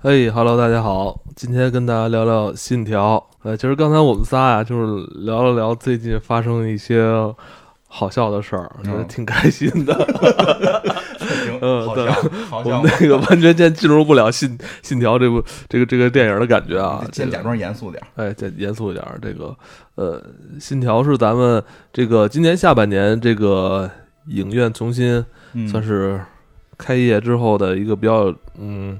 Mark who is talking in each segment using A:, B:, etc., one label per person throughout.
A: 嘿哈喽，大家好，今天跟大家聊聊《信条》。呃，其实刚才我们仨呀、就是聊了聊最近发生的一些好笑的事儿，觉得
B: 嗯
A: 挺开心的。
B: 行
A: 嗯
B: 好
A: 对
B: 像 好
A: 我
B: 像
A: 们那个完全现在进入不了信《 信条》这部这个这个电影的感觉啊。这
B: 先
A: 个
B: 假装严肃点儿。
A: 哎，再严肃一点儿，这个呃，《信条》是咱们这个今年下半年这个影院重新
B: 嗯
A: 算是开业之后的一个比较嗯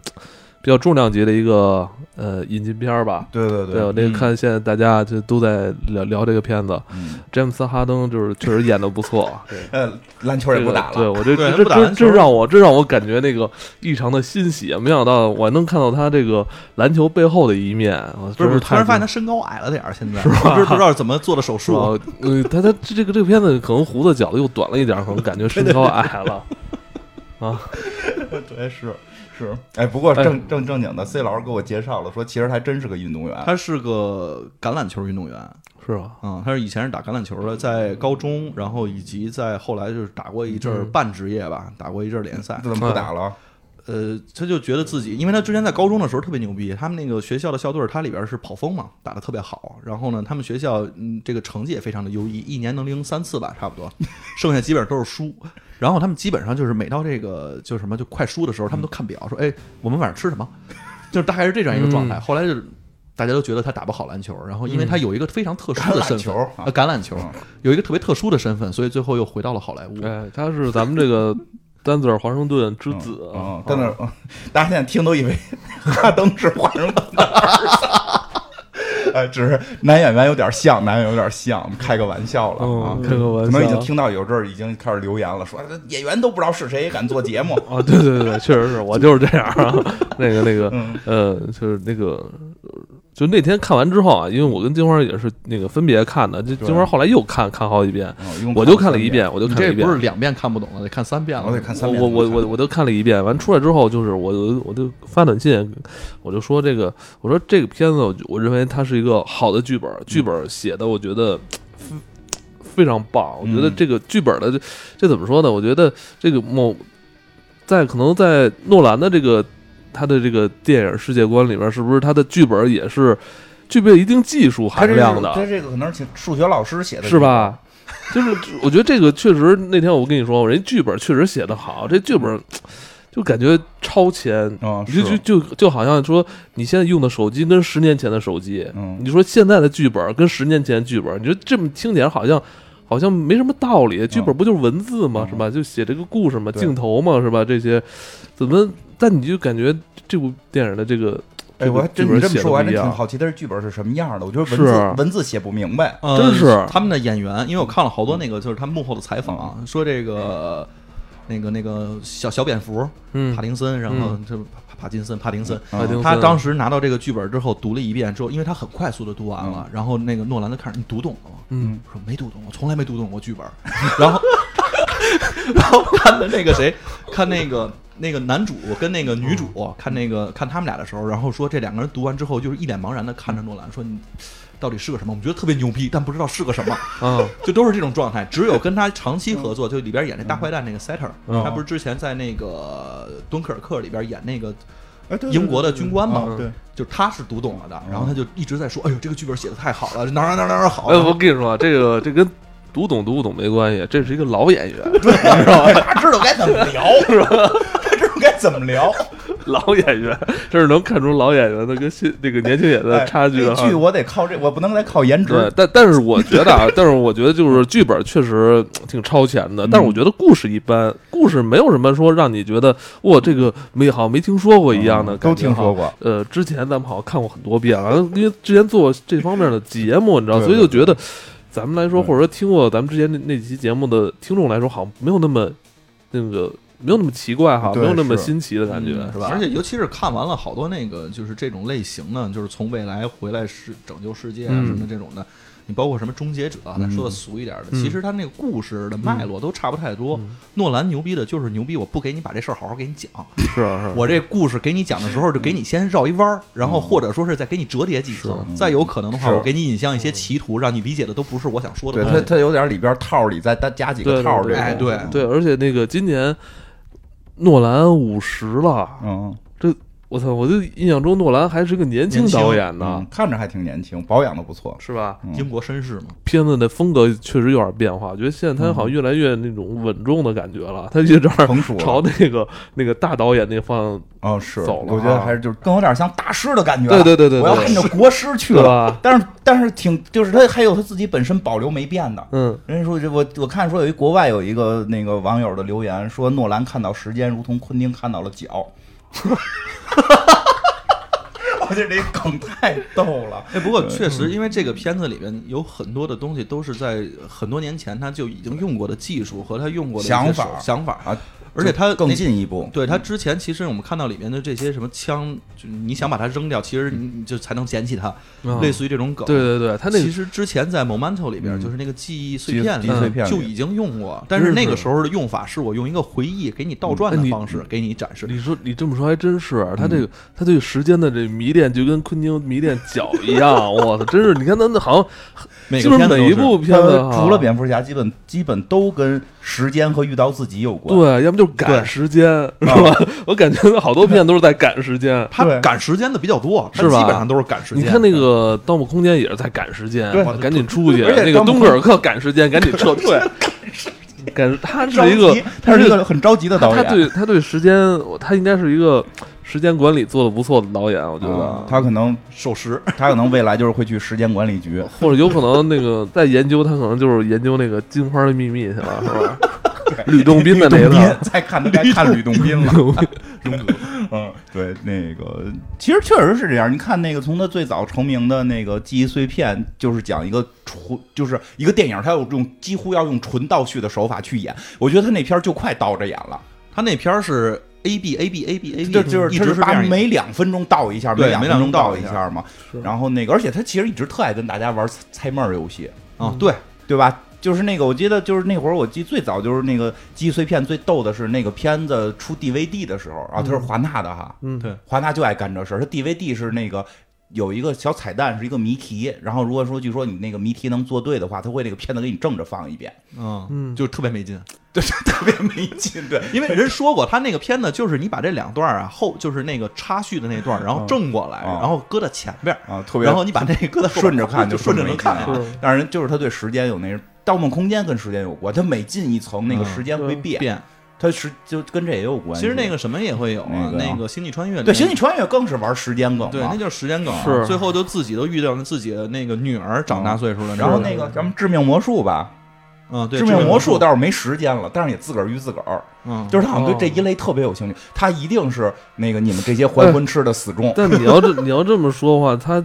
A: 比较重量级的一个呃引进片儿吧。
B: 对对
A: 对，我那个
B: 嗯
A: 看现在大家就都在聊聊这个片子，
B: 嗯
A: 詹姆斯哈登就是确实演的不错，
B: 呃，篮球也 不打
A: 这个
B: 了，
A: 对我这
C: 对
A: 这
C: 不打
A: 这
C: 篮球
A: 这让我这让我感觉那个异常的欣喜，啊没想到我还能看到他这个篮球背后的一面，啊我
C: 不是不是，
A: 真
C: 突然
A: 太
C: 发现他身高矮了点儿，现 在是不知不知道怎么做的手术。
A: 啊，呃，他他这个这个片子可能胡子绞的又短了一点儿，可能感觉身高矮了。啊
B: 对是是。哎，不过
A: 哎
B: 正正正经的，C 老师给我介绍了，说其实还真是个运动员。
C: 他是个橄榄球运动员啊、
A: 是吧？
C: 嗯他是以前是打橄榄球的，在高中，然后以及在后来就是打过一阵儿
A: 嗯
C: 半职业吧，打过一阵儿联赛
B: 这。怎么不打了？
C: 呃，他就觉得自己，因为他之前在高中的时候特别牛逼，他们那个学校的校队儿，他里边是跑锋嘛，打得特别好。然后呢，他们学校嗯这个成绩也非常的优异，一年能赢三次吧，差不多，剩下基本上都是输。然后他们基本上就是每到这个就是什么就快输的时候，他们都看表说，哎，我们晚上吃什么？ 就是大概是这样一个状态。
A: 嗯
C: 后来就是大家都觉得他打不好篮球，然后因为他有一个非常特殊
B: 嗯橄
C: 的
B: 榄
C: 身
B: 球
C: 份，
B: 啊
C: 呃，橄榄球
B: 嗯
C: 有一个特别特殊的身份，所以最后又回到了好莱坞。
A: 哎，他是咱们这个丹泽尔华盛顿之子啊
B: 嗯，
C: 哦
B: 但是嗯大家现在听都以为 哈登是华盛顿的儿子，哎， 只是男演员有点像，男演员有点像，开个玩笑了啊
A: 嗯，。开个玩
B: 可
A: 笑
B: 能已经听到有这儿已经开始留言了，说演员都不知道是谁，也敢做节目。
A: 啊，对对对，确实是我就是这样啊。那个那个
B: 嗯，
A: 呃，就是那个，就那天看完之后啊，因为我跟金花也是那个分别看的，这金花后来又看看好几遍，
B: 嗯一共
A: 我就
B: 看
A: 看
B: 了
A: 了
B: 三
A: 一
B: 遍，
A: 遍，我就
C: 你
A: 看了
C: 这
A: 一遍
C: 不是。两遍看不懂了，得看三遍了。
B: 我得看三
A: 我
B: 遍。嗯
A: 我我我我都看了一遍，完出来之后就是我就我就发短信，我就说这个我说这个片子我就我认为它是一个好的剧本，
B: 嗯
A: 剧本写的我觉得非非常棒，我觉得
B: 嗯
A: 这个剧本的这这怎么说呢？我觉得这个某在可能在诺兰的这个他的这个电影世界观里边，是不是他的剧本也是具备一定技术
B: 他
A: 含
B: 这
A: 量
B: 他
A: 的，
B: 这个可能是数学老师写的，
A: 是？吧？ 就是我觉得这个确实，那天我跟你说，人家剧本确实写得好，这剧本就感觉超前，
B: 嗯，
A: 你就是就就就好像说你现在用的手机跟十年前的手机，
B: 嗯
A: 你说现在的剧本跟十年前的剧本，你说这么听起来好像好像没什么道理，剧本不就是文字吗？
B: 嗯
A: 是吧？就写这个故事嘛，
B: 对
A: 镜头嘛，是吧？这些怎么？但你就感觉这部电影的这个，
B: 哎，我还真
A: 剧本
B: 你这么
A: 写得
B: 说，我还
A: 不一
B: 真挺
A: 样
B: 好奇他这剧本是什么样的。我觉得文
A: 是啊
B: 字文字写不明白。
C: 呃
A: 真是
C: 他们的演员，因为我看了好多那个，就是他幕后的采访啊，说这个那个那个小小蝙蝠
A: 嗯
C: 帕，丁森，然后这帕帕金森帕丁森，
A: 帕丁森
C: 他当时拿到这个剧本之后读了一遍之后，因为他很快速的读完了，然后那个诺兰就看着你读懂了吗？
A: 嗯，
C: 我说没读懂，我从来没读懂过剧本， 然后然后看的那个谁，看那个。那个男主跟那个女主
A: 嗯
C: 看那个看他们俩的时候，然后说这两个人读完之后就是一脸茫然的看着诺兰说你到底是个什么？我们觉得特别牛逼，但不知道是个什么。
A: 啊，
C: 就都是这种状态。只有跟他长期合作，就里边演那大坏蛋那个 Setter，、
B: 嗯
C: 他不是之前在那个《敦刻尔克》里边演那个
B: 哎对对
C: 英国的军官嘛？
A: 啊
B: 对对对嗯
C: 就是他是读懂了的，然后他就一直在说：“哎呦，这个剧本写的太好了，哪儿哪儿哪儿哪儿好。啊
A: 哎，我跟你说，这个这跟读懂读不懂没关系，这是一个老演员，
B: 他知道该怎么聊，他知道该怎么 聊。
A: 老演员，这是能看出老演员的跟新那个年轻演员
B: 哎
A: 的差距
B: 这
A: 的哈。
B: 剧我得靠这，我不能再靠颜
A: 对
B: 值，。
A: 但但是我觉得啊，但是我觉得就是剧本确实挺超前
B: 嗯
A: 的，但是我觉得故事一般，故事没有什么说让你觉得哇这个没好像没听说过一样的
B: 嗯都
A: 感觉
B: 听
A: 哈
B: 说过。
A: 呃，之前咱们好像看过很多遍了，因为之前做这方面的节目，你知道，
B: 对
A: 所以
B: 对
A: 就觉得咱们来说，
B: 对
A: 或者说听过咱们之前那那几期节目的听众来说，好像没有那么那个没有那么奇怪哈，
B: 对
A: 没有那么
B: 是嗯
A: 新奇的感觉，是吧
C: 而？且尤其是看完了好多那个就是这种类型呢，就是从未来回来是拯救世界啊
A: 嗯
C: 什么这种的。你包括什么终结者啊，咱说的俗一点的，
A: 嗯
C: 其实他那个故事的脉络都差不太多。诺兰牛逼的就是牛逼，我不给你把这事儿好好给你讲，
A: 是啊，是啊
C: 我这故事给你讲的时候，就给你先绕一弯儿，然后或者说是再给你折叠几次，再有可能的
B: 嗯
C: 话，
B: 是
C: 我给你引向一些歧途，让你理解的都不是我想说的
B: 对
C: 东
B: 他，
C: 西。
B: 他有点里边套里再加加几
A: 对
B: 个套这
A: 对
B: 种。
C: 哎对
A: 对，而且那个今年诺兰五十了，
B: 嗯，
A: 这我操，我就印象中诺兰还是个年轻导演呢
B: 嗯，，看着还挺年轻，保养的不错。
A: 是吧？
B: 嗯
C: 英国绅士嘛，
A: 片子的风格确实有点变化，我觉得现在他好像越来越那种稳重的感觉了，他有点儿
B: 成熟了
A: 朝那个那个大导演那方向
B: 哦，是，
A: 走了啊
B: 我觉得还是就是更有点像大师的感觉。
A: 对对对对对
B: 我要按照国师去
A: 对
B: 了
A: 吧。
B: 但是但是挺就是他还有他自己本身保留没变的。
A: 嗯，
B: 人家说这我我看说有一国外有一个那个网友的留言说诺兰看到时间如同昆汀看到了脚。 我觉得这梗太逗了。
C: 哎，不过确
B: 嗯
C: 实，因为这个片子里面有很多的东西都是在很多年前他就已经用过的技术和他用过的一些
B: 想
C: 手
B: 法
C: 想法
B: 啊，
C: 而且他
B: 更
C: 那
B: 进一步，嗯
C: 对他之前，其实我们看到里面的这些什么枪，就你想把它扔掉，其实你你就才能捡起它，
A: 嗯
C: 类似于这种梗。
A: 对对对，他那
C: 其
A: 个
C: 实之前在 Momento 里边，就是那个记忆碎片里
B: 记忆碎
C: 面
B: 片里
C: 就已经用过，但是那个时候的用法是我用一个回忆给你倒
A: 嗯
C: 转
A: 哎
C: 的
A: 你
C: 方式给你展示。
A: 你说你这么说还真是，他这个他对时间的这迷恋就跟昆汀迷恋脚一样， 我操，真是你看他那好像
C: 每
A: 基
C: 个
A: 本
C: 片子都
A: 每一
C: 是
A: 部片子
B: 他
A: 哈
B: 除了蝙蝠侠，基本基本都跟时间和遇到自己有关。
A: 对，啊要么就赶
C: 对
A: 时间是吧？ 我感觉好多片都是在赶时间。
C: 他
B: 对
C: 赶时间的比较多，他
A: 是吧
C: 基本上都是赶时间。
A: 你看那个《盗梦空间》也是在赶时间
B: 对，
A: 哇赶紧出去。
B: 而且
A: 那个
B: 盗梦
A: 敦刻尔克赶时间，赶紧撤退。赶他是
B: 着急
A: 一个，
B: 他是
A: 是
B: 一个很着急的导
A: 他
B: 演。
A: 对他对时间，他应该是一个时间管理做的不错的导演，我觉
B: 啊
A: 得，
B: 他可能
C: 守时，
B: 他可能未来就是会去时间管理局。
A: 或者有可能那个在研究，他可能就是研究那个《金花的秘密》去了，是吧？吕洞宾的那一
B: 吕洞宾
A: 套，
B: 再看他该看吕洞宾了。嗯，对，那个其实确实是这样。你看那个从他最早成名的那个《记忆碎片》，就是讲一个纯，就是一个电影，他有这种几乎要用纯倒叙的手法去演。我觉得他那片儿就快倒着演了，
C: 他那片儿是 A B A B A B A B，
B: 就就是
C: 一直
B: 他
C: 是这
B: 把
C: 样一个
B: 每两分钟倒一下，
C: 对
B: 两
C: 每
B: 分
C: 两
B: 钟
C: 分钟倒
B: 一
C: 一下
B: 下嘛。然后那个，而且他其实一直特爱跟大家玩猜猜闷儿游戏。
C: 啊，对，
B: 对吧？就是那个，我记得就是那会儿，我记最早就是那个记忆碎片最逗的是那个片子出 DVD 的时候啊，他是华纳的哈，
A: 嗯，
C: 对
B: 华纳就爱干这事儿。他 DVD 是那个有一个小彩蛋，是一个谜题，然后如果说据说你那个谜题能做对的话，他会那个片子给你正着放一遍，
A: 嗯
C: 嗯，就特别没劲。
B: 对，就特别没劲，对，
C: 因为人说过，他那个片子就是你把这两段啊后就是那个插叙的那段，然后正过来，
B: 啊
C: 然后搁到前边儿，
B: 啊，特别
C: 然后你把那个搁到后边儿
B: 顺着看
C: 就
B: 顺
C: 顺
B: 着
C: 着
B: 没
C: 能看
B: 劲
C: 啊。
A: 啊
B: 了。当然，就是他对时间有那《盗梦空间》跟时间有关，他每进一层那个
C: 嗯
B: 时间会
A: 嗯
B: 变，
C: 变，
B: 他时就跟这也有关系。
C: 其实那个什么也会有
B: 那
C: 啊，
B: 个啊
C: 那个《星际穿越》里面
B: 对《星际穿越》更是玩时间梗嘛，
C: 对，那就是时间梗啊，
A: 是
C: 最后就自己都遇到了自己的那个女儿长大岁数了，
B: 然后那个咱们致命魔术吧，
C: 嗯，对，
B: 致命魔术倒是没时间了，但是也自个儿娱自个儿，
C: 嗯，
B: 就是他好像
A: 哦
B: 对这一类特别有兴趣，他一定是那个你们这些还魂痴的死忠。
A: 但你要这你要这么说的话，他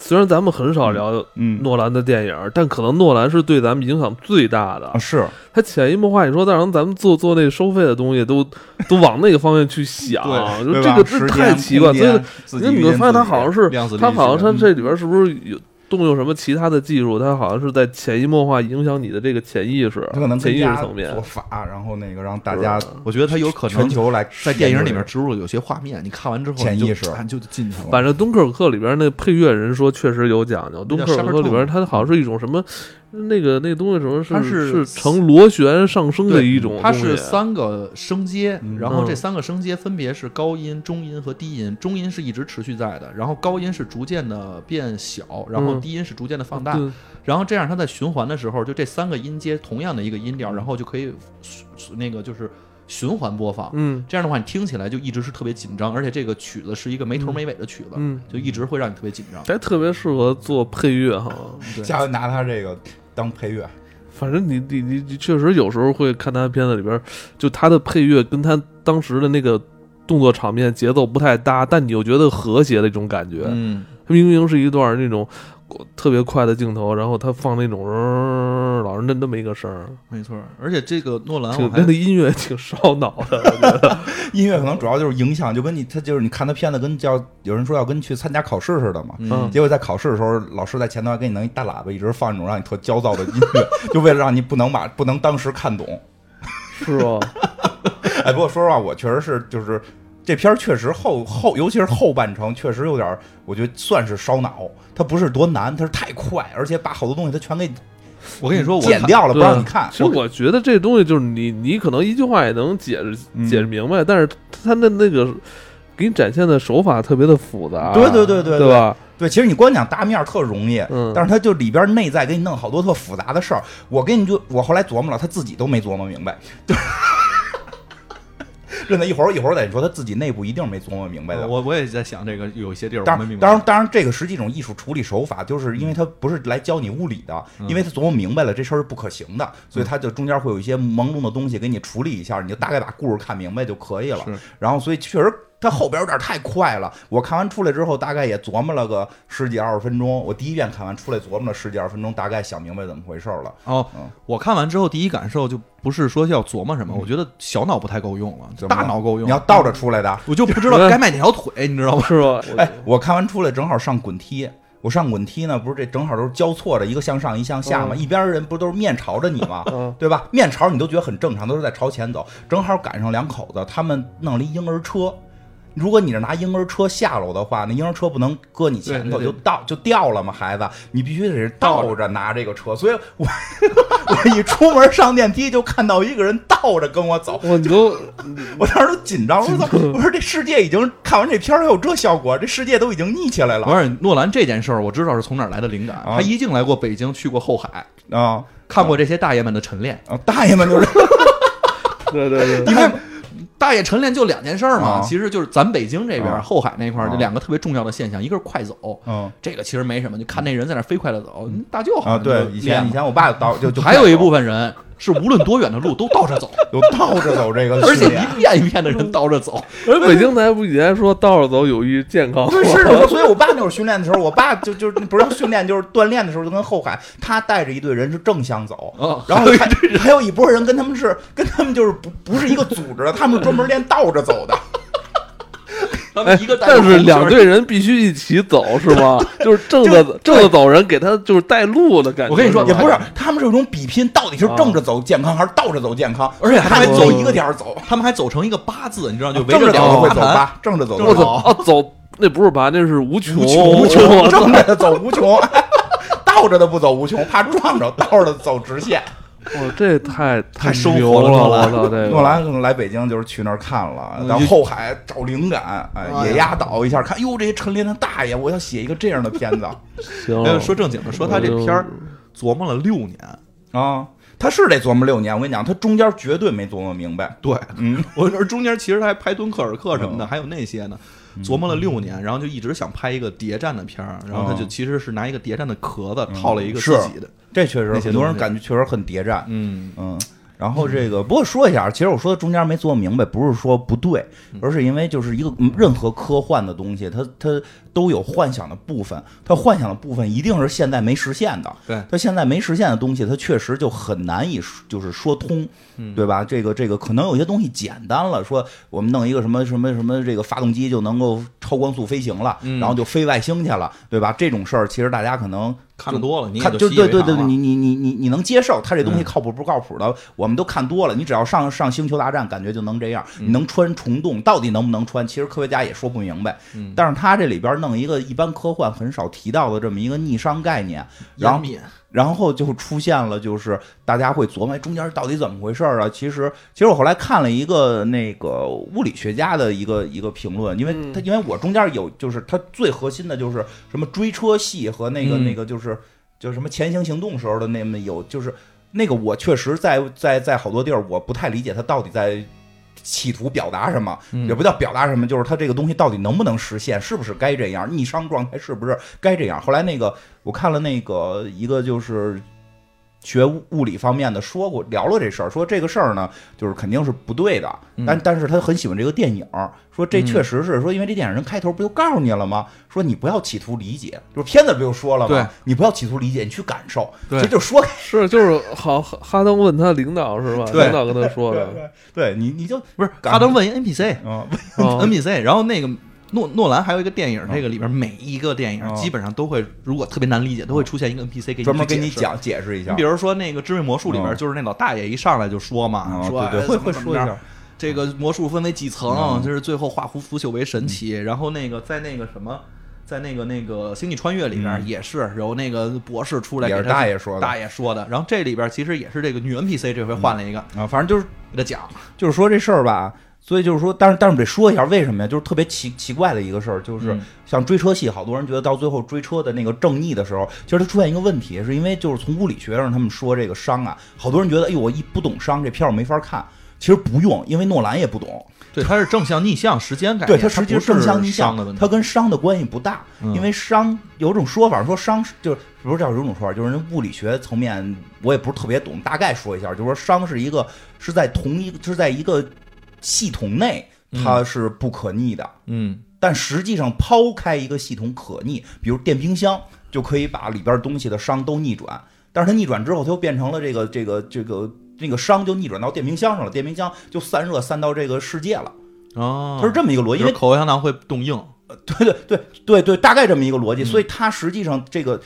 A: 虽然咱们很少聊
B: 嗯，
A: 诺兰的电影，但可能诺兰是对咱们影响最大的
B: 啊。是，
A: 他潜移默化，你说让咱们做做那收费的东西，都都往那个方面去想，就
B: 对
A: 这
B: 吧
A: 个这太奇怪。所以
B: 所
A: 你会发现他好像是
C: 量子力
A: 他好像
C: 学
A: 他这里边是不是有动用什么其他的技术？他好像是在潜移默化影响你的这个潜意识
B: 他可能，
A: 潜
B: 跟
A: 意识
B: 家
A: 层面啊
B: 做。法，然后那个让大家
C: 我觉得他有可
B: 全
C: 能
B: 球来
C: 在电影里面
B: 吃。
C: 植入有些画面，你看完之后
B: 潜
C: 你就
B: 意识
C: 啊你就进去了。
A: 反正敦刻尔克里边那配乐人说确实有讲究，敦刻尔克里边它好像是一种什么，那个那东西什么
C: 它
A: 是
C: 是
A: 呈螺旋上升的一种
C: 它
A: 东西，
C: 是三个声阶，然后
A: 嗯
C: 这三个声阶分别是高音、中音和低音。中音是一直持续在的，然后高音是逐渐的变小，然后
A: 嗯
C: 低音是逐渐的放大。
A: 对
C: 然后这样它在循环的时候，就这三个音阶同样的一个音调，然后就可以那个就是循环播放。
A: 嗯
C: 这样的话，你听起来就一直是特别紧张，而且这个曲子是一个没头没尾的曲子，
A: 嗯，
C: 就一直会让你特别紧张。
A: 还特别适合做配乐哈。
C: 嗯
B: 下回拿他这个当配乐，
A: 反正你你你你确实有时候会看他的片子里边，就他的配乐跟他当时的那个动作场面节奏不太搭，但你又觉得和谐的一种感觉。
C: 嗯，
A: 它明明是一段那种特别快的镜头，然后他放那种、呃、老是那那么一个声儿，
C: 没错。而且这个诺兰，我
A: 挺
C: 还
A: 那音乐挺烧脑的。 我觉得
B: 音乐可能主要就是影响，就跟你他就是你看他片子跟叫有人说要跟去参加考试似的嘛，
A: 嗯
B: 结果在考试的时候，老师在前头还给你弄一大喇叭，一直放那种让你特焦躁的音乐， 就为了让你不能把不能当时看懂。
A: 是 吧？
B: 哎，不过说实话，我确实是就是这片儿确实后后，尤其是后半程，确实有点儿，我觉得算是烧脑。它不是多难，它是太快，而且把好多东西它全给
C: 我跟你说，我
B: 剪
C: 看
B: 掉了，不
A: 对
B: 让你看
A: 其。实我觉得这东西就是你，你可能一句话也能解释
B: 嗯
A: 解释明白，但是他那那个给你展现的手法特别的复杂，
B: 对对对对
A: 对吧？
B: 对，其实你光讲大面儿特容易，
A: 嗯
B: 但是他就里边内在给你弄好多特复杂的事儿。我给你就我后来琢磨了，他自己都没琢磨明白。 就是，真的，一会儿一会儿得说他自己内部一定没琢磨明白的。
C: 我我也在想这个，有一些地儿我
B: 当
C: 没
B: 然，
C: 明
B: 当然，
C: 白。
B: 当然，这个是一种艺术处理手法，就是因为他不是来教你物理的，因为他琢磨明白了这事儿是不可行的，所以他就中间会有一些朦胧的东西给你处理一下，你就大概把故事看明白就可以了
C: 是。
B: 然后，所以确实他后边有点太快了。我看完出来之后，大概也琢磨了个十几二十分钟。我第一遍看完出来琢磨了十几二十分钟，大概想明白怎么回事了。
C: 哦
B: 嗯，
C: 我看完之后第一感受就不是说要琢磨什么，我觉得小脑不太够用了，
B: 怎么
C: 嗯大
B: 了
C: 脑够用。
B: 你要倒着出来的，
C: 我就不知道该迈哪条腿，你知道吗？
A: 是吧？
B: 哎，我看完出来正好上滚梯，我上滚梯呢，不是这正好都是交错着，一个向上，一向下嘛，
A: 嗯
B: 一边儿人不都是面朝着你吗？
A: 嗯
B: 对吧？面朝你都觉得很正常，都是在朝前走，正好赶上两口子，他们弄了一婴儿车。如果你是拿婴儿车下楼的话，那婴儿车不能搁你前头，
C: 对对对
B: 就倒就掉了嘛，孩子，你必须得是倒着拿这个车。所以我 我一出门上电梯就看到一个人倒着跟我走，
A: 我你都
B: 我当时都紧张，我说怎么我说这世界已经看完这片儿还有这效果，这世界都已经腻起来了
C: 不是诺兰这件事儿，我知道是从哪儿来的灵感。
B: 啊
C: 他一定来过北京，去过后海，
B: 啊
C: 看过这些大爷们的晨练。
B: 啊！大爷们就是
A: 对对对，
C: 因为大爷晨练就两件事儿嘛，
B: 啊
C: 其实就是咱北京这边
B: 啊
C: 儿后海那块儿
B: 啊
C: 就两个特别重要的现象，一个是快走，
B: 嗯
C: 这个其实没什么，就看那人在那儿飞快的走，嗯大舅好
B: 啊，
C: 像
B: 对
C: 就，
B: 以
C: 练
B: 前
C: 了
B: 以前我爸倒就就
C: 还有一部分人是无论多远的路都 倒着走，
B: 有倒着走这个
C: 而且
B: 训练
C: 一片一片的人倒 着走，
A: 而北京台不以前说倒着走有益健康吗？
B: 对， 是的，我所以我爸那会儿训练的时候，我爸就就是不是训练，就是锻炼的时候，就跟后海，他带着一队人是正向走，
C: 哦
B: 然后还还有一拨人跟他们是跟他们就是不不是一个组织的，他们是专门练倒着走的，
C: 哦他
A: 哎
C: 们一个，带着
A: 但是
C: 红
A: 两
C: 圈儿
A: 队人必须一起走是吧？ 就是正着正着走人给他就是带路的感觉。
C: 我跟你说
A: 吧
B: 也不是，他们是有一种比拼，到底是正着走健康还是倒着走健康，
C: 而且还
B: 还
C: 走
B: 走一个点儿走，
C: 他们还走成一个八字，你知道，就围啊
B: 正着
C: 两
B: 走就
C: 个
B: 会
C: 花
B: 走
C: 坛，
B: 吧，正着走
A: 我操
B: 就走。
A: 啊，走那不是拔，那是无穷
B: 无穷，无穷，
A: 我操
B: 正着走无穷， 倒着的不走无穷，怕撞着，倒着的走直线。
A: 哇这太
C: 太生
A: 牛
C: 活了诺
A: 我操
C: 兰
A: 这
B: 诺
A: 个。
B: 兰可能来北京就是去那儿看了，
C: 嗯
B: 到
C: 就
B: 后海找灵感，哎，
C: 哎呀
B: 也压倒一下，看哟，这些陈列的大爷，我要写一个这样的片子
A: 行
C: 哎，说正经的，说他
B: 嗯
C: 这片儿琢磨了六年，
B: 啊。他是得琢磨六年，我跟你讲，他中间绝对没琢磨明白。
C: 对，
B: 嗯，
C: 我那中间其实还拍敦刻尔克什么的，还有那些呢，琢磨了
B: 嗯
C: 六年，然后就一直想拍一个谍战的片儿，然后他就其实是拿一个谍战的壳子
B: 嗯
C: 套了一个自己的，
B: 这确实
C: 那些
B: 很多人
C: 东西
B: 感觉确实很谍战。
C: 嗯，
B: 嗯，然后这个不过说一下，其实我说的中间没做明白，不是说不对，而是因为就是一个嗯任何科幻的东西，它它都有幻想的部分，它幻想的部分一定是现在没实现的。
C: 对
B: 它现在没实现的东西，它确实就很难以说就是说通，对吧？这个这个可能有些东西简单了，说我们弄一个什么什么什么这个发动机就能够超光速飞行了，然后就飞外星去了，对吧？这种事儿其实大家可能
C: 看得多了，你也
B: 看
C: 就
B: 就
C: 习以
B: 对
C: 为
B: 对
C: 常
B: 对，
C: 了嗯
B: 你你你你你能接受它这东西靠谱不靠谱的，我们都看多了。你只要上上星球大战，感觉就能这样。
C: 嗯
B: 你能穿虫洞，到底能不能穿？其实科学家也说不明白。
C: 嗯
B: 但是他这里边弄一个一般科幻很少提到的这么一个逆商概念，然
C: 杨
B: 后
C: 敏
B: 然后就出现了，就是大家会琢磨哎中间到底怎么回事儿啊？其实，其实我后来看了一个那个物理学家的一个一个评论，因为他因为我中间有就是他最核心的就是什么追车戏和那个、
C: 嗯
B: 那个就是就是什么前行行动时候的那么有就是那个我确实在在在好多地儿我不太理解他到底在。企图表达什么，也不叫表达什么，就是他这个东西到底能不能实现，是不是该这样，逆商状态是不是该这样？后来那个我看了那个一个就是学物理方面的说过聊了这事儿，说这个事儿呢就是肯定是不对的，
C: 嗯
B: 但但是他很喜欢这个电影，说这确实是说因为这电影人开头不就告诉你了吗？说你不要企图理解，就是片子不就说了
C: 对
B: 吗？你不要企图理解，你去感受，
C: 对
B: 这就说
A: 是就是好哈哈登问他领导是吧？
C: 对
A: 领导跟他说的
B: 对你你就
C: 不是
B: 感
C: 哈登问一 NPC，NPC，、
B: 啊
A: 啊
C: NPC 然后那个。诺诺兰还有一个电影，这个里边每一个电
B: 哦
C: 影基本上都会，如果特别难理解，都会出现一个 NPC 给你
B: 专门
C: 去
B: 给你
C: 解释。
B: 讲解释一
C: 你
B: 下
C: 比。如说那个《致命魔术》里边，
B: 嗯
C: 就是那老大爷一上来就说嘛，
B: 啊，
C: 说
B: 对
C: 哎
B: 对，会
C: 怎么
B: 会
C: 怎么
B: 说一
C: 着
B: 下，
C: 这个魔术分为几层
B: 嗯，
C: 就是最后化腐腐朽为神奇。然后那个在那个什么，在那个那个《星际穿越》里边
B: 嗯
C: 也是有那个博士出来
B: 也
C: 给
B: 是
C: 他
B: 大爷说的
C: 大爷说的。然后这里边其实也是这个女 NPC 这回换了一个
B: 啊，反正就是
C: 给他讲，
B: 就是说这事儿吧，所以就是说，但是但是我得说一下为什么呀？就是特别奇奇怪的一个事儿，就是
C: 嗯
B: 像追车戏，好多人觉得到最后追车的那个正义的时候，其实它出现一个问题，是因为就是从物理学上他们说这个伤啊，好多人觉得哎呦我一不懂伤这片儿我没法看，其实不用，因为诺兰也不懂，
C: 对，它是正向逆向时间概
B: 对
C: 念，
B: 它
C: 它
B: 实际
C: 不
B: 上
C: 是
B: 正向逆
C: 伤的问
B: 向，
C: 题，
B: 它跟伤的关系不大，
C: 嗯
B: 因为伤有种说法说伤是就是不是叫有种说法，就是人物理学层面我也不是特别懂，大概说一下，就是说伤是一个是在同一是在一个系统内它是不可逆的，
C: 嗯
B: 但实际上抛开一个系统可逆，比如电冰箱就可以把里边东西的伤都逆转，但是它逆转之后，它又变成了这个这个这个那个伤就逆转到电冰箱上了，电冰箱就散热散到这个世界了，
C: 哦，
B: 它是这么一个逻辑，因为
C: 比如口香糖会冻硬，
B: 对对对对对，大概这么一个
C: 嗯
B: 逻辑。所以它实际上这个，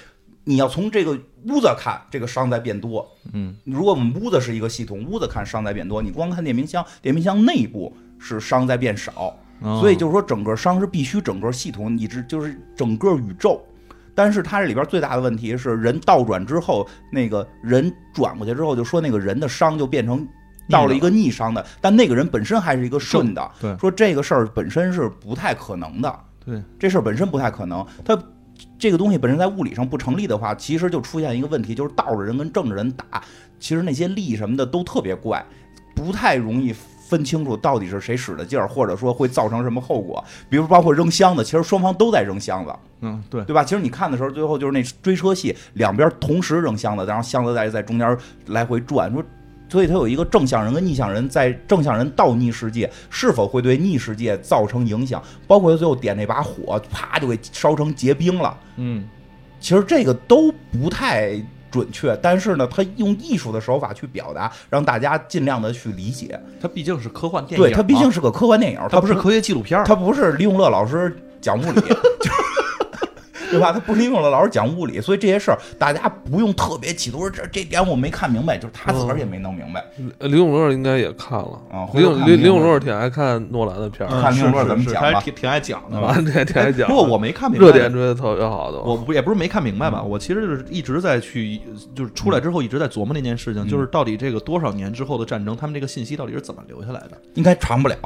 B: 你要从这个屋子看，这个伤在变多。
C: 嗯，
B: 如果我们屋子是一个系统，屋子看伤在变多，你光看电冰箱，电冰箱内部是伤在变少。
C: 哦
B: 所以就是说，整个伤是必须整个系统，以致就是整个宇宙。但是它这里边最大的问题是，人倒转之后，那个人转过去之后，就说那个人的伤就变成到了一个逆伤的，但那个人本身还是一个顺的。
C: 对
B: 说这个事儿本身是不太可能的。
C: 对，
B: 这事儿本身不太可能，它这个东西本身在物理上不成立的话，其实就出现一个问题，就是倒着人跟正着人打，其实那些力什么的都特别怪，不太容易。分清楚到底是谁使的劲儿，或者说会造成什么后果，比如包括扔箱子，其实双方都在扔箱子，
C: 嗯对，
B: 对吧？其实你看的时候，最后就是那追车戏，两边同时扔箱子，然后箱子在在中间来回转，说，所以它有一个正向人跟逆向人在正向人到逆世界是否会对逆世界造成影响，包括他最后点那把火，啪就给烧成结冰了。
C: 嗯
B: 其实这个都不太准确，但是呢，他用艺术的手法去表达，让大家尽量的去理解。
C: 它毕竟是科幻电影嘛，啊
B: 对，它毕竟是个科幻电影，
C: 它不是
B: 科。
C: 科学纪录片儿，
B: 他不是李永乐老师讲物理，就 对吧？他不是李永乐老师讲物理，所以这些事儿大家不用特别企图。这这点我没看明白，就是他自个儿也没弄明白。
C: 嗯
A: 呃李永乐应该也看了
B: 啊，回
A: 李
B: 头
A: 永
B: 看
A: 李
B: 看
A: 李永乐挺爱看诺兰的片儿，
B: 看
C: 嗯
B: 评论怎么
C: 是是
B: 讲
C: 是
B: 吧
C: 还挺挺爱讲 的吧。
A: 啊，这 挺爱讲的。
C: 不过我没看明白，
A: 热点追的特别好的，
C: 我不也不是没看明白
B: 嗯
C: 吧，我其实就是一直在去，就是出来之后一直在琢磨那件事情，
B: 嗯
C: 就是到底这个多少年之后的战争，他们这个信息到底是怎么留下来的？
B: 应该传不了，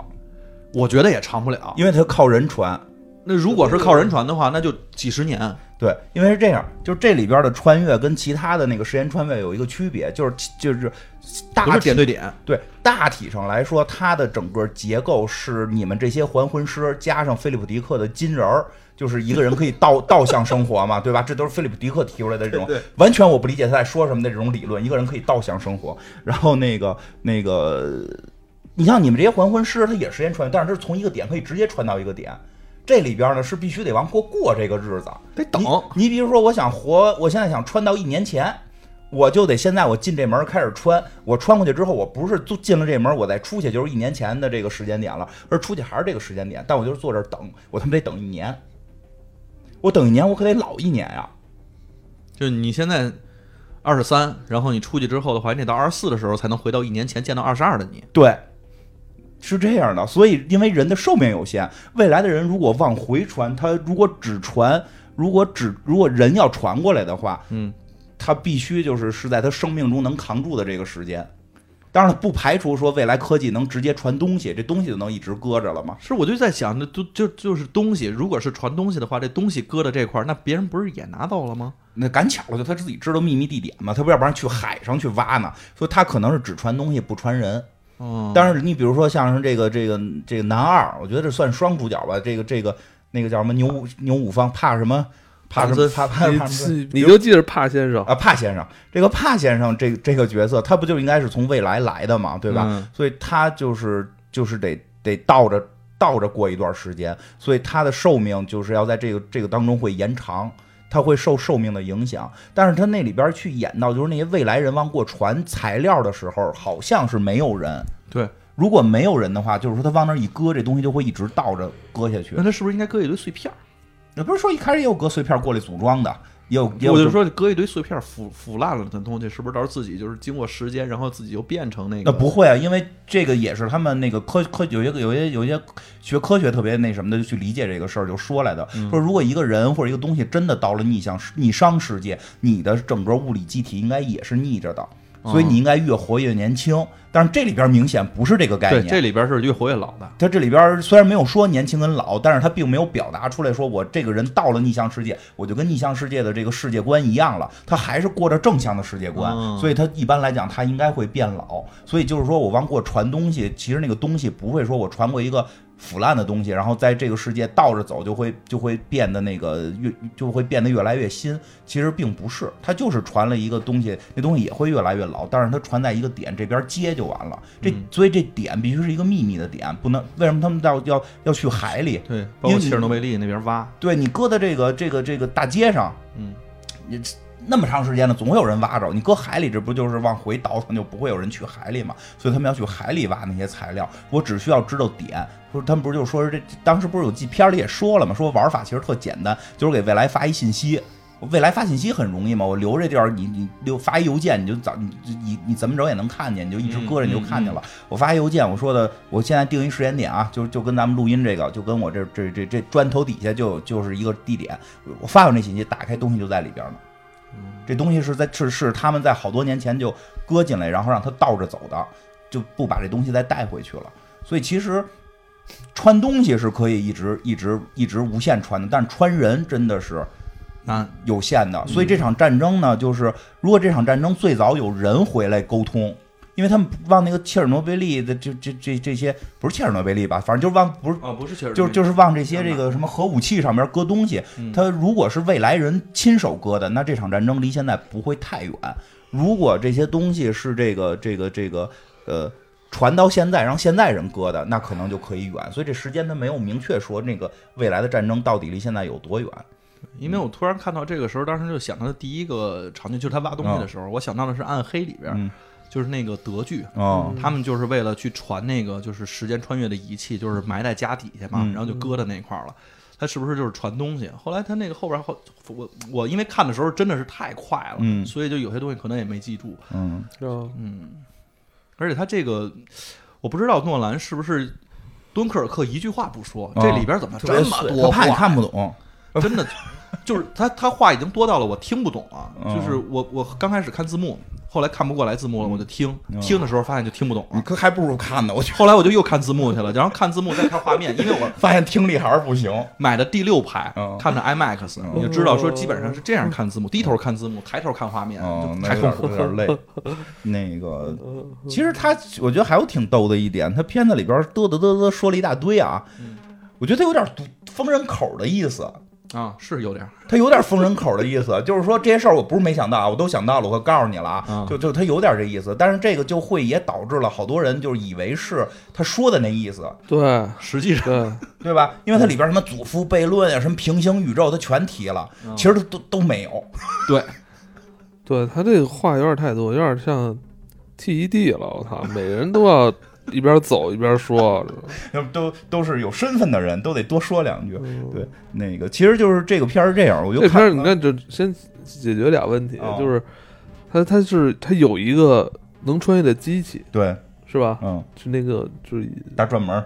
C: 我觉得也长不了。
B: 因为他靠人传。
C: 那如果是靠人传的话，那就几十年。
B: 对，因为是这样，就是这里边的穿越跟其他的那个时间穿越有一个区别，就是就是
C: 不
B: 大
C: 是
B: 体
C: 点对点，
B: 对大体上来说，它的整个结构是你们这些还魂师加上菲利普迪克的金人儿，就是一个人可以倒 倒向生活嘛，对吧？这都是菲利普迪克提出来的这种，
C: 对对
B: 完全我不理解他在说什么的这种理论，一个人可以倒向生活。然后那个那个，你像你们这些还魂师，他也时间穿越，但是这是从一个点可以直接穿到一个点。这里边呢是必须得往过过这个日子，
C: 得等
B: 你。你比如说，我想活，我现在想穿到一年前，我就得现在我进这门开始穿。我穿过去之后，我不是就进了这门，我再出去就是一年前的这个时间点了，而出去还是这个时间点。但我就是坐这儿等，我他妈得等一年。我等一年，我可得老一年呀、
C: 就是你现在二十三，然后你出去之后的话，你得到二十四的时候才能回到一年前见到二十二的你。
B: 对，是这样的。所以，因为人的寿命有限，未来的人如果往回传，他如果只传，如果只如果人要传过来的话，
C: 嗯，
B: 他必须就是是在他生命中能扛住的这个时间。当然，不排除说未来科技能直接传东西，这东西就能一直搁着了嘛。
C: 是，我就在想，那都就就是东西，如果是传东西的话，这东西搁到这块儿，那别人不是也拿到了吗？
B: 那赶巧了，就他自己知道秘密地点嘛，他不要不然去海上去挖呢。所以他可能是只传东西不传人。
C: 嗯，
B: 当然，你比如说像是这个这个这个男二，我觉得这算双主角吧。这个这个那个叫什么牛五牛五方怕什么怕什么怕怕
A: 你
B: 怕什么？
A: 你就记着帕先生，
B: 啊，帕先生，这个帕先生这这个角色，他不就应该是从未来来的嘛，对吧？
C: 嗯
B: 所以他就是就是得得倒着倒着过一段时间，所以他的寿命就是要在这个这个当中会延长，他会受寿命的影响。但是他那里边去演到就是那些未来人往过传材料的时候，好像是没有人。
C: 对，
B: 如果没有人的话，就是说他往那儿一搁，这东西就会一直倒着搁下去
C: 那。他是不是应该搁一堆碎片儿？
B: 也不是说一开始也有搁碎片过来组装的，也有也有
C: 我就
B: 这
C: 说搁一堆碎片儿腐腐烂了的东西，是不是到时候自己就是经过时间，然后自己就变成那个？
B: 那不会啊，因为这个也是他们那个科科有些有些有些学科学特别那什么的，就去理解这个事儿，就说来的，
C: 嗯
B: 说如果一个人或者一个东西真的到了逆向世逆商世界，你的整个物理机体应该也是逆着的。
C: 哦
B: 所以你应该越活越年轻。但是这里边明显不是这个概
C: 对，
B: 念。
C: 这里边是越活越老的。
B: 他这里边虽然没有说年轻跟老，但是他并没有表达出来说我这个人到了逆向世界，我就跟逆向世界的这个世界观一样了，他还是过着正向的世界观，
C: 嗯
B: 所以他一般来讲他应该会变老。所以就是说我往过传东西，其实那个东西不会说我传过一个。腐烂的东西，然后在这个世界倒着走，就会就会变得那个越就会变得越来越新。其实并不是，它就是传了一个东西，那东西也会越来越老，但是它传在一个点，这边接就完了。这所以这点必须是一个秘密的点，不能为什么他们到要要去海里？
C: 对，包
B: 因为
C: 括
B: 你
C: 切尔诺贝利那边挖，
B: 对你搁在这个这个这个大街上，
C: 嗯，
B: 你那么长时间了，总会有人挖着。你搁海里，这不就是往回倒腾，就不会有人去海里嘛？所以他们要去海里挖那些材料。我只需要知道点，说他们不是就说是这当时不是有纪片里也说了嘛，说玩法其实特简单，就是给未来发一信息。未来发信息很容易嘛，我留这地儿，你你留发一邮件，你就早你你你怎么着也能看见，你就一直搁着你就看见了。我发一邮件，我说的，我现在定一时间点啊，就就跟咱们录音这个，就跟我这这这这砖头底下就有就是一个地点，我发完这信息，打开东西就在里边呢。这东西是在是是他们在好多年前就搁进来，然后让它倒着走的，就不把这东西再带回去了。所以其实穿东西是可以一直一直一直无限穿的，但是穿人真的是
C: 那
B: 有限的。所以这场战争呢，就是如果这场战争最早有人回来沟通，因为他们往那个切尔诺贝利的这这这这些不是切尔诺贝利吧，反正就是往不是
C: 啊不是切尔
B: 就是就是是往这些这个什么核武器上面搁东西。他如果是未来人亲手搁的，那这场战争离现在不会太远。如果这些东西是这个这个这个呃传到现在，让现在人搁的，那可能就可以远。所以这时间他没有明确说那个未来的战争到底离现在有多远。
C: 因为我突然看到这个时候，当时就想到的第一个场景就是他挖东西的时候，我想到的是《暗黑》里边，
B: 嗯
C: 就是那个德剧。
B: 哦，
C: 他们就是为了去传那个就是时间穿越的仪器，就是埋在家底下嘛，
B: 嗯
C: 然后就搁在那块儿了。他是不是就是传东西？后来他那个后边后，我我因为看的时候真的是太快了，
B: 嗯
C: 所以就有些东西可能也没记住。
B: 嗯，
A: 啊
C: 而且他这个，我不知道诺兰是不是敦刻尔克一句话不说，
B: 啊
C: 这里边怎么这么
B: 他
C: 多
B: 怕你
C: 话？
B: 看不懂。
C: 真的就是他他话已经多到了我听不懂了。
B: 嗯
C: 就是我我刚开始看字幕，后来看不过来字幕了，我就听
B: 嗯
C: 听的时候发现就听不懂
B: 你
C: 了。
B: 可还不如看呢，我就
C: 后来我就又看字幕去了，然后看字幕再看画面，因为我
B: 发现听力还是不行。
C: 买的第六排
B: 嗯
C: 看的 IMAX，
B: 嗯
C: 你就知道说基本上是这样看字幕，低头看字幕，抬头看画面，
B: 哦，
C: 就
B: 那
C: 太
B: 有
C: 痛
B: 点
C: 苦
B: 有
C: 了。
B: 点 累。那个，其实他我觉得还有挺逗的一点，他片子里边嘚嘚嘚嘚说了一大堆啊，我觉得他有点堵封人口的意思。
C: 啊，是有点儿。
B: 他有点封人口的意思，就是说这些事儿我不是没想到啊，我都想到了，我可告诉你了啊
C: 嗯，
B: 就就他有点这意思，但是这个就会也导致了好多人就是以为是他说的那意思，
A: 对
C: 实际上，
A: 对，
B: 对吧？因为它里边什么祖父悖论啊呀、什么平行宇宙，它全提了，
C: 啊
B: 其实它都都没有。
C: 对，
A: 对他这个话有点太多，有点像 TED 了。我操，每人都要一边走一边 说。
B: 要不都都是有身份的人，都得多说两句。
C: 哦
B: 对，那个其实就是这个片儿是这样，我就
A: 这片儿
B: 看
A: 你看，这先解决俩问题，
B: 哦
A: 就是他他是他有一个能穿越的机器，
B: 对，
A: 是吧？
B: 嗯，
A: 是那个就是
B: 大转门儿，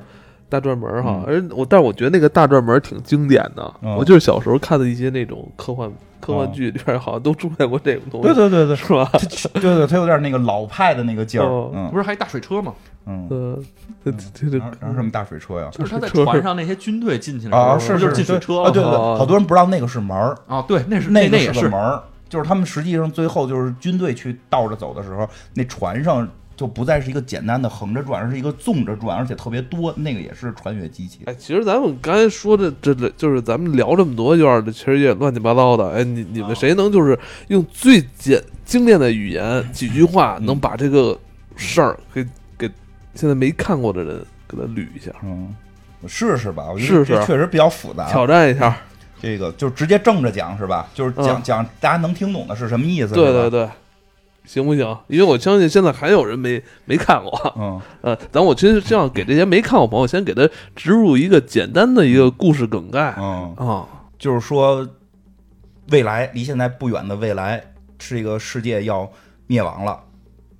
A: 大转门儿哈，而我但是我觉得那个大转门儿挺经典的，
B: 嗯
A: 我就是小时候看的一些那种科幻科幻
B: 哦
A: 剧里边儿好像都出现过这种东西，
B: 对对对对，
A: 是吧？
B: 对对，他有点那个老派的那个劲儿，
A: 哦
B: 嗯
C: 不是还一呃大水车吗？
B: 嗯，
A: 嗯，这这这
B: 然后然后什么大水车呀？
C: 就是他在
A: 水车
C: 船上那些军队进去的时候，
B: 啊，是
C: 嗯不就是是进水
B: 对
C: 车
B: 啊，对对，对
A: 哦
B: 好多人不知道那个是门儿，
C: 啊，对，那是
B: 那个
C: 那也
B: 是个
C: 是
B: 门儿，就是他们实际上最后就是军队去倒着走的时候，那船上就不再是一个简单的横着转，而是一个纵着转，而且特别多，那个也是穿越机器。
A: 哎，其实咱们刚才说的这这就是咱们聊这么多，有点儿其实也乱七八糟的。哎，你你们谁能就是用最简精炼的语言几句话，
B: 嗯
A: 能把这个事儿给给现在没看过的人给他捋一下，
B: 嗯，我试试吧，我觉
A: 试
B: 得
A: 试
B: 这确实比较复杂。
A: 挑战一下？
B: 这个就直接正着讲是吧？就是讲、
A: 嗯
B: 讲大家能听懂的是什么意思？
A: 对
B: 嗯是
A: 对
B: 吧
A: 对，行不行？因为我相信现在还有人没没看过。
B: 嗯，
A: 呃，咱我其实这样给这些没看过朋友，先给他植入一个简单的一个故事梗概啊、
B: 嗯，就是说，未来离现在不远的未来，这个世界要灭亡了，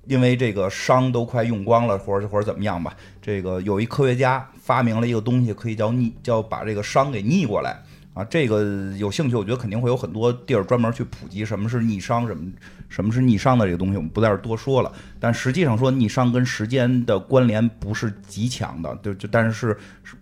B: 因为这个熵都快用光了，或者或者怎么样吧。这个有一科学家发明了一个东西，可以叫逆，叫把这个熵给逆过来。啊，这个有兴趣，我觉得肯定会有很多地儿专门去普及什么是逆商，什么什么是逆商的这个东西，我们不在这儿多说了。但实际上说逆商跟时间的关联不是极强的，就就但是是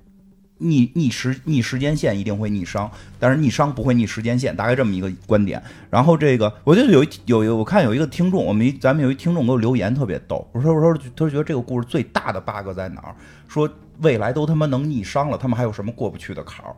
B: 逆逆时逆时间线一定会逆商，但是逆商不会逆时间线，大概这么一个观点。然后这个，我觉得有一有有，我看有一个听众，我们一咱们有一听众给我留言特别逗，我说我说他觉得这个故事最大的 bug 在哪儿？说未来都他妈能逆商了，他们还有什么过不去的坎儿？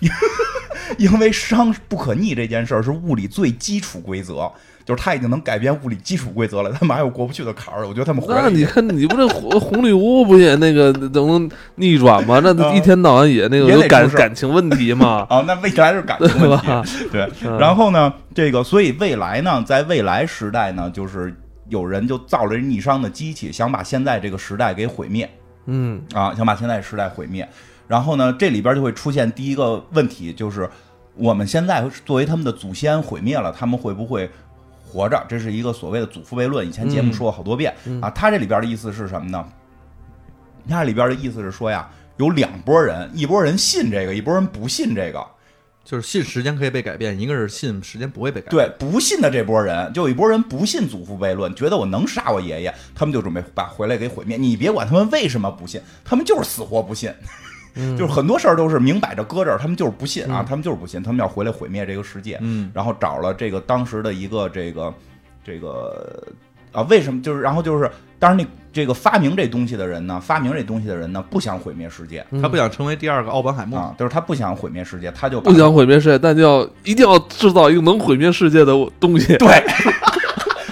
B: 因为商不可逆这件事儿是物理最基础规则，就是他已经能改变物理基础规则了，他们还有过不去的坎儿。我觉得他们回来
A: 那你看，你不这红红绿屋不也那个能逆转吗？那
B: 啊
A: 一天到晚也那个
B: 也得
A: 有感
B: 出事儿
A: 感情问题嘛，
B: 啊，那未来是 感情
A: 对
B: 问题，
A: 吧？
B: 对，
A: 嗯
B: 然后呢，这个所以未来呢，在未来时代呢，就是有人就造了逆商的机器，想把现在这个时代给毁灭
A: 嗯，
B: 啊，想把现在时代毁灭。然后呢，这里边就会出现第一个问题，就是我们现在作为他们的祖先毁灭了，他们会不会活着？这是一个所谓的祖父辈论，以前节目说过好多遍、啊。他这里边的意思是什么呢？他这里边的意思是说呀，有两拨人，一拨人信这个，一拨人不信这个。
C: 就是信时间可以被改变，一个是信时间不会被改变。
B: 对，不信的这波人，就有一波人不信祖父悖论，觉得我能杀我爷爷，他们就准备把回来给毁灭。你别管他们为什么不信，他们就是死活不信， 就是很多事儿都是明摆着搁这儿，他们就是不信啊，他们就是不信，他们要回来毁灭这个世界。
C: 嗯，
B: 然后找了这个当时的一个这个这个啊，为什么就是然后就是，当然那这个发明这东西的人呢，发明这东西的人呢，不想毁灭世界。
C: 他不想成为第二个奥本海
B: 嗯
C: 默。
B: 啊，就是他不想毁灭世界，他就把
A: 不想毁灭世界，但就要一定要制造一个能毁灭世界的东 西。
B: 对，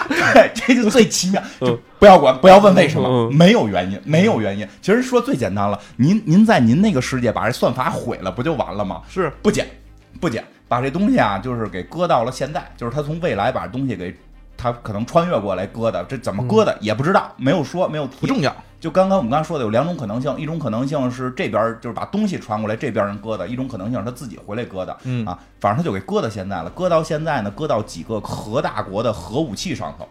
B: 对，这就最奇妙，就
A: 嗯
B: 不要管，不要问为什么，
A: 嗯
B: 没有原因，没有原因。其实说最简单了，您您在您那个世界把这算法毁了，不就完了吗？
C: 是
B: 不减，不减，把这东西啊，就是给搁到了现在，就是他从未来把东西给他可能穿越过来搁的，这怎么搁的也不知道，没有说，没有提。
C: 不重要，
B: 就刚刚我们刚刚说的有两种可能性，一种可能性是这边儿就是把东西传过来，这边儿人搁的；一种可能性是他自己回来搁的。
C: 嗯
B: 啊，反正他就给搁到现在了，搁到现在呢，搁到几个核大国的核武器上头。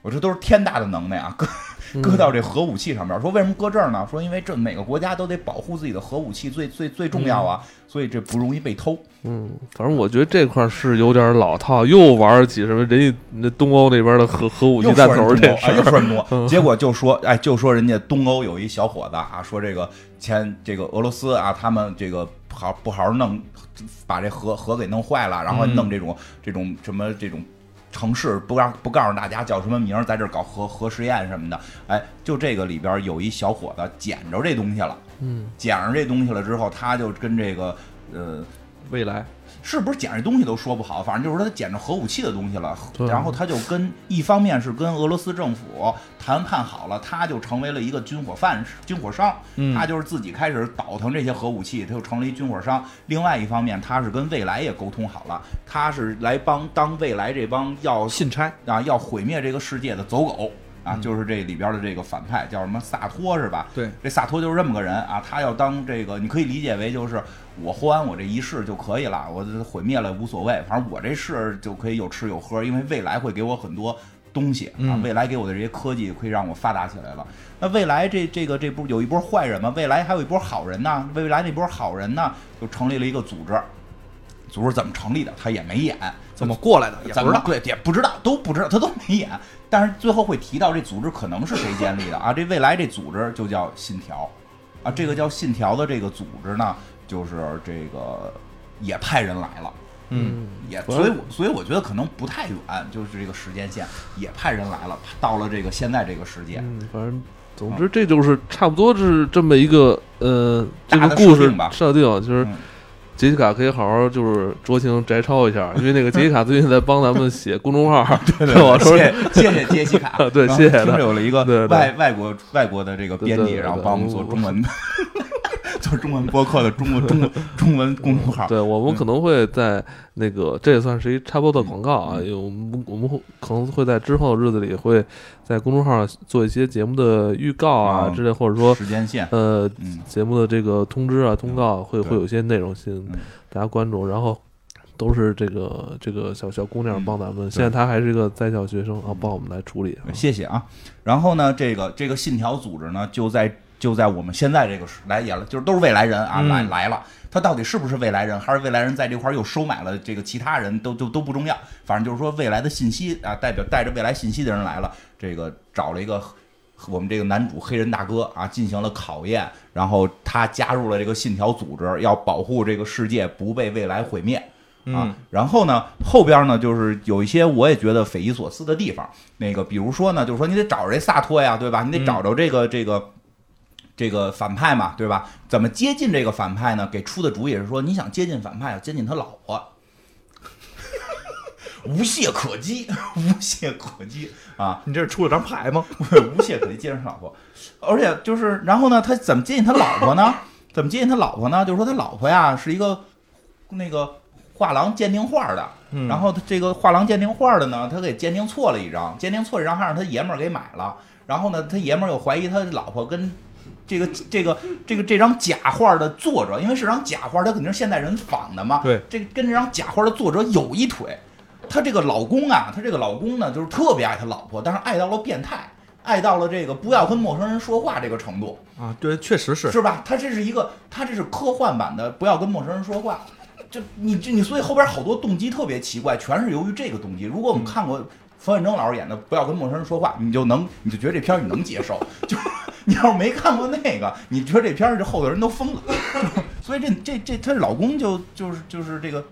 B: 我这都是天大的能耐啊，搁 搁到这核武器上面。说为什么搁这儿呢？说因为这每个国家都得保护自己的核武器最最最重要啊，所以这不容易被偷。
A: 嗯，反正我觉得这块儿是有点老套，又玩起什么人家那东欧那边的核核武器
B: 又
A: 弹
B: 说
A: 头儿
B: 人东
A: 这
B: 欧
A: 事
B: 哎又
A: 儿，嗯
B: 说人多，结果就说，哎，就说人家东欧有一小伙子啊，说这个前这个俄罗斯啊，他们这个好不好好弄，把这河河给弄坏了，然后
A: 嗯
B: 弄这种、这种什么这种。城市不让不告诉大家叫什么名儿，在这儿搞核核实验什么的，哎，就这个里边有一小伙子捡着这东西了，
A: 嗯，
B: 捡着这东西了之后，他就跟这个呃
C: 未来
B: 是不是捡这东西都说不好，反正就是说他捡着核武器的东西了，
C: 啊
A: 对
B: 然后他就跟一方面是跟俄罗斯政府谈判好了，他就成为了一个军火贩、军火商，
C: 嗯
B: 他就是自己开始倒腾这些核武器，他就成了一军火商。另外一方面，他是跟未来也沟通好了，他是来帮当未来这帮要
C: 信差
B: 啊要毁灭这个世界的走狗啊，就是这里边的这个反派叫什么萨托是吧？
C: 对
B: 这萨托就是这么个人啊，他要当这个，你可以理解为就是我活完我这一世就可以了，我毁灭了无所谓，反正我这世就可以有吃有喝，因为未来会给我很多东西啊
C: 嗯，
B: 未来给我的这些科技可以让我发达起来了。那未来这这个这不有一波坏人吗？未来还有一波好人呢，未来那波好人呢就成立了一个组织，组织怎么成立的他也没演，
C: 怎么过来的也
B: 咱
C: 不知
B: 们
C: 道。
B: 对也不知道，都不知道，他都没演。但是最后会提到这组织可能是谁建立的啊？这未来这组织就叫信条，啊，这个叫信条的这个组织呢，就是这个也派人来了，
C: 嗯，
B: 也所以我所以我觉得可能不太远，就是这个时间线也派人来了，到了这个现在这个世界，
A: 嗯，反正总之这就是差不多是这么一个呃这
B: 大
A: 个
B: 的
A: 故
B: 设
A: 事
B: 定吧
A: 设定，就是
B: 嗯
A: 杰西卡可以好好就是酌情摘抄一下，因为那个杰西卡最近在帮咱们写公众 号，对我说，
B: 谢谢谢谢杰西卡
A: 对谢谢
B: 然后听
A: 他
B: 着有了一个
A: 对对
B: 外外国外国的这个编
A: 对
B: 辑，
A: 对对
B: 然后帮我们做中文的， 做中文播客的中文中文中文公众号，
A: 对，我们可能会在那个，这也算是一差不多的广告
B: 嗯
A: 啊。有我们我们会可能会在之后的日子里，会在公众号上做一些节目的预告啊
B: 啊
A: 之类，或者说
B: 时间线，
A: 呃
B: 嗯，
A: 节目的这个通知啊、通告，会
B: 对
A: 会有一些内容性
B: 嗯，
A: 大家关注。然后都是这个这个小小姑娘
B: 嗯
A: 帮咱们，现在她还是一个在校学生啊，帮我们来处理啊。
B: 谢谢啊。然后呢，这个这个信条组织呢，就在就在我们现在这个时来也了，就是都是未来人啊，来来了。他到底是不是未来人，还是未来人在这块儿又收买了这个其他人，都都都不重要。反正就是说，未来的信息啊，代表带着未来信息的人来了，这个找了一个我们这个男主黑人大哥啊，进行了考验，然后他加入了这个信条组织，要保护这个世界不被未来毁灭。啊，然后呢，后边呢就是有一些我也觉得匪夷所思的地方。那个，比如说呢，就是说你得找着这萨托呀，对吧？你得找着这个、这个这个反派嘛，对吧？怎么接近这个反派呢？给出的主意是说，你想接近反派，要接近他老婆。 无懈可击， 无懈可击啊！
C: 你这是出了张牌吗？
B: 无懈可击接近他老婆，而且就是，然后呢，他怎么接近他老婆呢？怎么接近他老婆呢？就是说他老婆呀是一个那个画廊鉴定画的，
C: 嗯
B: 然后他这个画廊鉴定画的呢，他给鉴定错了一张，鉴定错一张还让他爷们儿给买了，然后呢，他爷们儿又怀疑他老婆跟。这个这个这个这张假画的作者，因为是张假画，他肯定是现代人仿的嘛。
A: 对，
B: 这个跟这张假画的作者有一腿。她这个老公啊，她这个老公呢，就是特别爱他老婆，但是爱到了变态，爱到了这个不要跟陌生人说话这个程度，
C: 啊，对，确实是。
B: 是吧？他这是一个，他这是科幻版的不要跟陌生人说话。这你这你，所以后边好多动机特别奇怪，全是由于这个动机。如果我们看过冯远征老师演的《不要跟陌生人说话》，你就能你就觉得这片儿你能接受。 就你要是没看过那个，你觉得这片儿这后头人都疯了。 所以这这这她老公就就是就是这个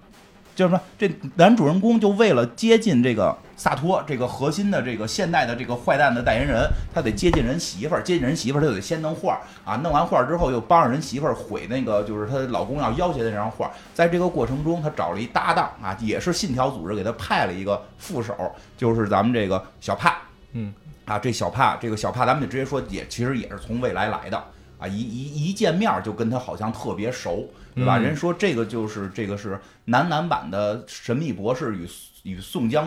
B: 叫什么？这男主人公就为了接近这个萨托这个核心的这个现代的这个坏蛋的代言人，他得接近人媳妇儿，接近人媳妇儿，他就得先弄画儿啊，弄完画儿之后又帮着人媳妇儿毁那个就是她老公要要挟的那张画儿。在这个过程中，他找了一搭档啊，也是信条组织给他派了一个副手，就是咱们这个小帕。
C: 嗯，
B: 啊，这小帕，这个小帕，咱们就直接说也，其实也是从未来来的啊，一一一见面儿就跟他好像特别熟，对吧？
C: 嗯
B: 人说这个就是这个是男男版的《神秘博士与》与宋江，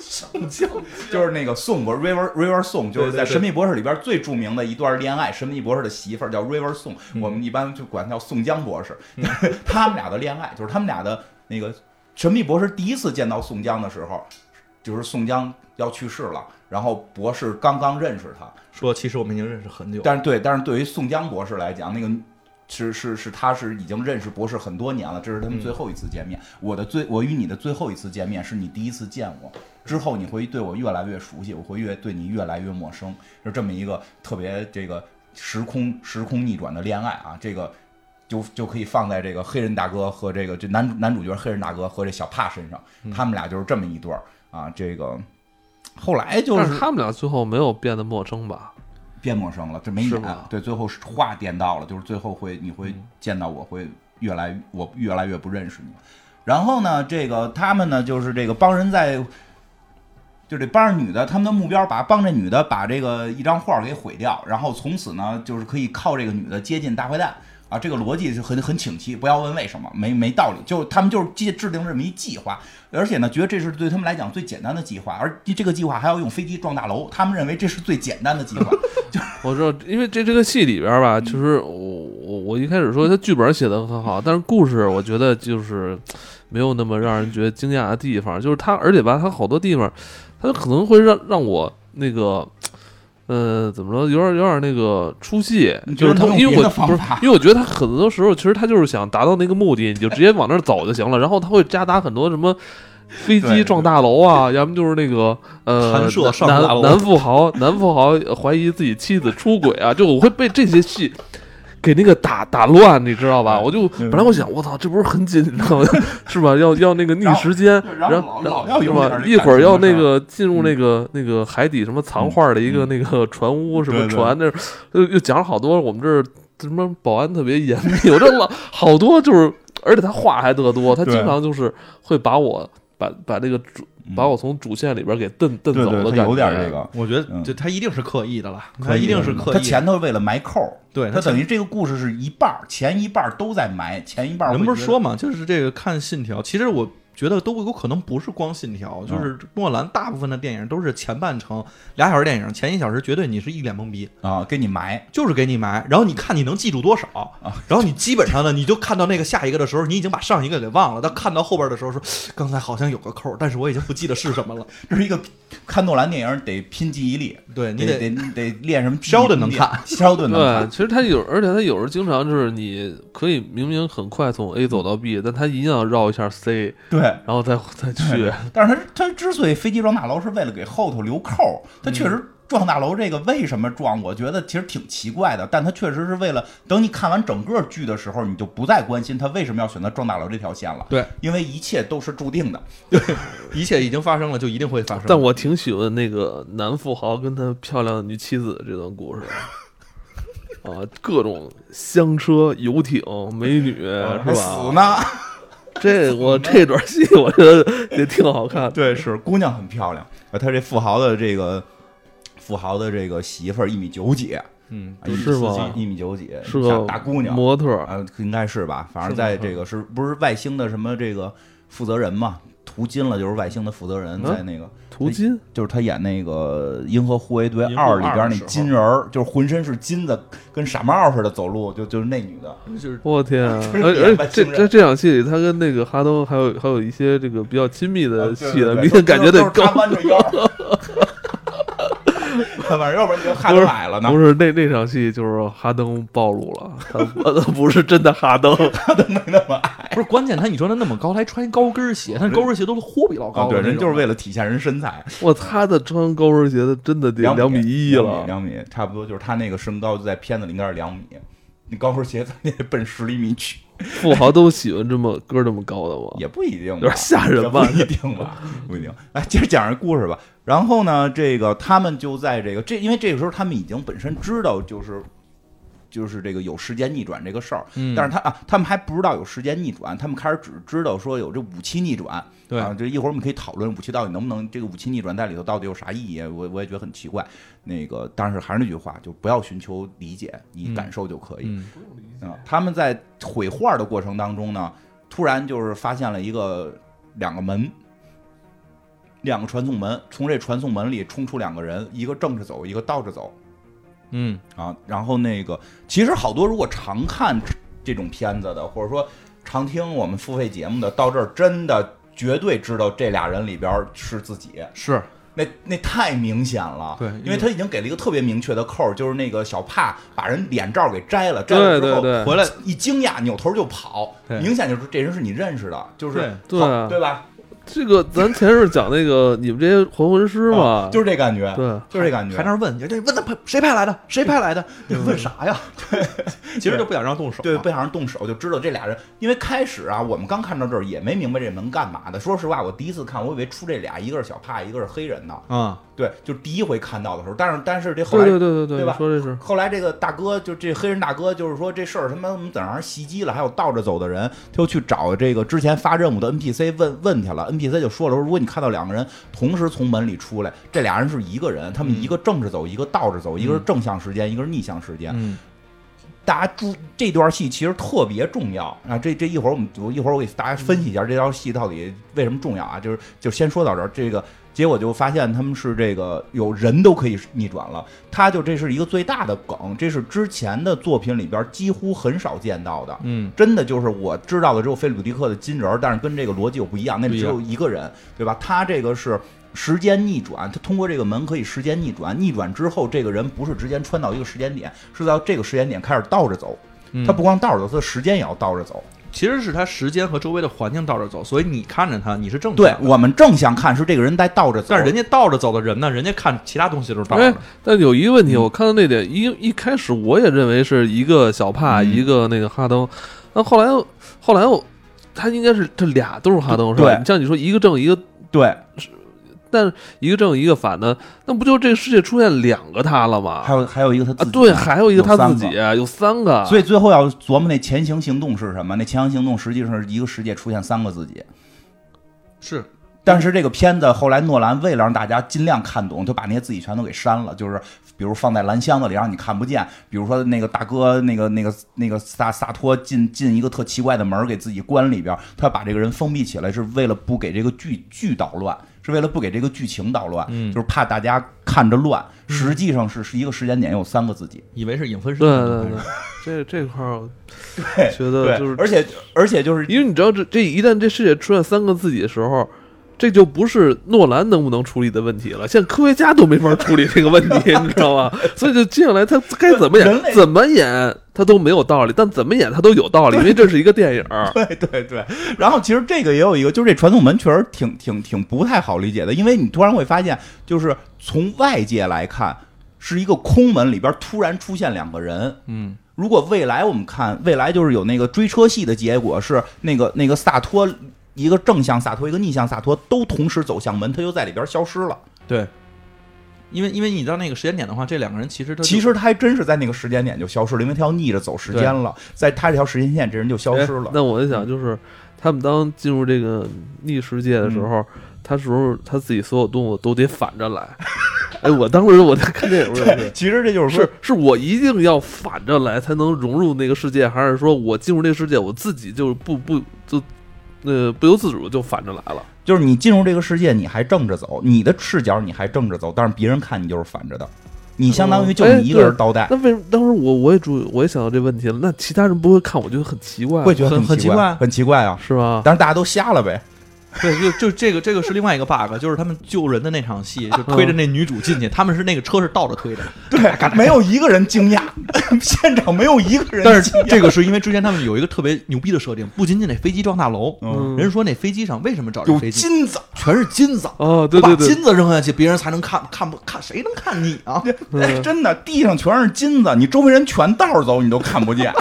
B: 宋 江就是那个宋博 River River 宋，就是在
C: 对
B: 《
C: 对对
B: 神秘博士》里边最著名的一段恋爱，《神秘博士》的媳妇儿叫 River 宋，
C: 嗯
B: 我们一般就管叫宋江博士， 他们俩的恋爱就是他们俩的那个神秘博士第一次见到宋江的时候，就是宋江要去世了，然后博士刚刚认识他，
C: 说其实我们已经认识很久了，
B: 但是对，但是对于宋江博士来讲，那个是是是，他是已经认识博士很多年了，这是他们最后一次见面。我的最，我与你的最后一次见面是你第一次见我，之后你会对我越来越熟悉，我会越对你越来越陌生，就这么一个特别这个时空时空逆转的恋爱啊，这个。就就可以放在这个黑人大哥和这个这男男主角黑人大哥和这小帕身上，他们俩就是这么一对儿啊。这个后来就
A: 但
B: 是
A: 是他们俩最后没有变得陌生吧？
B: 变陌生了，这没
A: 是
B: 演
A: 吗。
B: 对，最后是话颠到了，就是最后会你会见到我会越来我越来越不认识你。然后呢，这个他们呢就是这个帮人在，就这帮着女的，他们的目标把帮这女的把这个一张画给毁掉，然后从此呢就是可以靠这个女的接近大坏蛋。啊，这个逻辑是很 很清晰，不要问为什么，没没道理。就他们就是制制定这么一计划，而且呢，觉得这是对他们来讲最简单的计划，而这个计划还要用飞机撞大楼，他们认为这是最简单的计划。
A: 我知道，因为这这个戏里边吧，其实
B: 嗯
A: 我我我一开始说他剧本写的很好，但是故事我觉得就是没有那么让人觉得惊讶的地方，就是他，而且吧，他好多地方，他可能会让让我那个。呃，怎么说？有点有点那个出戏
B: 你，觉
A: 就
B: 得
A: 是他
B: 他，用
A: 因为
B: 别
A: 我
B: 的
A: 不是
B: 方法，
A: 因为我觉得他很多时候其实他就是想达到那个目的，你就直接往那儿走就行了。然后他会加打很多什么飞
B: 对
A: 机撞大楼啊，要么就是那个呃
C: 弹射上大
A: 男
C: 楼
A: 男富豪 男富豪怀疑自己妻子出轨啊，就我会被这些戏。给那个打打乱，你知道吧？我就本
B: 嗯
A: 来我想，我操，这不是很紧张， 是吧？要要那个逆时间，然
B: 然后对然后老老要有
A: 是
B: 点
A: 吧
B: 儿？那
A: 一会儿
B: 感
A: 要
B: 情的
A: 那
B: 事儿
A: 个进入那个那个海底什么藏画的一个那个船屋什么
B: 嗯对对
A: 船，那又又讲了好多我们这儿什么保安特别严密，我这老好多就是，而且他话还特多，他
B: 对
A: 经常就是会把我把把这个主把我从主线里边给蹬蹬
B: 嗯对
A: 走的
B: 对，
A: 感觉，
B: 他
A: 啊
B: 有点这个。
C: 我觉得
B: 嗯
C: 这他一定是刻意的了，
B: 可
C: 他
B: 以
C: 一定是刻意。
B: 他前头为了埋扣儿，
C: 对
B: 他
C: 他
B: 等
C: 于
B: 于这个故事是一半儿，前一半儿都在埋，前一半儿
C: 人
B: 会
C: 不
B: 觉
C: 是
B: 得
C: 说嘛，就是这个看信条。其实我觉得都有可能不是光信条，
B: 嗯
C: 就是诺兰大部分的电影都是前半程俩小时电影，前一小时绝对你是一脸懵逼，
B: 啊，给你埋
C: 就是给你埋，然后你看你能记住多少，
B: 啊
C: 然后你基本上呢，你就看到那个下一个的时候，你已经把上一个给忘了，但看到后边的时候说，刚才好像有个扣，但是我已经不记得是什么了。
B: 这是一个看诺兰电影得拼记忆力，
C: 对你
B: 得
C: 得
B: 得得练什么记忆
C: Sheldon 能
B: 力
C: 看
B: ，Sheldon 能
A: 对，
B: 看，
A: 其实他有，而且他有时候经常就是你可以明明很快从 A 走到 B，但他一定要绕一下 C，
B: 对。
A: 然后再再去。
B: 但是他他之所以飞机撞大楼，是为了给后头留扣。他确
C: 嗯
B: 实撞大楼这个为什么撞，我觉得其实挺奇怪的。但他确实是为了等你看完整个剧的时候，你就不再关心他为什么要选择撞大楼这条线了。
C: 对，
B: 因为一切都是注定的。
C: 一切已经发生了，就一定会发生。
A: 但我挺喜欢那个男富豪跟他漂亮的女妻子这段故事。 啊，各种香车、游艇、美 女，是
B: 哦还死
A: 吧？
B: 呢？
A: 这我这段戏我觉得也挺好看的。
B: 对，是姑娘很漂亮。呃，他这富豪的这个富豪的这个媳妇儿一米九几，
C: 嗯，
B: 啊一米
A: 是
B: 四
A: 吗
B: 几一米九几，
A: 是个
B: 大姑娘。
A: 模特儿，
B: 啊，应该是吧，反正
A: 是
B: 在
A: 吗
B: 这个是不是外星的什么这个负责人嘛？途金了就是外星的负责人，
A: 嗯
B: 在那个
A: 图金
B: 就是他演那个《银河护卫队
C: 银河
B: 二》里
C: 二
B: 边
C: 的
B: 那
C: 时候
B: 金人儿，就是浑身是金的，跟傻帽似的走路，就就是那女的，
C: 就是
A: 我天、 啊！
B: 这
A: 而
B: 是
A: 而且
B: 演外
A: 这
B: 星人
A: 这这场戏里，他跟那个哈登还有还有一些这个比较亲密的戏
B: 啊
A: 了，
B: 对对对
A: 明显感觉
B: 都
A: 得
B: 是
A: 高
B: 他。弯着腰，反正要不然你就哈
A: 不
B: 德
A: 是
B: 买了呢
A: 不。是那那场戏就是哈登暴露了，他不他不是真的哈登，
C: 不是关键，他你说他那么高，他还穿高跟鞋，他高跟鞋都是货比老
B: 哦啊，
C: 高的
B: 对，
C: 那种、
B: 人就是为了体现人身材，
A: 哇，他的穿高跟鞋的真的得
B: 两
A: 米一了，
B: 两米两米差不多，就是他那个身高就在片子里应该是两米，你高跟鞋咱也得奔十厘米去，
A: 富豪都喜欢这么个儿这么高的吗？
B: 也不一定吧，
A: 有点吓人吧
B: 也不一定吧，不一定。哎，接着讲这故事吧。然后呢，这个他们就在这个这，因为这个时候他们已经本身知道就是。就是这个有时间逆转这个事儿，
C: 嗯
B: 但是他啊，他们还不知道有时间逆转，他们开始只知道说有这武器逆转，
C: 对
B: 啊，这一会儿我们可以讨论武器到底能不能这个武器逆转在里头到底有啥意义，我我也觉得很奇怪。那个，但是还是那句话，就不要寻求理解，你
C: 嗯
B: 感受就可以。
C: 嗯，
B: 啊，他们在毁画的过程当中呢，突然就是发现了一个两个门，两个传送门，从这传送门里冲出两个人，一个正着走，一个倒着走
C: 嗯
B: 啊。然后那个，其实好多如果常看这种片子的，或者说常听我们付费节目的，到这儿真的绝对知道这俩人里边是自己，
C: 是
B: 那那太明显了，
C: 对
B: 因为他已经给了一个特别明确的扣儿，就是那个小帕把人脸罩给摘了，摘
A: 对
B: 了之
A: 对
B: 后
A: 对，
C: 回来
B: 一惊讶扭头就跑，
C: 对
B: 明显就是这人是你认识的，就是
A: 对
B: 跑对吧？
A: 这个咱前世讲那个你们这些还魂师嘛，
B: 啊就是这感觉，
A: 对
B: 就是这感觉
C: 还那。儿问，这问他派谁派来的，谁派 来的，你问啥呀？对，其实就不想让动手、啊
B: 对，不想人动手就知道这俩人，因为开始啊，我们刚看到这儿也没明白这门干嘛的。说实话，我第一次看，我以为出这俩，一个是小帕，一个是黑人呢。
C: 啊、
B: 对，就是第一回看到的时候，但是但是这后
A: 对对
B: 来
A: 对对
B: 对
A: 你
B: 吧
A: 说这是
B: 后来这个大哥就这黑人大哥，就是说这事儿他妈我们在哪儿袭击了，还有倒着走的人，他就去找这个之前发任务的 NPC 问问去了。NPC 就说了，说如果你看到两个人同时从门里出来，这俩人是一个人，他们一个正着走，一个倒着走，一个是正向时间，一个是逆向时间。
C: 嗯，
B: 大家注这段戏其实特别重要啊！这这一会儿我们我一会儿我给大家分析一下这条戏到底为什么重要啊！就是就先说到这儿，这个结果就发现他们是这个有人都可以逆转了，他就这是一个最大的梗，这是之前的作品里边几乎很少见到的。
C: 嗯，
B: 真的就是我知道的只有菲利普迪克的金人儿，但是跟这个逻辑又不一样，那里只有
C: 不
B: 一个人，对吧？他这个是时间逆转，他通过这个门可以时间逆转，逆转之后这个人不是直接穿到一个时间点，是到这个时间点开始倒着走。
C: 嗯
B: 他不光倒着走，他的时间也要倒着走。
A: 嗯
C: 其实是他时间和周围的环境倒着走，所以你看着他，你是正
B: 对
C: 常的
B: 我们正想看是这个人在倒着走，
C: 但是人家倒着走的人呢，人家看其他东西都是倒着
A: 哎
C: 的，，
A: 但有一个问
B: 嗯
A: 题，我看到那点一一开始我也认为是一个小帕，
B: 嗯
A: 一个那个哈登，那后来后来我他应该是这俩都是哈登是吧？
B: 对
A: 你像你说一个正一个，
B: 对，
A: 但是一个正一个反的，那不就这个世界出现两个他了吗？
B: 还有还有一个他
A: 啊
B: 自己，
A: 对，还有一个他自己啊
B: 有
A: 有三个，
B: 所以最后要琢磨那前行行动是什么。那前行行动实际上是一个世界出现三个自己，
C: 是
B: 但是这个片子后来诺兰为了让大家尽量看懂，就把那些字体全都给删了，就是比如放在蓝箱子里让你看不见，比如说那个大哥那个那个那个萨萨托进进一个特奇怪的门儿给自己关里边儿，他把这个人封闭起来是为了不给这个剧剧捣乱。是为了不给这个剧情捣乱，
A: 嗯
B: 就是怕大家看着乱。实际上是是一个时间点有三个自己，
C: 以为是影分身
A: 对
C: 呢，
A: 对
C: 还是
A: 对，这这块儿我
B: 对
A: 觉得就是
B: 而且而且就是
A: 因为你知道这这一旦这世界出现三个自己的时候，这就不是诺兰能不能处理的问题了，现在科学家都没法处理这个问题， 你知道吗？所以就接下来他该怎么
B: 人
A: 演
B: 类
A: 怎么演他都没有道理，但怎么演他都有道理，因为这是一个电影儿。
B: 对 对对，然后其实这个也有一个，就是这传统门确实挺挺挺不太好理解的，因为你突然会发现，就是从外界来看，是一个空门里边突然出现两个人，嗯。如果未来我们看未来就是有那个追车戏的结果是那个那个萨托一个正向萨托一个逆向萨托都同时走向门，他就在里边消失了。
C: 对。因为因为你到那个时间点的话，这两个人其实他就
B: 其实他还真是在那个时间点就消失了，因为他要逆着走时间了，在他这条时间线这人就消失了
A: 哎。那我在想，就是他们当进入这个逆世界的时候，他是不是他自己所有动作都得反着来？ 哎，我当时我在看电影的时候，
B: 对，其实这就是说
A: 是是我一定要反着来才能融入那个世界，还是说我进入那世界我自己就不不就呃不由自主就反着来了？
B: 就是你进入这个世界，你还正着走，你的视角你还正着走，但是别人看你就是反着的，你相当于就你一个人倒带，
A: 那为什么当时我我也注意我也想到这问题了？那其他人不会看，我觉得很奇怪，啊
B: 会觉得
C: 很
B: 很
C: 很奇怪
B: 很奇怪啊！
A: 是 吧？
B: 但是大家都瞎了呗，
C: 对，就就这个这个是另外一个 bug，就是他们救人的那场戏，就推着那女主进去，他们是那个车是倒着推的，
B: 对，没有一个人惊讶， 现场没有一个人惊讶。
C: 但是这个是因为之前他们有一个特别牛逼的设定，不仅仅那飞机撞大楼，
B: 嗯
C: 人说那飞机上为什么找这
B: 有
C: 飞机，
B: 金子，
C: 全是金子，
A: 哦，对对
C: 把
A: 对，
C: 金子扔下去，别人才能看看不看，谁能看你 啊？
B: 哎，真的地上全是金子，你周围人全倒着走，你都看不见。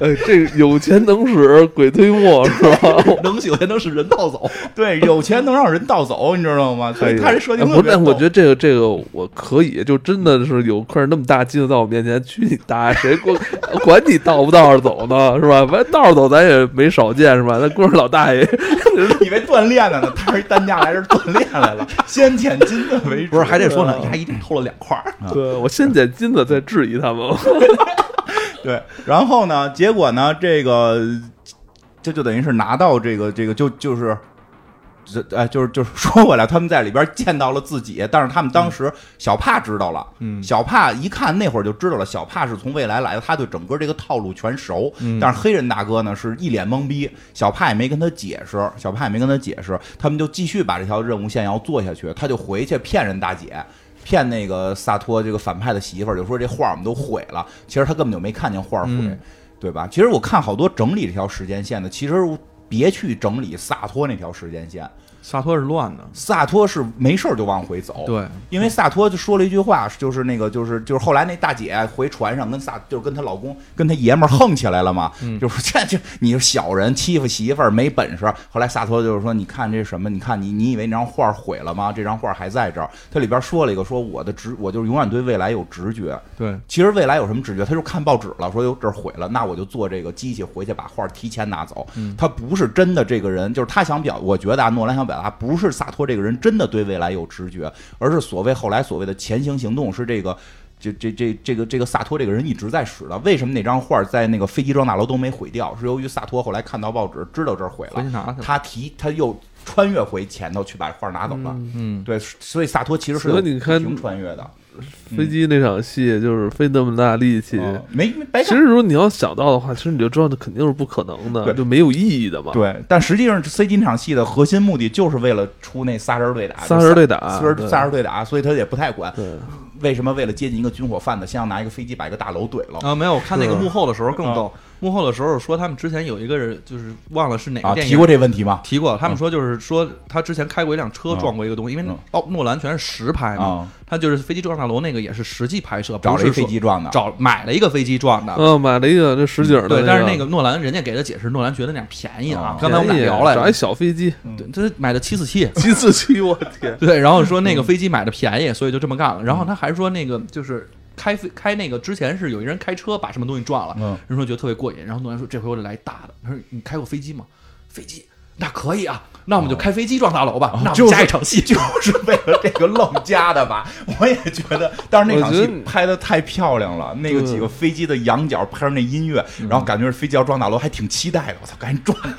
A: 哎，这个有钱能使鬼推磨是 吧？
C: 能有才能使人倒走，
B: 对，有钱能让人倒走，你知道吗？所
A: 哎
B: 以
A: 呦
B: 他这设定
A: 哎
B: 特
A: 不
B: 别
A: 是，
B: 逗。
A: 我觉得这个这个我可以，就真的是有块那么大金子在我面前，去你大爷，谁管 管你倒不倒着走呢，是吧？反正倒着走咱也没少见，是吧？那光是老大爷，
B: 以为锻炼的呢，他是担架来这儿锻炼来了，先捡金子为主。嗯
C: 不是还得说呢，丫一定偷了两块儿，
A: 对我先捡金子再质疑他 们。
B: 对，然后呢，结果呢，这个这就等于是拿到这个这个就就是。这哎，就是就是说回来，他们在里边见到了自己，但是他们当时小帕知道了，
C: 嗯
B: 小帕一看那会儿就知道了，小帕是从未来来的，他对整个这个套路全熟。
C: 嗯
B: 但是黑人大哥呢是一脸懵逼，小帕也没跟他解释，小帕也没跟他解释，他们就继续把这条任务线要做下去，他就回去骗人大姐。骗那个萨托这个反派的媳妇儿，就说这画儿我们都毁了。其实他根本就没看见画儿毁，
C: 嗯
B: 对吧？其实我看好多整理这条时间线的，其实别去整理萨托那条时间线，
C: 萨托是乱的，
B: 萨托是没事儿就往回走，
C: 对，
B: 因为萨托就说了一句话，就是那个就是就是后来那大姐回船上跟萨就是跟她老公跟她爷们儿横起来了嘛，就是这这你是小人欺负媳妇儿没本事。后来萨托就是说，你看这是什么？你看你你以为那张画毁了吗？这张画还在这儿。它里边说了一个说我的直我就是永远对未来有直觉。
C: 对，
B: 其实未来有什么直觉，他就看报纸了，说哟这儿毁了，那我就做这个机器回去把画提前拿走。
C: 嗯
B: 他不是真的这个人，就是他想表，我觉得啊，诺兰想表达不是萨托这个人真的对未来有直觉，而是所谓后来所谓的前行行动是这个。这这这这个这个萨托这个人一直在使的，为什么那张画在那个飞机撞大楼都没毁掉？是由于萨托后来看到报纸，知道这儿毁
C: 回去
B: 了，
C: 拿去了，
B: 他提他又穿越回前头去把画拿走了。
C: 嗯，
B: 对，所以萨托其实是
A: 所以
B: 有
A: 你看
B: 停穿越的，
A: 飞机那场戏就是费那么大力
C: 呃
A: 气。
B: 嗯没没白
A: 其实，如果你要想到的话，其实你就知道这肯定是不可能的，
B: 对
A: 就没有意义的嘛。
B: 对，但实际上 CG 那场戏的核心目的就是为了出那仨人对打，
A: 仨人对打
B: 仨人
A: 对
B: 仨人对打，所以他也不太管
A: 对
B: 为什么为了接近一个军火贩子，先要拿一个飞机把一个大楼怼了
C: 啊，没有，我看那个
A: 是
C: 幕后的时候
B: 啊
C: 更逗。幕后的时候说，他们之前有一个人，就是忘了是哪
B: 啊！
C: 个电影
B: 提过这啊问题吗？
C: 提过，他们说就是说他之前开过一辆车
B: 嗯
C: 撞过一个东西，因为
B: 嗯
C: 奥诺兰全是实拍嘛
B: 啊，
C: 他就是飞机撞大楼那个也是实际拍摄，
B: 找
C: 不
B: 了
C: 是
B: 一飞
C: 说
B: 机撞的，
C: 找买了一个飞机撞的。
A: 嗯，买了一个那实景的、
C: 对，但是那
A: 个
C: 个诺兰人家给的解释，诺兰觉得那样便宜啊
B: 啊。
C: 刚才我们
A: 便宜哎
C: 俩聊来
A: 找一
C: 着，
A: 小飞 机，
C: 对，他买的七四七，
A: 七四七，我天！
C: 对，然后说那个飞机买的便宜，所以就这么干了。然后他还说那个就是开飞开那个之前是有一人开车把什么东西撞了，
B: 嗯
C: 人说觉得特别过瘾。然后诺兰说这回我得来大的，他说你开过飞机吗？飞机那可以啊，那我们就开飞机撞大楼吧，那我
B: 就
C: 们
B: 是
C: 加一场戏。
B: 就是为了这个愣加的吧？我也觉得，但是那场
A: 我觉
B: 戏
A: 得
B: 拍的太漂亮了，那个几个飞机的仰角配上那音乐，
C: 嗯
B: 然后感觉是飞机要撞大楼，还挺期待的。我操，赶紧撞！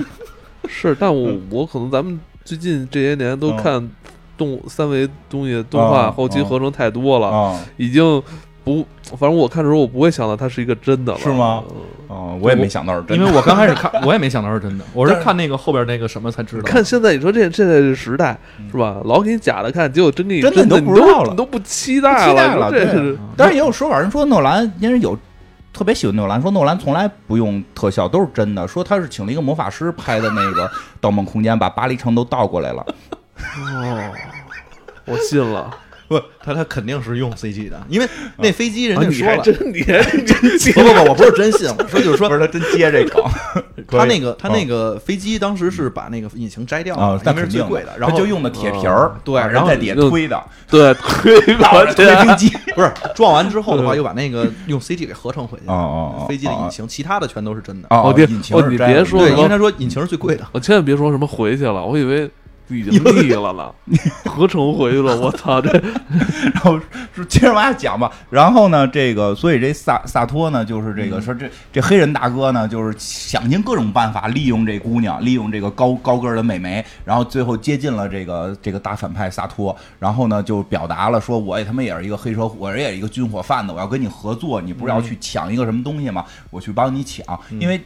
A: 是，但我我可能咱们最近这些年都
B: 嗯
A: 看动三维东西动画
C: 啊
B: 嗯
A: 后期
B: 嗯
A: 合成太多了，
B: 啊
A: 已经不，反正我看的时候我不会想到它是一个真的了，
B: 是吗
A: 嗯？
B: 啊！我也没想到是真
C: 因
B: 的，
C: 为我刚开始看， 我也没想到是真的，我是
B: 但是
C: 看那个后边那个什么才知道。
A: 看现在你说这现在这时代是吧？老给你假的看，结果真给你
B: 真的
A: 的，
B: 你
A: 你都
B: 都不知道了
A: 你都不期待
B: 期待
A: 了，
B: 了。
A: 这
B: 对
A: 是，
B: 但是也有说法，人说诺兰，因为有特别喜欢诺兰，说诺兰从来不用特效，都是真的。说他是请了一个魔法师拍的那个《盗梦空间》，把巴黎城都倒过来 了。
A: 哦，我信了。
C: 不，他他肯定是用 CG 的，因为那飞机人
A: 啊，
C: 家
A: 你
C: 说
A: 还
C: 了，
A: 真你还真信
C: 不不不，我不是真信，我说就是说
B: 不是他真接这梗，
C: 他那个他那
B: 个
C: 个飞机当时是把那个引擎摘掉
B: 啊
C: 了，，
B: 那
C: 因为
B: 肯
C: 是最
B: 定
C: 贵的，然
B: 他
C: 后
B: 就用的铁皮儿，
C: 对
B: 啊人
C: 然后
B: 在底下
A: 就
B: 推的，
A: 对，推
B: 倒
A: 过
B: 着
A: 去
B: 推
C: 啊
B: 飞 机。
C: 不是撞完之后的话，
A: 嗯
C: 又把那个用 CG 给合成回去
B: 哦哦哦
C: 了，飞机的引擎，其他的全都是真的。
B: 哦
A: 哦对
B: 引擎
A: 哦
B: 是
A: 你
B: 摘
A: 别
B: 的
A: 说
C: 啊对，
A: 了
C: 因为他说引擎是最贵的，
A: 我千万别说什么回去了，我以为已经腻了呢，合成回去了，我操，这
B: 然后说接着往下讲吧。然后呢，这个所以这萨萨托呢，就是这个说这这黑人大哥呢，就是想尽各种办法利用这姑娘，利用这个高高个儿的美眉，然后最后接近了这个这个大反派萨托。然后呢，就表达了说我也他妈也是一个黑社会，我也是一个军火贩子，我要跟你合作，你不是要去抢一个什么东西吗？我去帮你抢，因为。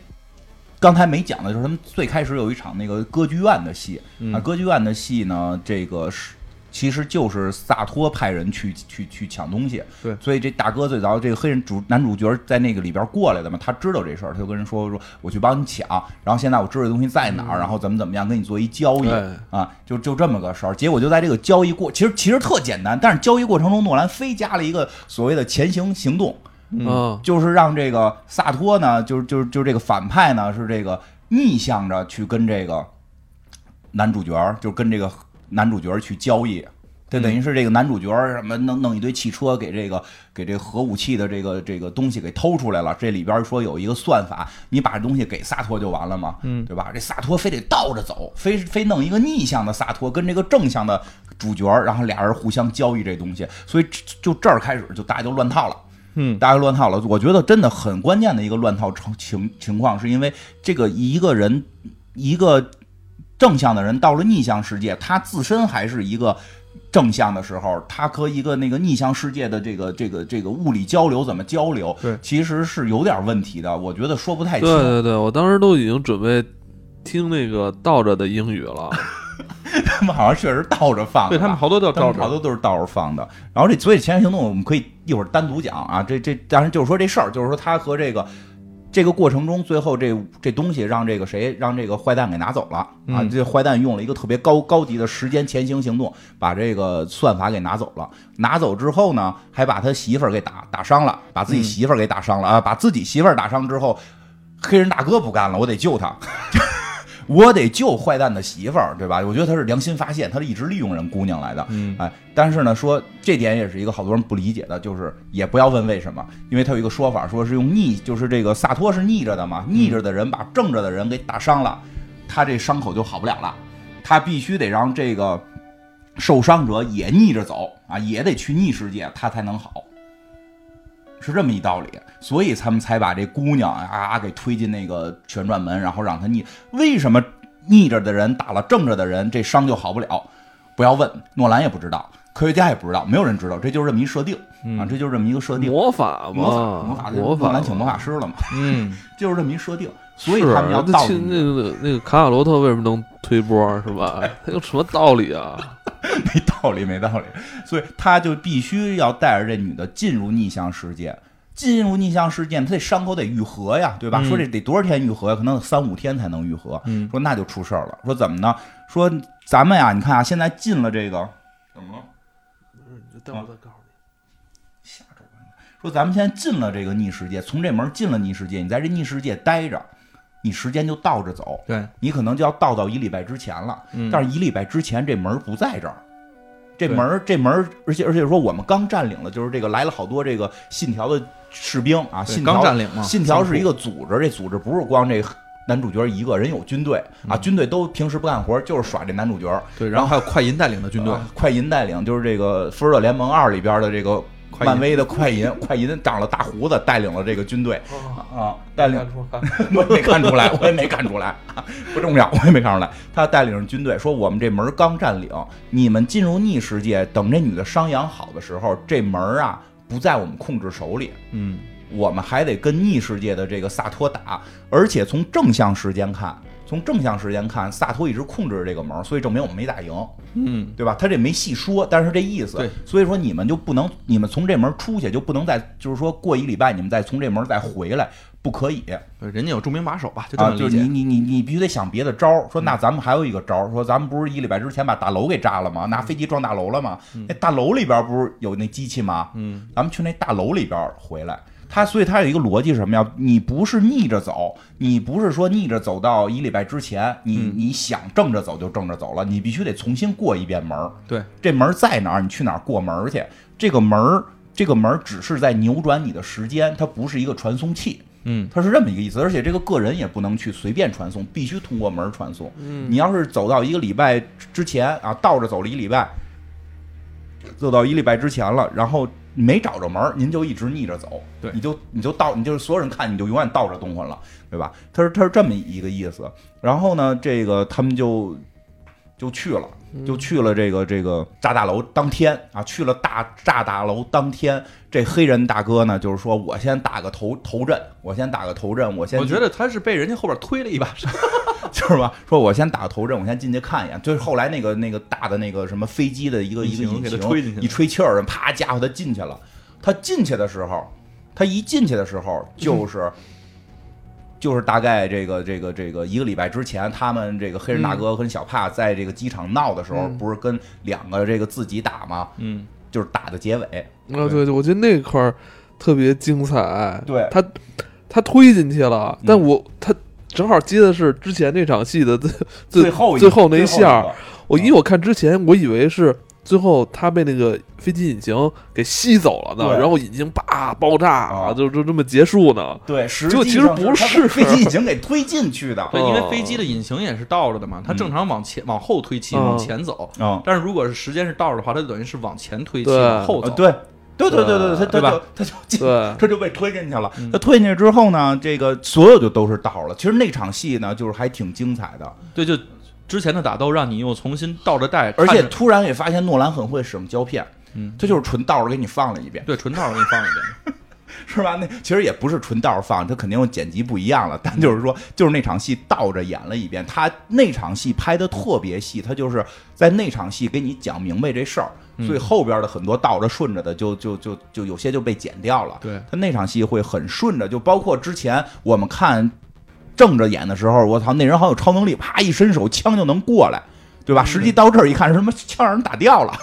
B: 刚才没讲的就是他们最开始有一场那个歌剧院的戏啊，歌剧院的戏呢，这个是其实就是萨托派人去去去抢东西。
C: 对
B: 所以这大哥最早这个黑人主男主角在那个里边过来的嘛，他知道这事儿，他就跟人说说我去帮你抢，然后现在我知道这东西在哪儿，然后怎么怎么样跟你做一交易、
A: 哎
B: 啊，就就这么个事儿。结果就在这个交易过，其实其实特简单，但是交易过程中，诺兰非加了一个所谓的前行行动，
C: 嗯
A: 啊，
B: 就是让这个萨托呢，就是就是就是这个反派呢，是这个逆向着去跟这个男主角儿，就是跟这个男主角儿去交易。这等于是这个男主角儿什么弄弄一堆汽车给这个给这核武器的这个这个东西给偷出来了，这里边儿说有一个算法，你把这东西给萨托就完了嘛，嗯，对吧？这萨托非得倒着走，非非弄一个逆向的萨托跟这个正向的主角儿，然后俩人互相交易这东西，所以就就这儿开始就大家就乱套了。大家乱套了。我觉得真的很关键的一个乱套成情情况，是因为这个一个人一个正向的人到了逆向世界，他自身还是一个。正向的时候，他和一个那个逆向世界的这个这个这个物理交流怎么交流？
C: 对
B: 其实是有点问题的，我觉得说不太
A: 对
B: 清。
A: 对 对，我当时都已经准备听那个倒着的英语了，
B: 他们好像确实倒着放的吧，
C: 对他们好多都要
B: 到
C: 照
B: 处好
C: 着。
B: 多都是道士放的。然后这所以前行动我们可以一会儿单独讲啊，这这当然就是说这事儿，就是说他和这个这个过程中，最后这这东西让这个谁让这个坏蛋给拿走了啊，
C: 嗯
B: 这坏蛋用了一个特别高高级的时间前行行动，把这个算法给拿走了。拿走之后呢，还把他媳妇儿给打打伤了，把自己媳妇儿给打伤了啊，把自己媳妇儿打伤之后，黑人大哥不干了，我得救他。 我得救坏蛋的媳妇儿，对吧？我觉得他是良心发现，他是一直利用人姑娘来的。
C: 嗯，
B: 哎，但是呢，说这点也是一个好多人不理解的，就是也不要问为什么，因为他有一个说法，说是用逆，就是这个萨托是逆着的嘛，逆着的人把正着的人给打伤了，他这伤口就好不了了，他必须得让这个受伤者也逆着走啊，也得去逆世界，他才能好。是这么一道理，所以他们才把这姑娘啊给推进那个旋转门，然后让她逆。为什么逆着的人打了正着的人，这伤就好不了？不要问，诺兰也不知道，科学家也不知道，没有人知道，这就是这么一设定啊，这就是这么一个设定。
A: 魔法
B: 魔
A: 嘛，
B: 法，魔法，
A: 魔
B: 诺
A: 法
B: 兰，请魔法师了嘛，
C: 嗯，
B: 就是这么一设定，
A: 是啊
B: 所以他们要啊
A: 那
B: 倒
A: 去
B: 进去
A: 那个那个卡卡罗特为什么能推波是吧？ 他有什么道理啊？
B: 没道理，没道理。所以他就必须要带着这女的进入逆向世界，进入逆向世界，他这伤口得愈合呀，对吧？说这得多少天愈合呀？可能三五天才能愈合。
C: 嗯
B: 说那就出事儿了。说怎么呢？说咱们呀，你看啊，现在进了这个怎么了？
A: 待
B: 会儿
A: 再告诉你。
B: 下周吧说咱们现在进了这个逆世界，从这门进了逆世界，你在这逆世界待着，你时间就倒着走，
C: 对，
B: 你可能就要倒到一礼拜之前了。
C: 嗯
B: 但是一礼拜之前这门儿不在这儿，这
C: 对
B: 门儿这门儿，而且而且说我们刚占领了，就是这个来了好多这个信条的士兵啊，
C: 对
B: 信条
C: 刚占领嘛，
B: 信条是一
C: 个
B: 个组织，这组织不是光这男主角一个人有军队
C: 嗯
B: 啊，军队都平时不干活，就是耍这男主角。
C: 对，然后还有快银带领的军队，
B: 啊快银带领就是这个《复仇者联盟二》里边的这个
C: 快银
B: 漫威的快银，快银长了大胡子，带领了这个军队啊，带领
A: 出来，
B: 我也没看出来，我也没看出来，不重要，我也没看出来。他带领着军队说：“我们这门刚占领，你们进入逆世界，等这女的伤养好的时候，这门啊不在我们控制手里，
C: 嗯，
B: 我们还得跟逆世界的这个萨托打。而且从正向时间看，从正向时间看，萨托一直控制着这个门，所以证明我们没打赢，
C: 嗯，
B: 对吧？他这没细说，但是这意思。
C: 对，
B: 所以说你们就不能，你们从这门出去就不能再，就是说过一礼拜你们再从这门再回来，不可以。
C: 人家有著名把手吧，就这
B: 啊，
C: 么
B: 就
C: 理
B: 是你
C: 解。嗯
B: 你你你必须得想别的招儿。说那咱们还有一个招儿，说咱们不是一礼拜之前把大楼给炸了吗？
C: 嗯
B: 拿飞机撞大楼了吗？那大楼里边儿不是有那机器吗？
C: 嗯，
B: 咱们去那大楼里边儿回来。他所以他有一个逻辑是什么呀？你不是逆着走，你不是说逆着走到一礼拜之前，你、
C: 嗯
B: 你想正着走就正着走了，你必须得重新过一遍门儿。
C: 对，
B: 这门儿在哪儿，你去哪儿过门儿去。这个门儿，这个门儿只是在扭转你的时间，它不是一个传送器。
C: 嗯，
B: 它是这么一个意思，而且这个个人也不能去随便传送，必须通过门儿传送。嗯，你要是走到一个礼拜之前啊，倒着走了一礼拜，走到一礼拜之前了，然后没找着门儿，您就一直逆着走，
C: 对
B: 你就你就倒，你就是所有人看你就永远倒着动换了，对吧？他是他是这么一个意思。然后呢，这个他们就就去了。
C: 嗯
B: 就去了这个这个炸大楼当天啊，去了大炸大楼当天，这黑人大哥呢，就是说我先打个头头阵，我先打个头阵，我先
C: 我觉得他是被人家后边推了一把，
B: 就是吧，说我先打个头阵，我先进去看一眼。就是后来那个那个大的那个什么飞机的一个一个
C: 引擎
B: 引
C: 给
B: 擎
C: 它吹进去了
B: 一吹气儿，啪，家伙他进去了。他进去的时候，他一进去的时候就是。就是大概这个这个这个一个礼拜之前，他们这个黑人大
A: 嗯
B: 哥跟小帕在这个机场闹的时候，不是跟两个这个自己打吗？
C: 嗯，
B: 就是打的结尾，
A: 啊，对对，我觉得那块儿特别精彩。
B: 对
A: 他他推进去了，但
B: 嗯
A: 我他正好接的是之前那场戏的最
B: 最后一
A: 最
B: 个
A: 后那一下儿。
B: 个嗯
A: 我因为我看之前，我以为是最后他被那个飞机引擎给吸走了呢，
B: 对
A: 然后引擎叭爆炸
B: 啊
A: 就就这么结束呢。
B: 对，实
A: 就
B: 际
A: 其实
B: 上
A: 不
B: 他
A: 是
B: 飞机已经给推进去
A: 哦
B: 的，
C: 对，因为飞机的引擎也是倒着的嘛，它正常往前往后推气，
A: 嗯
C: 往前走。
B: 嗯，
C: 但是如果是时间是倒着的话，它就等于是往前推气，
A: 对
C: 往后
B: 呃，
C: 走。
B: 对，对对对对，
A: 对
B: 他
C: 对
B: 他
C: 吧嗯
B: 就他就进，
A: 对
B: 他就被推进去了。他推进去之后呢，这个所有就都是倒了。其实那场戏呢，就是还挺精彩的，
C: 对，就之前的打斗让你又重新倒着带，
B: 而且
C: 看着
B: 突然也发现诺兰很会使用胶片。
C: 嗯，
B: 他就是纯倒着给你放了一遍，
C: 对纯倒着给你放一遍。
B: 是吧？那其实也不是纯倒着放，他肯定剪辑不一样了。但就是
C: 嗯
B: 说，就是那场戏倒着演了一遍。他那场戏拍的特别细，他就是在那场戏给你讲明白这事儿，
C: 嗯
B: 所以后边的很多倒着顺着的就就就就有些就被剪掉了。
C: 对
B: 他那场戏会很顺着，就包括之前我们看正着演的时候，我操，那人好像有超能力，啪一伸手枪就能过来，对
C: 嗯
B: 吧？实际到这儿一看，什么枪让人打掉了，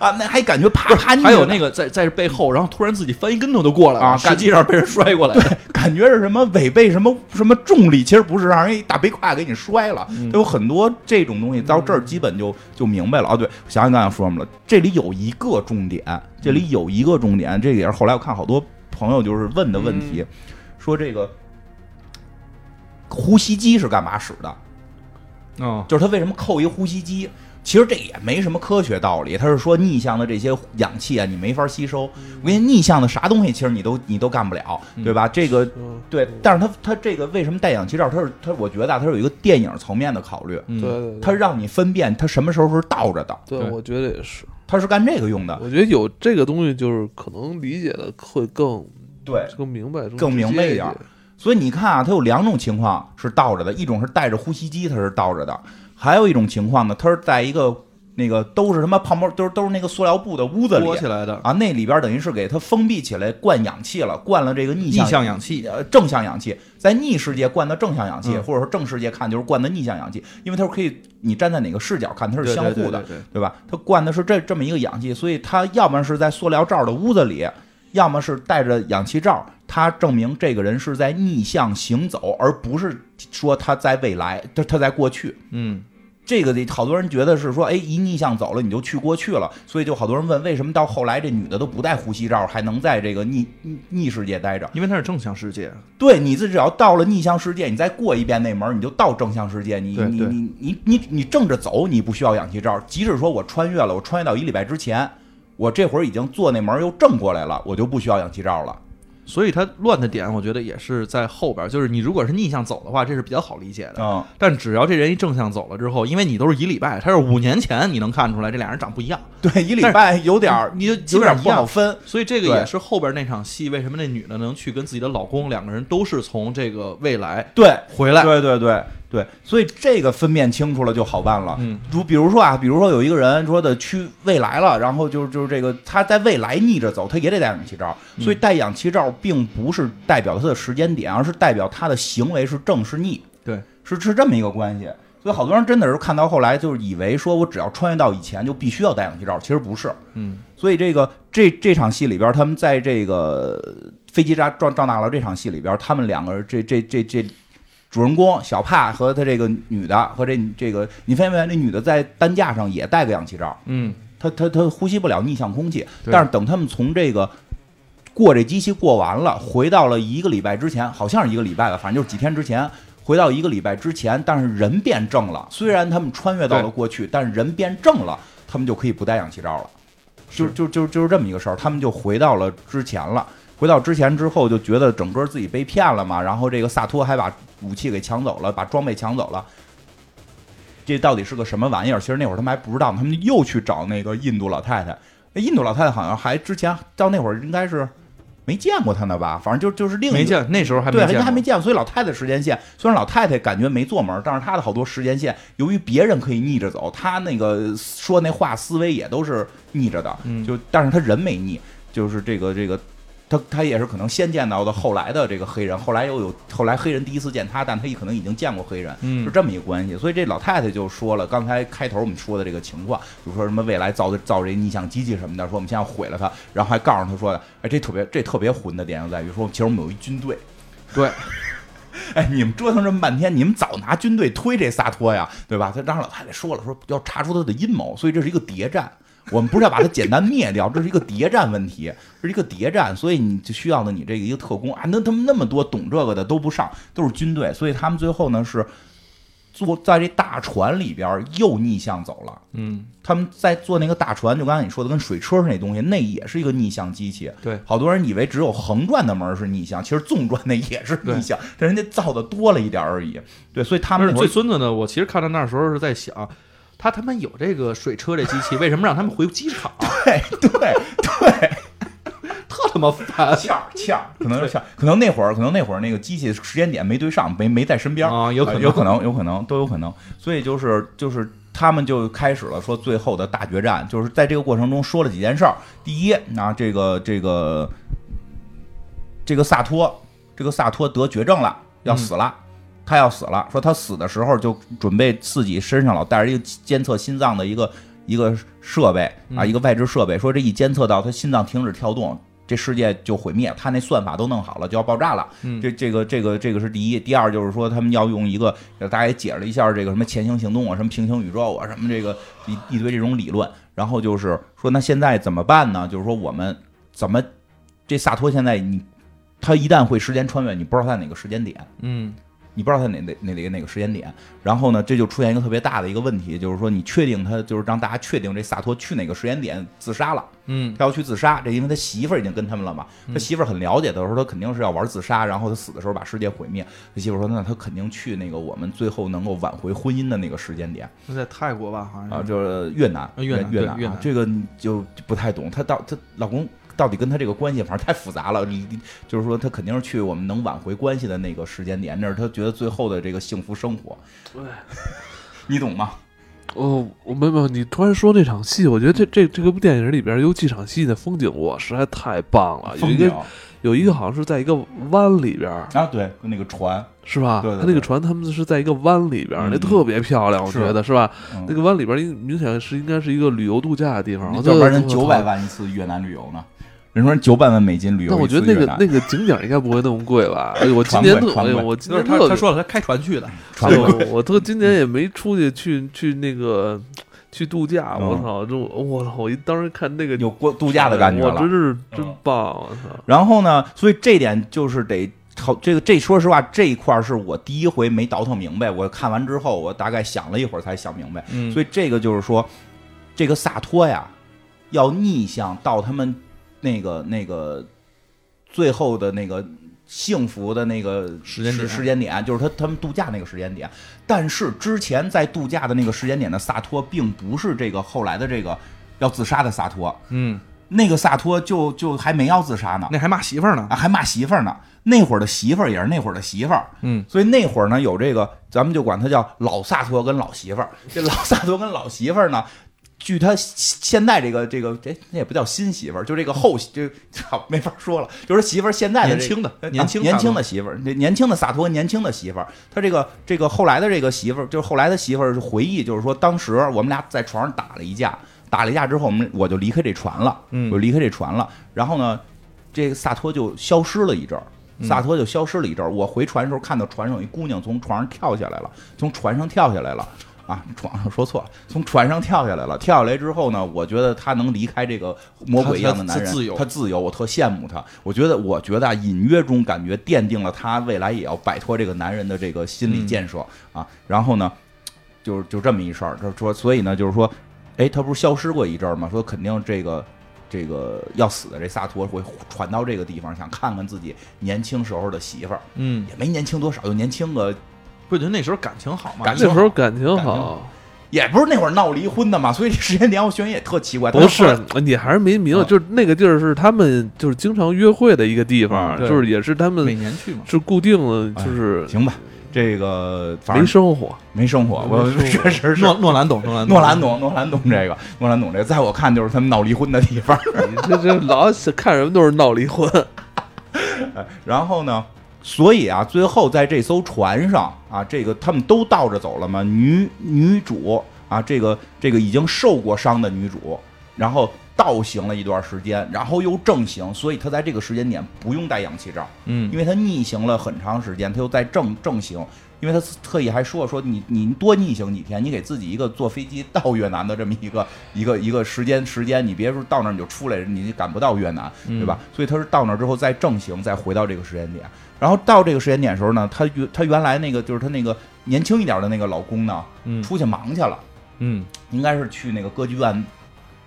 B: 啊，那还感觉啪啪
C: 还有
B: 那
C: 那个在在背后，然后突然自己翻一跟头就过来了，
B: 啊
C: 实际上被人摔过来了。
B: 感觉是什么违背什么什么重力，其实不是，让人一大背胯给你摔了。都有很多这种东西，到这儿基本就就明白了。哦，对，想想刚才说什么了，这里有一个重点，这里有一个重点，这个也是后来我看好多朋友就是问的问题，说这个呼吸机是干嘛使的？
C: 嗯，
B: 就是他为什么扣一呼吸机？其实这也没什么科学道理，他是说逆向的这些氧气啊，你没法吸收。我跟你逆向的啥东西，其实你都你都干不了，对吧？这个
A: 嗯，
B: 对，但是他他这个为什么戴氧气罩？他是他，我觉得啊，他是有一个电影层面的考虑，
C: 嗯
A: 对对
B: 他
A: 对，
B: 让你分辨他什么时候是倒着的，
A: 对，我觉得也是。
B: 他是干这个用的。
A: 我觉得有这个东西，就是可能理解的会更
B: 对，
A: 更明白，
B: 更明白一点儿所以你看啊，它有两种情况是倒着的，一种是带着呼吸机，它是倒着的；还有一种情况呢，它是在一个那个都是什么泡沫，都是都是那个塑料布的屋子里
C: 拨起来的
B: 啊，那里边等于是给它封闭起来，灌氧气了，灌了这个逆
C: 逆
B: 向
C: 向氧气，
B: 呃正向氧气，在逆世界灌的正向氧气，
C: 嗯
B: 或者说正世界看就是灌的逆向氧气，因为它是可以你站在哪个视角看，它是
C: 对
B: 相互的，
C: 对对对对
B: 对吧？它灌的是这这么一个氧气，所以它要么是在塑料罩的屋子里，要么是戴着氧气罩，它证明这个人是在逆向行走，而不是说他在未来，他他在过去。
C: 嗯，
B: 这个得好多人觉得是说，哎，一逆向走了你就去过去了，所以就好多人问，为什么到后来这女的都不戴护膝罩，还能在这个逆逆逆世界待着？
C: 因为它是正向世界，
B: 对，你自只要到了逆向世界，你再过一遍那门儿，你就到正向世界。你
C: 对
B: 你
C: 对
B: 你你你你正着走，你不需要氧气罩。即使说我穿越了，我穿越到一礼拜之前，我这会儿已经坐那门儿又正过来了，我就不需要氧气罩了。
C: 所以它乱的点，我觉得也是在后边儿。就是你如果是逆向走的话，这是比较好理解的。
B: 嗯，
C: 但只要这人一正向走了之后，因为你都是一礼拜，他是五年前，你能看出来这俩人长不一样，
B: 对，一礼拜有点儿
C: 你就基
B: 有
C: 本
B: 点
C: 上
B: 儿
C: 一
B: 不好
C: 样。
B: 分。
C: 所以这个
B: 对
C: 也是后边那场戏，为什么那女的能去跟自己的老公两个人都是从这个未来
B: 对，
C: 回来？
B: 对对对对，所以这个分辨清楚了就好办了。
C: 嗯，
B: 如比如说啊，比如说有一个人说的去未来了，然后就是就是这个他在未来逆着走，他也得戴氧气罩。
C: 嗯
B: 所以戴氧气罩并不是代表他的时间点，而是代表他的行为是正是逆，
C: 对，
B: 是是这么一个关系。所以好多人真的是看到后来就是以为说我只要穿越到以前就必须要戴氧气罩，其实不是。
C: 嗯，
B: 所以这个这这场戏里边，他们在这个呃飞机炸撞撞大楼这场戏里边，他们两个人这这这这主人公小帕和他这个女的和这这个，你发现没发现？那女的在担架上也戴个氧气罩，
C: 嗯，
B: 她她她呼吸不了逆向空气。
C: 对
B: 但是等他们从这个过这机器过完了，回到了一个礼拜之前，好像是一个礼拜吧，反正就是几天之前。回到一个礼拜之前，但是人变正了。虽然他们穿越到了
C: 对
B: 过去，但是人变正了，他们就可以不戴氧气罩了。就是就就就是这么一个事儿，他们就回到了之前了。回到之前之后，就觉得整个自己被骗了嘛，然后这个萨托还把武器给抢走了，把装备抢走了。这到底是个什么玩意儿？其实那会儿他们还不知道，他们又去找那个印度老太太。那印度老太太好像还之前到那会儿应该是没见过她呢吧，反正就就是另一个
C: 没见，那时候还
B: 嗯
C: 没
B: 对，
C: 见
B: 人
C: 过，
B: 家还没见过，所以老太太时间线，虽然老太太感觉没做门，但是她的好多时间线，由于别人可以逆着走，她那个说那话思维也都是逆着的，
C: 嗯
B: 就但是她人没逆，就是这个这个。她她也是可能先见到的后来的这个黑人，后来又有后来黑人第一次见她，但她也可能已经见过黑人，
C: 嗯
B: 是这么一个关系。所以这老太太就说了，刚才开头我们说的这个情况，就说什么未来造的造这逆向机器什么的，说我们现在要毁了它，然后还告诉她说的，哎，这特别这特别混的点就在于说，其实我们有一军队，
C: 对，
B: 哎，你们折腾这么半天，你们早拿军队推这萨托呀，对吧？他当时老太太说了，说要查出他的阴谋，所以这是一个谍战。我们不是要把它简单灭掉，这是一个谍战问题，这是一个谍战，所以你就需要的你这个一个特工啊，那他们那么多懂这个的都不上，都是军队，所以他们最后呢是坐在这大船里边又逆向走了。
C: 嗯，
B: 他们在坐那个大船，就刚才你说的跟水车似的那东西，那也是一个逆向机器。
C: 对
B: 好多人以为只有横转的门是逆向，其实纵转的也是
C: 对
B: 逆向，但人家造的多了一点而已。对，所以他
C: 他
B: 们
C: 是
B: 那
C: 最
B: 会儿
C: 孙子呢。我其实看到那时候是在想，他他妈有这个水车这机器，为什么让他们回机场？啊
B: 对对
C: 特他妈烦
B: 欠儿欠儿，可能是欠儿，可能那会儿可能那会儿那个机器时间点没对上，没没在身边儿
C: 啊！有可
B: 呃
C: 能，
B: 有可能，有可能，都有可能。所以就是就是他们就开始了说最后的大决战，就是在这个过程中说了几件事儿。第一，啊，这个这个这个萨托，这个萨托得绝症了，要
C: 嗯
B: 死了。他要死了，说他死的时候就准备自己身上老带着一个监测心脏的一个一个设备
C: 嗯
B: 啊，一个外置设备，说这一监测到他心脏停止跳动，这世界就毁灭，他那算法都弄好了，就要爆炸了。
C: 嗯
B: 这这个这个这个是第一，第二就是说他们要用一个，大家也解释了一下这个什么前行行动啊，什么平行宇宙啊，什么这个一一堆这种理论。然后就是说，那现在怎么办呢？就是说我们怎么这萨托现在你他一旦会时间穿越，你不知道在哪个时间点。
C: 嗯，
B: 你不知道他哪哪哪哪哪个时间点，然后呢，这就出现一个特别大的一个问题，就是说你确定他就是让大家确定这萨托去哪个时间点自杀了，
C: 嗯，
B: 他要去自杀，这因为他媳妇儿已经跟他们了嘛，他媳妇儿很了解的，说他肯定是要玩自杀，然后他死的时候把世界毁灭。他媳妇儿说，那他肯定去那个我们最后能够挽回婚姻的那个时间点
C: 是在泰国吧？好像是
B: 啊，就是越南，
C: 啊
B: 越
C: 越南
B: 越
C: 对
B: 南啊
C: 越南
B: 这个你就不太懂，她到她老公。到底跟她这个关系，反正太复杂了。你你就是说，她肯定是去我们能挽回关系的那个时间点，那是她觉得最后的这个幸福生活。
A: 对，
B: 你懂吗？
A: 哦，我没有没有，你突然说这场戏，我觉得这这这个电影里边有几场戏的风景，哇，实在太棒了。啊有
B: 风
A: 一
B: 景
A: 个有一个好像是在一个湾里边，
B: 啊，对，跟那个船，
A: 是吧？
B: 对对
A: 他那
B: 对
A: 个船他们是在一个湾里边，
B: 嗯
A: 那特别漂亮，我
B: 是
A: 觉得是吧？
B: 嗯
A: 那个湾里边应明显是应该是一个旅游度假的地方，
B: 那
A: 嗯我
B: 要
A: 觉
B: 不
A: 得
B: 然人
A: 我
B: 九
A: 操
B: 百万一次越南旅游呢？人说九百万美金旅游
A: 但我
B: 一次
A: 觉
B: 越
A: 得
B: 南，
A: 那个那个景点应该不会那么贵吧？哎呦，我今年
B: 船
A: 特
B: 贵船
A: 哎呦，
B: 贵
A: 我今
C: 就是
A: 年
C: 他
A: 特
C: 他说了，他开船去的，
B: 船贵
A: 对我我特今年也没出去去去那个去度假，
B: 嗯
A: 我操！这我我操！我一当时看那个
B: 有过度假的感觉
A: 我真
B: 了。
A: 是真棒！我操！
B: 然后呢，所以这点就是得。好，这个这说实话，这一块儿是我第一回没倒腾明白。我看完之后，我大概想了一会儿才想明白。
C: 嗯
B: 所以这个就是说，这个萨托呀，要逆向到他们那个那个最后的那个幸福的那个
C: 时间点
B: 时间点，就是他他们度假那个时间点。但是之前在度假的那个时间点的萨托，并不是这个后来的这个要自杀的萨托，
C: 嗯，
B: 那个萨托就就还没要自杀呢，
C: 那还骂媳妇儿呢
B: 啊，，还骂媳妇儿呢。那会儿的媳妇儿也是那会儿的媳妇儿，
C: 嗯，
B: 所以那会儿呢有这个，咱们就管他叫老萨托跟老媳妇儿。这老萨托跟老媳妇儿呢，据他现在这个这个这那也不叫新媳妇儿，就这个后就好没法说了，就是媳妇儿现在的这
C: 年
B: 个
C: 轻的
B: 啊
C: 年轻
B: 年轻的媳妇儿，那年轻的洒脱，年轻的媳妇儿，他这个这个后来的这个媳妇儿，就是后来的媳妇儿回忆，就是说当时我们俩在床上打了一架，打了一架之后，我们我就离开这船了，
C: 嗯
B: 我就离开这船了。然后呢，这个萨托就消失了一阵儿，萨托就消失了一阵儿。我回船的时候，看到船上有一姑娘从船上跳下来了，从船上跳下来了。啊，船上说错了，从船上跳下来了。跳下来之后呢，我觉得她能离开这个魔鬼一样的男人，
C: 她她自由
B: 她自由，我特羡慕她。我觉得，我觉得啊，隐约中感觉奠定了她未来也要摆脱这个男人的这个心理建设、
C: 嗯
B: 啊。然后呢，就是就这么一事儿，就是说，所以呢，就是说，哎，他不是消失过一阵儿吗？说肯定这个这个要死的这萨托会传到这个地方，想看看自己年轻时候的媳妇儿，
C: 嗯，
B: 也没年轻多少，就年轻个，
C: 不觉得那时候感情好吗？
B: 感情
A: 那时候感情
B: 感情
A: 好，
B: 也不是那会儿闹离婚的嘛，所以这时间点我选也特奇怪，
A: 不是，你还是没明白，
B: 啊
A: 就是那个地儿是他们就是经常约会的一个地方，
C: 嗯对
A: 就是也是他
C: 每
A: 们
C: 年去嘛，
A: 是固定的，
B: 哎
A: 就是
B: 行吧，这个反
A: 没
B: 正
A: 生活。
B: 没生活，我
A: 没生
B: 确实是
C: 诺诺兰懂，诺兰
B: 诺兰懂诺兰懂这个，诺兰懂这个，在我看就是他们闹离婚的地方。
A: 你这这老是看什么都是闹离婚，
B: 哎然后呢，所以啊，最后在这艘船上啊，这个他们都倒着走了嘛，女女主啊，这个这个已经受过伤的女主，然后倒行了一段时间，然后又正行，所以她在这个时间点不用戴氧气罩，
C: 嗯
B: 因，为她逆行了很长时间，她又在正正行。因为她特意还说说你你多逆行几天，你给自己一个坐飞机到越南的这么一个一个一个时间时间，你别说到那儿你就出来，你赶不到越南，
C: 嗯
B: 对吧？所以他是到那儿之后再正行，再回到这个时间点。然后到这个时间点的时候呢，她原她原来那个就是她那个年轻一点的那个老公呢，
C: 嗯？
B: 出去忙去了，
C: 嗯嗯，
B: 应该是去那个歌剧院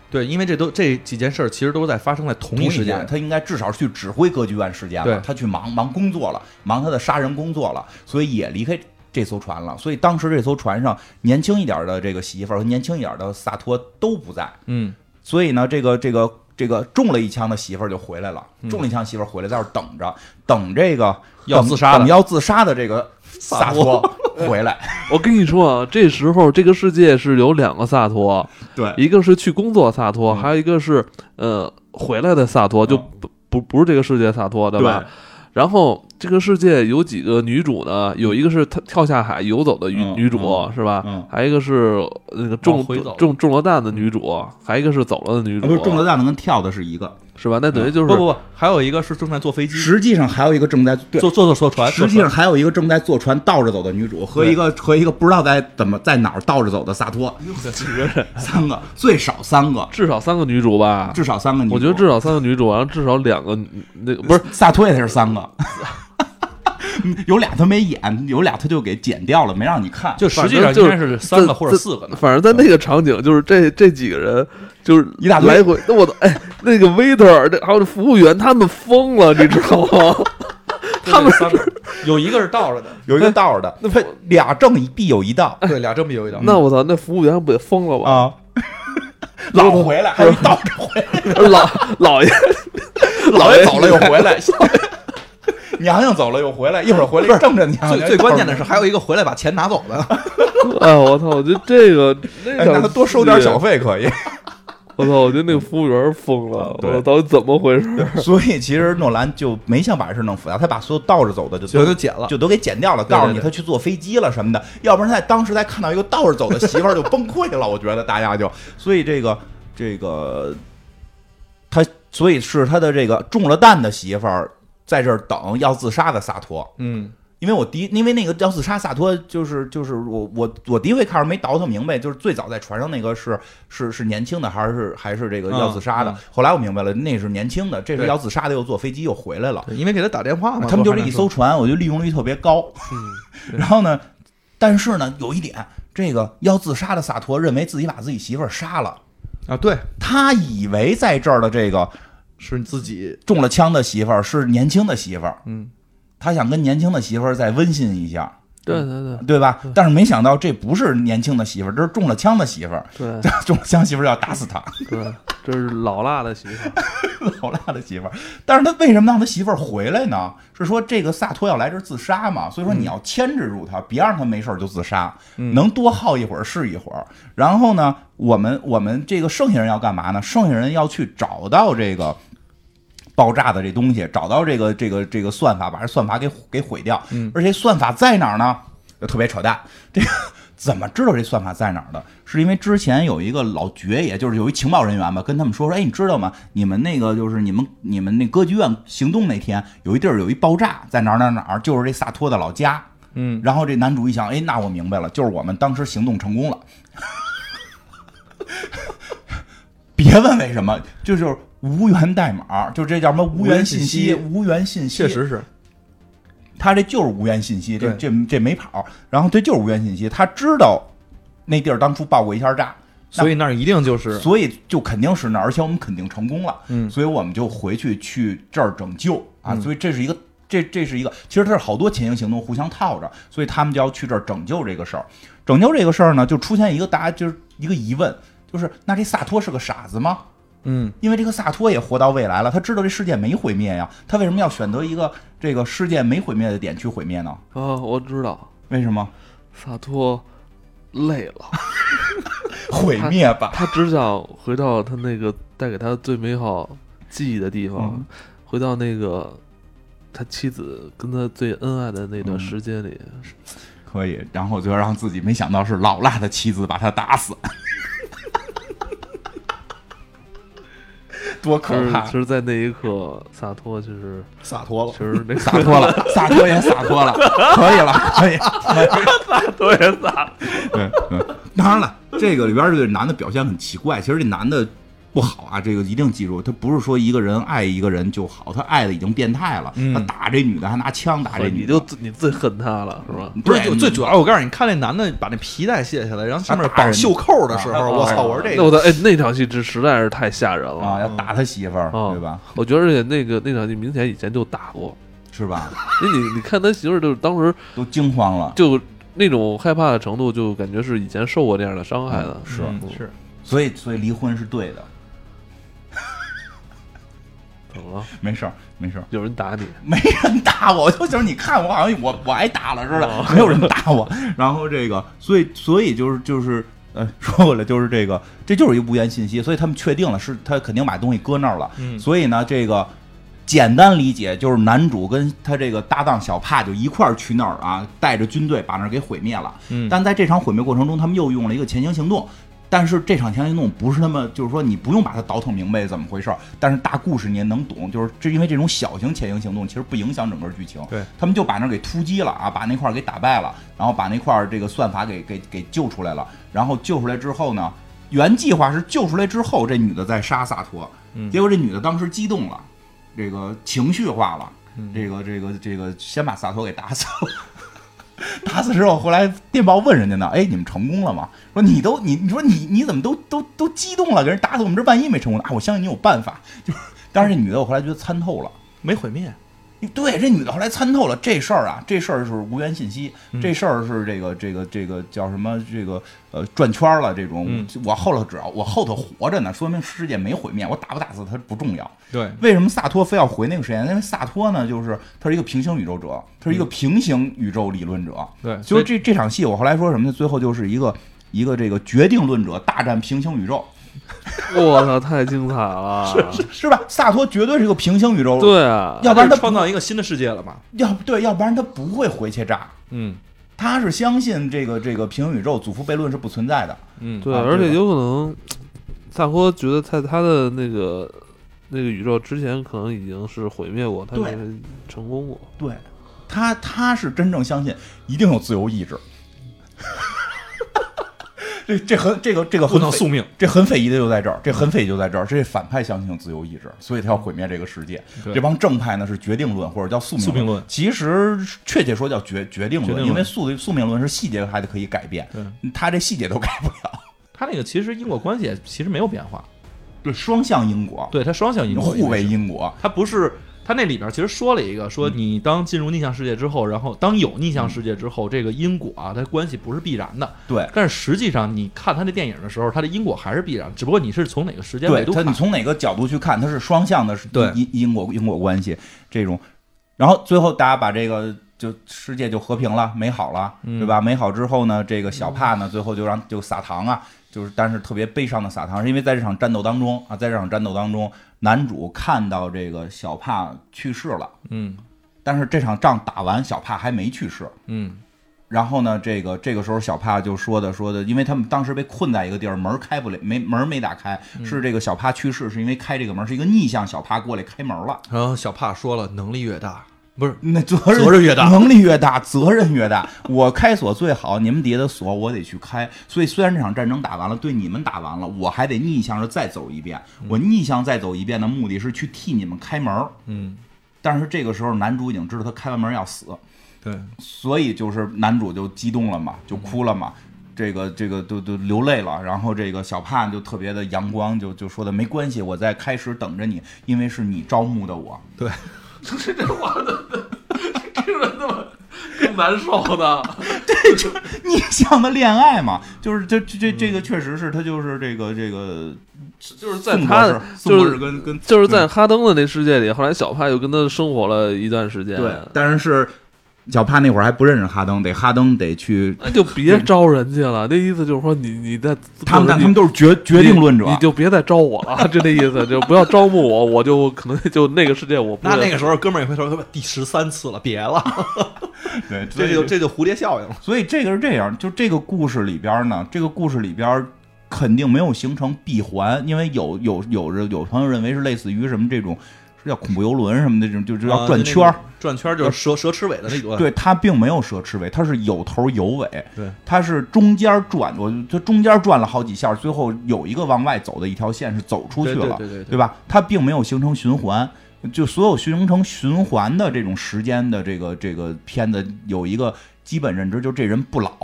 C: 对，因为这都这几件事儿其实都在发生在同
B: 同
C: 一
B: 一
C: 时间嗯
B: 天，，他应该至少去指挥歌剧院事件
C: 对
B: 了，他去忙忙工作了，忙他的杀人工作了，所以也离开这艘船了。所以当时这艘船上年轻一点的这个媳妇儿和年轻一点的萨托都不在，
C: 嗯，
B: 所以呢，这个这个这个中了一枪的媳妇儿就回来了，中了一枪媳妇儿回来在这儿等着，等这个
C: 要
B: 等
C: 自杀的
B: 等嗯要自杀的这个
C: 萨
B: 萨
C: 托
B: 托回 来，
A: 我跟你说啊，这时候这个世界是有两个萨托，
B: 对
A: 一个是去工作萨托，
B: 嗯
A: 还有一个是呃回来的萨托，就不不不是这个世界萨托，对吧？然后这个世界有几个女主呢？有一个是跳跳下海游走的女、
B: 嗯
A: 女主，
B: 嗯
A: 是吧？
B: 嗯
A: 还有一个是那个中
C: 往回走
A: 中中了弹的女主，还有一个是走了的女主，
B: 啊不是中了弹嗯的跟跳的是一个，
A: 是吧？那等于就是、
C: 嗯不不不，还有一个是正在坐飞机，
B: 实际上还有一个正在对
C: 坐坐坐坐船，
B: 实际上还有一个正在坐船倒着走的女主和一个和一个不知道在怎么在哪儿倒着走的萨托，三个最少三个，
A: 至少三个女主吧？
B: 至少三个女主。
A: 我觉得至少三个女主，然后至少两个那个不是
B: 萨托也是三个， 有俩他没演，有俩他就给剪掉了，没让你看。
C: 就实际上应该是三个或者四个呢。
A: 反正在那个场景，就是这这几个人，就是
B: 一大堆
A: 来回。那我都哎，那个 waiter 这还有这服务员，他们疯了，你知道吗？
C: 他们三个有一个是倒着的，
B: 有一个倒着的，那不俩正必有一倒
C: 对，俩这么有一倒。
A: 那我操，那服务员不得疯了吧？
B: 啊，老回来还有一倒着回来，
A: 老老爷，
B: 老
A: 爷
B: 爷走了又回来，娘娘走了又回来，一会儿回来正着娘娘
C: 啊最最关键的是，还有一个回来把钱拿走的，
A: 哎，我操，我觉得这个那
B: 哎
A: 场
B: 那他多收点
A: 戏
B: 小。费可以。
A: 我操，我觉得那个服务员疯了，
B: 对
A: 我操，怎么回事？
B: 所以其实诺兰就没想把这事弄复杂，他把所有倒着走的就
C: 就
B: 都
C: 就剪了。
B: 就都给剪掉了，
C: 对
B: 告诉你
C: 对
B: 他去坐飞机了什么的，要不然在当时再看到一个倒着走的媳妇儿就崩溃了，我觉得大家就所以这个这个他所以是他的这个中了弹的媳妇儿在这儿等要自杀的萨托。
C: 嗯，
B: 因为我第一，因为那个要自杀萨托就是就是我我我第一回看时候没倒腾明白，就是最早在船上那个是是是年轻的还是还是这个要自杀的，
C: 嗯嗯
B: 后来我明白了那是年轻的，这是
C: 对
B: 要自杀的又坐飞机又回来了，
C: 对因为给他打电话嘛，
B: 啊他们就
C: 我
B: 是
C: 还
B: 一
C: 能说
B: 艘船，我觉得利用率特别高。
A: 嗯
B: 然后呢，但是呢有一点，这个要自杀的萨托认为自己把自己媳妇儿杀了，
C: 啊，对，
B: 他以为在这儿的这个
C: 是你自 己，
B: 中了枪的媳妇儿是年轻的媳妇儿，
C: 嗯，
B: 他想跟年轻的媳妇儿再温馨一下。
A: 对对对
B: 对吧？但是没想到这不是年轻的媳妇儿，这是中了枪的媳妇儿。
A: 对
B: 中了枪媳妇儿要打死他，
A: 对，这是老辣的媳妇儿，
B: 老辣的媳妇儿。但是他为什么让他媳妇儿回来呢？是说这个萨托要来这儿自杀嘛？所以说你要牵制住他，别让他没事儿就自杀，能多耗一会儿是一会儿。然后呢，我们我们这个剩下人要干嘛呢？剩下人要去找到这个。爆炸的这东西，找到这个这个这个算法，把这算法给给毁掉。而且算法在哪儿呢？特别扯淡，这个怎么知道这算法在哪儿的？是因为之前有一个老爵爷，就是有一情报人员吧，跟他们说说，哎，你知道吗？你们那个就是你们你们那歌剧院行动那天，有一地儿有一爆炸，在哪儿哪儿哪儿，就是这萨托的老家。
C: 嗯，
B: 然后这男主一想，哎，那我明白了，就是我们当时行动成功了。 别问为什么，这就是无源代码，就这叫什么无源信息，无源信息，
C: 确实是，
B: 他这就是无源信息，这
C: 对
B: 这这没跑，然后这就是无源信息，他知道那地儿当初爆过一下炸，
C: 所以那儿一定就是
B: 所以就肯定是那儿，而且我们肯定成功了，
C: 嗯
B: 所以我们就回去去这儿拯救啊，
C: 嗯
B: 所以这是一个。这这是一个，其实它是好多潜行行动互相套着，所以他们就要去这儿拯救这个事儿。拯救这个事儿呢，就出现一个大家就是一个疑问，就是那这萨托是个傻子吗？
C: 嗯，
B: 因为这个萨托也活到未来了，他知道这世界没毁灭呀，他为什么要选择一个这个世界没毁灭的点去毁灭呢？
A: 啊，我知道，
B: 为什么？
A: 萨托累了，
B: 毁灭吧。
A: 他只想回到他那个带给他最美好记忆的地方，
B: 嗯
A: 回到那个他妻子跟他最恩爱的那段时间里。
B: 可以，然后就让自己没想到是老辣的妻子把他打死， 多可
A: 就是
B: 怕
A: 其！实，在那一刻，萨托其实
C: 洒脱
A: 其，实那
B: 洒脱了，洒脱也洒脱了，可以了，可以。
A: 对萨
B: 对，对当然了，这个里边这个男的表现很奇怪，其实这男的不好啊，这个一定记住，他不是说一个人爱一个人就好，他爱的已经变态了，
C: 嗯
B: 他打这女的还拿枪打这
A: 你
B: 女
A: 就
B: 的，
A: 自你最恨他了是吧？
C: 不是
B: 对
C: 就最主要，我告诉你，看那男的把那皮带卸下来，然后上面
B: 啊打
C: 绑
B: 人
C: 袖扣的时
B: 啊
C: 候，我操，我说这
A: 那我
C: 个
A: 的哎，那场戏真实在是太吓人了
B: 啊，要打他媳妇儿，
A: 啊
B: 对吧？
A: 我觉得，而且那个那场戏明显以前就打 过，
B: 是吧？
A: 因为你你看他媳妇儿，就是当时
B: 都惊慌了。
A: 就那种害怕的程度，就感觉是以前受过那样的伤害的。
B: 是
C: 嗯是，
B: 所以，所以离婚是对的，
A: 怎么了？
B: 没事儿，没事儿，
A: 有人打你？
B: 没人打我，我就想你看我好像我我挨打了似
A: 哦
B: 的，没有人打我。然后这个，所以所以就是就是呃， 说回来就是这个，这就是一无源信息，所以他们确定了是他肯定把东西搁那儿了。
C: 嗯
B: 所以呢，这个简单理解就是男主跟他这个搭档小帕就一块儿去那儿啊，带着军队把那儿给毁灭了。
C: 嗯
B: 但在这场毁灭过程中，他们又用了一个潜行行动。但是这场潜行行动不是那么，就是说你不用把它倒腾明白怎么回事儿，但是大故事你也能懂，就是这因为这种小型潜行行动其实不影响整个剧情。
C: 对，
B: 他们就把那儿给突击了啊，把那块儿给打败了，然后把那块儿这个算法给给给救出来了。然后救出来之后呢，原计划是救出来之后这女的再杀萨托，
C: 嗯
B: 结果这女的当时激动了，这个情绪化了，
C: 嗯
B: 这个这个这个先把萨托给打死了。打死之后，后来电报问人家呢，哎，你们成功了吗？说你都你你说你你怎么都都都激动了，给人打死，我们这万一没成功呢？啊，我相信你有办法。就是，当然这女的我后来觉得参透了。
C: 没毁灭，
B: 对，这女的后来参透了这事儿啊，这事儿是无源信息，这事儿是这个这个这个叫什么？这个呃转圈儿了这种。
C: 嗯
B: 我后头只要我后头活着呢，说明世界没毁灭，我打不打死他不重要。
C: 对，
B: 为什么萨托非要回那个实验？因为萨托呢，就是他是一个平行宇宙者，他是一个平行宇宙理论者。
C: 对
B: 所
C: 所
B: 以
C: 以
B: 这这场戏，我后来说什么呢？最后就是一个一个这个决定论者大战平行宇 宙，
A: 我操，太精彩了！
B: 是吧？萨托绝对是一个平行宇宙，
A: 对啊，
B: 要不然他
C: 就创造一个新的世界了嘛，
B: 要不对，要不然他不会回去炸。
C: 嗯
B: 他是相信这个这个平行宇宙祖父悖论是不存在的，
C: 嗯，
A: 对，
B: 啊
A: 而
B: 对
A: 且
B: 吧
A: 有可能萨托觉得在他的那个那个宇宙之前可能已经是毁灭过，他
B: 对
A: 没成功 过。
B: 对他，他是真正相信一定有自由意志。 这这很这个这个
C: 不
B: 很
C: 能
B: 匪
C: 宿命，
B: 这很匪夷的就在这儿，这很匪夷就在这儿，这是反派相信有自由意志，所以他要毁灭这个世界。
C: 嗯对
B: 这帮正派呢是决定论或者叫宿命
C: 宿命论
B: 其实确切说叫决决定论，
C: 决定论
B: 因为宿宿命论是细节还得可以改变
C: 对，
B: 他这细节都改不了。
C: 他那个其实因果关系其实没有变化，
B: 对，双向因果，
C: 对他双向因果
B: 互为
C: 因嗯果，
B: 因果，
C: 他不是他那里边其实说了一个，说你当进入逆向世界之后，然后当有逆向世界之后，这个因果啊，它关系不是必然的。
B: 对。
C: 但是实际上，你看他那电影的时候，他的因果还是必然，只不过你是从哪个时间维
B: 对
C: 度
B: 它，
C: 看
B: 你。从哪个角度去看，它是双向的，是
C: 对
B: 因因果因果关系这种。然后最后大家把这个就世界就和平了，美好了，
C: 嗯
B: 对吧？美好之后呢，这个小帕呢，最后就让就撒糖啊，就是但是特别悲伤的撒糖，是因为在这场战斗当中啊，在这场战斗当中，男主看到这个小帕去世了，
C: 嗯
B: 但是这场仗打完，小帕还没去世，
C: 嗯，
B: 然后呢，这个这个时候小帕就说的说的，因为他们当时被困在一个地儿，门儿开不了，没门儿没打开，
C: 嗯
B: 是这个小帕去世，是因为开这个门儿是一个逆向小帕过来开门了。
C: 然后小帕说了，能力越大，不是
B: 那责任
C: 嗯责任越大
B: 能力越大，责任越大。我开锁最好，你们叠的锁我得去开。所以虽然这场战争打完了，对你们打完了，我还得逆向着再走一遍。我逆向再走一遍的目的是去替你们开门儿。
C: 嗯，
B: 但是这个时候男主已经知道他开完门儿要死，
C: 对，
B: 所以就是男主就激动了嘛，就哭了嘛，这个这个都都流泪了。然后这个小帕就特别的阳光，就就说的没关系，我在开始等着你，因为是你招募的我。
A: 这这话的，这人怎么更难受呢？
B: 逆向的恋爱嘛，就是这这这这个确实是他就是这个这个，
A: 就是在
B: 宋博
A: 他
B: 士，宋
A: 就
B: 博士
A: 是
B: 跟跟
A: 就是在哈登的那世界里，后来小帕又跟他生活了一段时间。
B: 对，但是小帕那会儿还不认识哈登，得哈登得去。
A: 那就别招人家了。那意思就是说你，你在
B: 他们，但他
A: 你
B: 们都是决决定论者
A: 你，，你就别再招我了，就那意思，就不要招募我，我就可能就那个世界我不
C: 那
A: 会
C: 那个时候哥们儿也会说，他妈第十三次了，别了，
B: 对，所
C: 这
B: 以
C: 就这就蝴蝶效应了。
B: 所以这个是这样，就这个故事里边呢，这个故事里边肯定没有形成闭环，因为有有有人有朋友认为是类似于什么这种，是叫恐怖游轮什么的这种，就是要转圈儿。
C: 啊，就那种转圈儿就是蛇蛇吃尾的那种。
B: 对，它并没有蛇吃尾，它是有头有尾，
C: 对，
B: 它是中间转，我它中间转了好几下，最后有一个往外走的一条线是走出去
C: 对对
B: 了，
C: 对对对
B: 对吧？它并没有形成循环，就所有形成循环的这种时间的这个这个片子有一个基本认知，就是这人不老，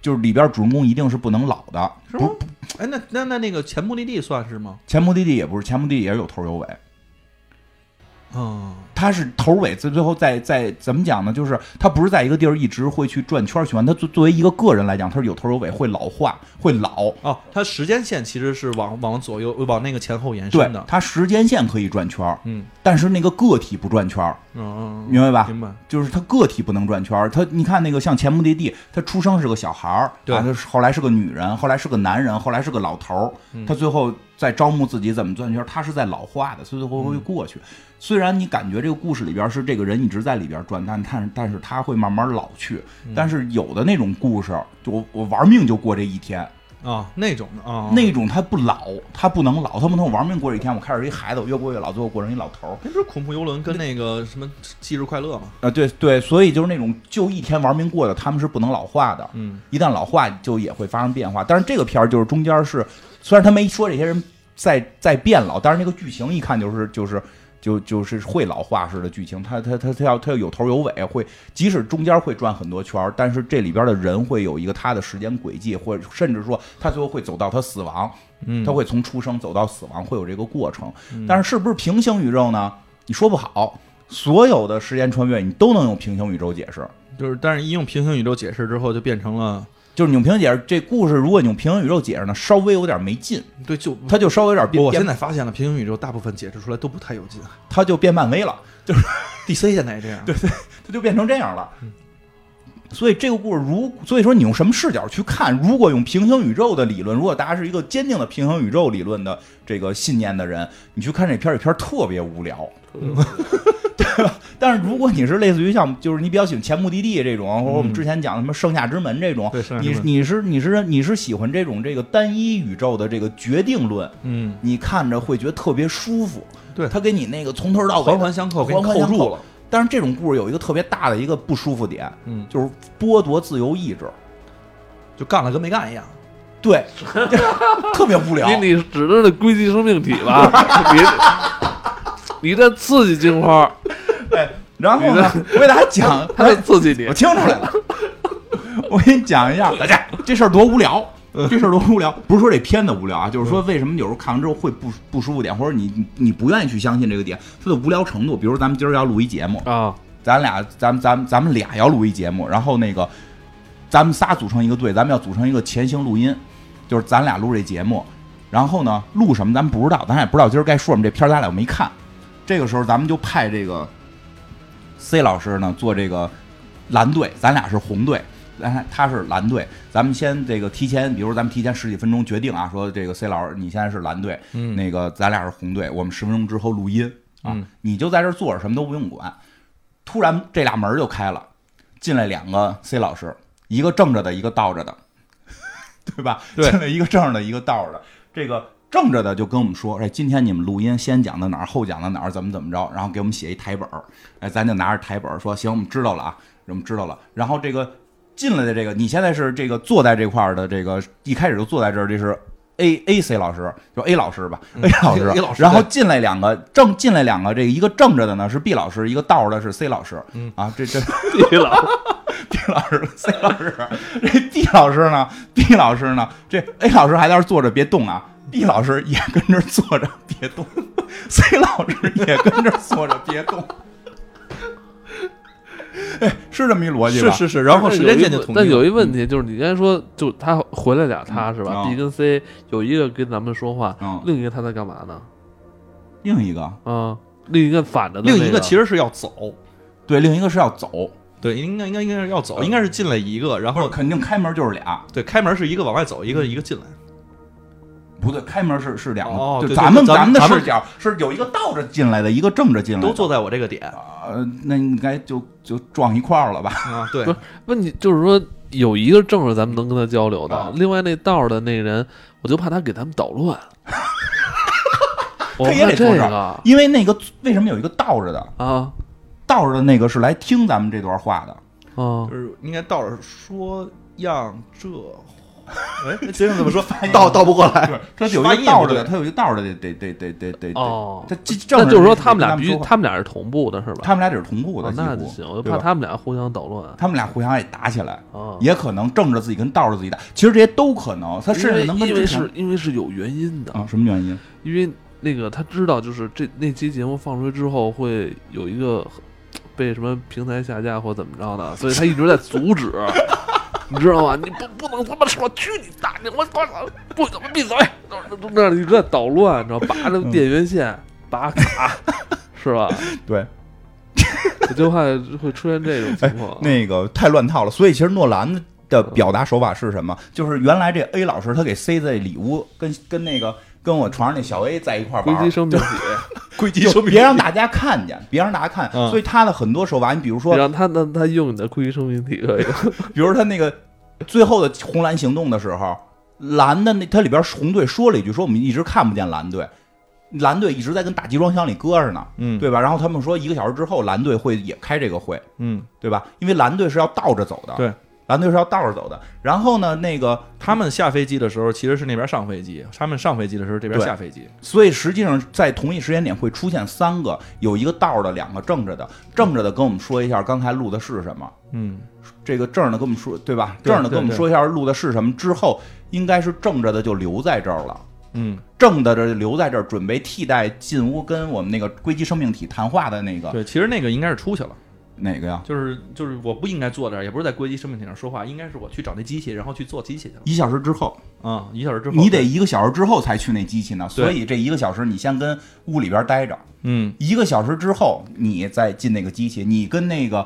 B: 就是里边主人公一定是不能老的，
C: 是
B: 不
C: 吗？哎，那那那那个前目的地算是吗？
B: 前目的地也不是，前目的地也是有头有尾，
C: 嗯，
B: 它是头尾最最后在在怎么讲呢？就是它不是在一个地儿一直会去转圈圈，它作作为一个个人来讲，它是有头有尾，会老化，会老。
C: 哦，它时间线其实是往往左右往那个前后延
B: 对
C: 伸的，。
B: 它时间线可以转圈儿，
C: 嗯
B: 但是那个个体不转圈儿，
C: 嗯，嗯
B: 明白吧？
C: 明白。
B: 就是他个体不能转圈儿，他你看那个像前目的地，他出生是个小孩儿，
C: 对
B: 啊，他是后来是个女人，后来是个男人，后来是个老头儿，他最后在招募自己怎么转圈儿，他是在老化的，所以最后会过去。虽然你感觉这个故事里边是这个人一直在里边转，但但但是他会慢慢老去。但是有的那种故事，就我我玩命就过这一天，
C: 啊，那种的啊，
B: 那种他不老，他不能老，他不能我玩命过这一天，我开始一孩子，我越过越老，最后过成一老头儿。
C: 那不是恐怖游轮跟那个什么忌日快乐吗？
B: 啊，对对，所以就是那种就一天玩命过的，他们是不能老化的。
C: 嗯，
B: 一旦老化就也会发生变化。但是这个片儿就是中间是，虽然他没说这些人在在变老，但是那个剧情一看就是就是就就是会老化式的剧情，他他他他要他要有头有尾，会即使中间会转很多圈儿，但是这里边的人会有一个他的时间轨迹，或者甚至说他最后会走到他死亡，
C: 嗯
B: 他会从出生走到死亡，会有这个过程。但是是不是平行宇宙呢？你说不好。所有的时间穿越，你都能用平行宇宙解释。
C: 就是，但是一用平行宇宙解释之后，就变成了
B: 就是你用平行解释这故事，如果你用平行宇宙解释呢，稍微有点没劲，
C: 对，就
B: 它就稍微有点变，
C: 我现
B: 变
C: 在发现了，平行宇宙大部分解释出来都不太有劲。
B: 它就变漫威了，
C: DC 现在也这样，对，嗯
B: 它就变成这样了。所以这个故事如，所以说你用什么视角去看？如果用平行宇宙的理论，如果大家是一个坚定的平行宇宙理论的这个信念的人，你去看这片儿，这片儿特别无聊。
C: 嗯
B: 但是如果你是类似于像，就是你比较喜欢前目的地这种，或者我们之前讲的什么盛夏之门这种，
C: 对盛夏之
B: 你
C: 门
B: 你是你是你是喜欢这种这个单一宇宙的这个决定论，
C: 嗯，
B: 你看着会觉得特别舒服。
C: 对
B: 他给你那个从头到尾
C: 环环相扣，给你
B: 环环
C: 扣
B: 相
C: 住了。。
B: 但是这种故事有一个特别大的一个不舒服点，
C: 嗯，
B: 就是剥夺自由意志。
C: 就干了跟没干一样。
B: 对， 特别无聊。
A: 你你指的是硅基生命体 吧？你你这刺激金花，
B: 哎然后呢，我给大家讲，
A: 他在刺激你
B: 我。听出来了。 我给你讲一下，大家这事儿多无聊，这事儿多无聊。不是说这片子无聊啊，就是说为什么有时候看完之后会不不舒服点，或者你你你不愿意去相信这个点，它的无聊程度。比如咱们今儿要录一节目，
A: 啊，
B: 咱俩咱们咱们咱们俩要录一节目，然后那个咱们仨组成一个队，咱们要组成一个前行录音，就是咱俩录这节目，然后呢录什么咱们不知道，咱也不知道今儿该说什么，这片儿咱俩又没看，这个时候咱们就派这个 C 老师呢做这个蓝队，咱俩是红队。咱俩他是蓝队，咱们先这个提前，比如咱们提前十几分钟决定啊，说这个 C 老师你现在是蓝队，
C: 嗯
B: 那个咱俩是红队，我们十分钟之后录音啊，
C: 嗯
B: 你就在这儿坐着，什么都不用管。突然这俩门儿就开了，进来两个 C 老师，一个正着的，一个倒着的， 对吧？
C: 对
B: 进来一个正着的，一个倒着的。这个正着的就跟我们说，哎，今天你们录音先讲到哪儿，后讲到哪儿，怎么怎么着，然后给我们写一台本儿，哎，咱就拿着台本儿说，行，我们知道了啊，我们知道了。然后这个进来的这个，你现在是这个坐在这块儿的这个，一开始就坐在这儿，这是 A A C 老师，就 A 老师吧、a 老师
C: 嗯 A 老师
B: 然后
C: 对
B: 进来两个正进来两个，这个一个正着的呢是 B 老师，一个倒着的是 C 老师，
C: 嗯
B: 啊，这这。
A: 你老
B: B 老师，C 老师，这 B 老师呢？B 老师呢？这 A 老师还在那儿坐着别动啊，B 老师也跟着坐着别动，C 老师也跟着坐着别动。哎，是这么一逻辑吧？
C: 是是是， 然后时间线就统一了。
A: 但有一问题就是，你刚才说，就他回来俩他是吧
B: 嗯
A: ？B 跟 C 有一个跟咱们说话
B: 嗯，
A: 另一个他在干嘛呢？
B: 另一个，
A: 啊，另一个反着的那，
C: 另一个其实是要走，
B: 对，另一个是要走，
C: 对，应该应该应该是要走，应该是进来一个，然后
B: 肯定开门就是俩，
C: 对，开门是一个往外走，一个一个进来。
B: 不对，开门是是两个，
C: 哦
B: 就
C: 对对
B: 咱们
C: 咱们
B: 的
C: 咱们
B: 视角是有一个倒着进来的，一个正着进来的，
C: 都坐在我这个点
B: 呃，那应该就就撞一块儿了吧？
C: 啊，对
A: 不，是问题就是说，有一个正是咱们能跟他交流的
B: 啊，
A: 另外那道儿的那人，我就怕他给咱们捣乱。我
B: 他也
A: 怕
B: 得
A: 这
B: 坐这
A: 个
B: 儿，因为那个为什么有一个倒着的？
A: 啊
B: 倒着的那个是来听咱们这段话的，
A: 啊
B: 哦
C: 就，是应该倒着说样这，哎，这样怎么说？ 倒倒不过 来，
B: 他有
C: 发
B: 一个
C: 音也
B: 倒
C: 不
B: 着的，
C: 对
B: 他有一个倒着的，得得得得得得，
A: 哦
B: 他这正
A: 那
B: 着
A: 就是说
B: 得
A: 他们俩
B: 跟
A: 必须，
B: 说话
A: 他们俩是同步的，是吧？
B: 他们俩得是同步的，
A: 哦，
B: 几
A: 那
B: 乎
A: 就行，我就
B: 对
A: 怕
B: 吧
A: 他们俩互相捣乱。
B: 他们俩互相也打起来，
A: 啊，
B: 也可能正着自己跟倒着自己打，其实这些都可能，他甚
A: 因为
B: 至能跟
A: 因为
B: 之前
A: 是因为是有原因的，
B: 啊什么原因？
A: 因为那个他知道，就是这那期节目放出去之后会有一个被什么平台下架或怎么着的，所以他一直在阻止，你知道吗？你不不能他妈说去你大爷！我我操，不怎么闭嘴，都都那样一直在捣乱，你知道吧，拔着电源线，拔卡，是吧？
B: 对，
A: 我就怕会出现这种情况。
B: 那个太乱套了，所以其实诺兰的表达手法是什么？就是原来这 A 老师他给 C 在里屋跟跟那个跟我床上那小 A 在一块儿
A: 危
B: 玩
A: 机
B: 儿，
A: 生命体，
C: 归集
B: 就
C: 生
B: 别让大家看见，别让大家看。
C: 嗯
B: 所以他的很多手法，你比如
A: 你
B: 说，
A: 让他那他用你的危机生命体可以。
B: 比如他那个最后的红蓝行动的时候，蓝的那他里边红队说了一句，说我们一直看不见蓝队，蓝队一直在跟打集装箱里搁着呢，
C: 嗯
B: 对吧？然后他们说一个小时之后蓝队会也开这个会，
C: 嗯，
B: 对吧？因为蓝队是要倒着走的，
C: 对，
B: 蓝队是要倒着走的。然后呢，那个
C: 他们下飞机的时候其实是那边上飞机，他们上飞机的时候这边
B: 对
C: 下飞机，
B: 所以实际上在同一时间点会出现三个，有一个倒着的，两个正着的。正着的跟我们说一下刚才录的是什么，
C: 嗯，
B: 这个正着的跟我们说对吧？
C: 对
B: 正着的跟我们
C: 对对
B: 说一下录的是什么，之后应该是正着的就留在这儿了。
C: 嗯，
B: 正的这留在这儿，准备替代进屋跟我们那个硅基生命体谈话的那个
C: 对，其实那个应该是出去了，
B: 哪个呀？
C: 就是就是我不应该坐这儿，也不是在硅基生命体上说话，应该是我去找那机器，然后去做机器去了。
B: 一小时之后，
C: 啊、一小时之后
B: 你得一个小时之后才去那机器呢，
C: 对
B: 所以这一个小时你先跟屋里边待着，
C: 嗯
B: 一个小时之后你再进那个机器，你跟那个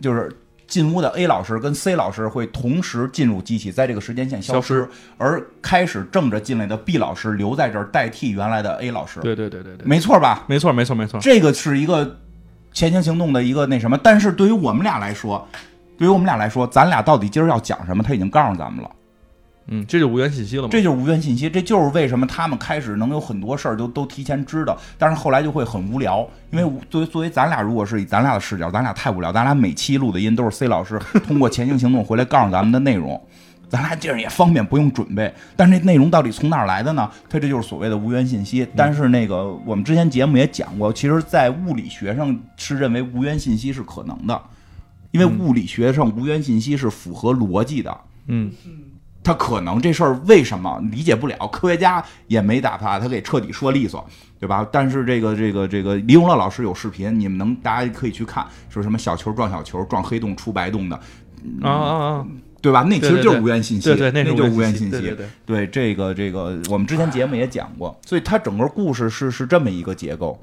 B: 就是进屋的 A 老师跟 C 老师会同时进入机器，在这个时间线消失，而开始正着进来的 B 老师留在这儿代替原来的 A 老师，
C: 对对对对对，
B: 没错吧？
C: 没错没错没错，
B: 这个是一个前行行动的一个那什么，但是对于我们俩来说，对于我们俩来说，咱俩到底今儿要讲什么，他已经告诉咱们了。
C: 嗯，这就无源信息了嘛。
B: 这就是无源信息，这就是为什么他们开始能有很多事儿都都提前知道，但是后来就会很无聊，因为作为作为咱俩，如果是以咱俩的视角，咱俩太无聊，咱俩每期录的音都是 C 老师通过前行行动回来告诉咱们的内容。咱俩这样也方便，不用准备。但是那内容到底从哪儿来的呢？它这就是所谓的无源信息。但是那个我们之前节目也讲过，其实，在物理学上是认为无源信息是可能的，因为物理学上无源信息是符合逻辑的。
C: 嗯，
B: 他可能这事儿为什么理解不了，科学家也没打怕他给彻底说利索，对吧？但是这个这个这个李永乐老师有视频，你们能大家可以去看，说什么小球撞小球撞黑洞出白洞的，
C: 啊啊啊！
B: 对吧？那其实
C: 对对
B: 就是无源信息，
C: 对对，
B: 那
C: 是
B: 就是
C: 无
B: 无
C: 源
B: 源信息。
C: 对对对，
B: 对这个这个，我们之前节目也讲过，所以它整个故事是是这么一个结构。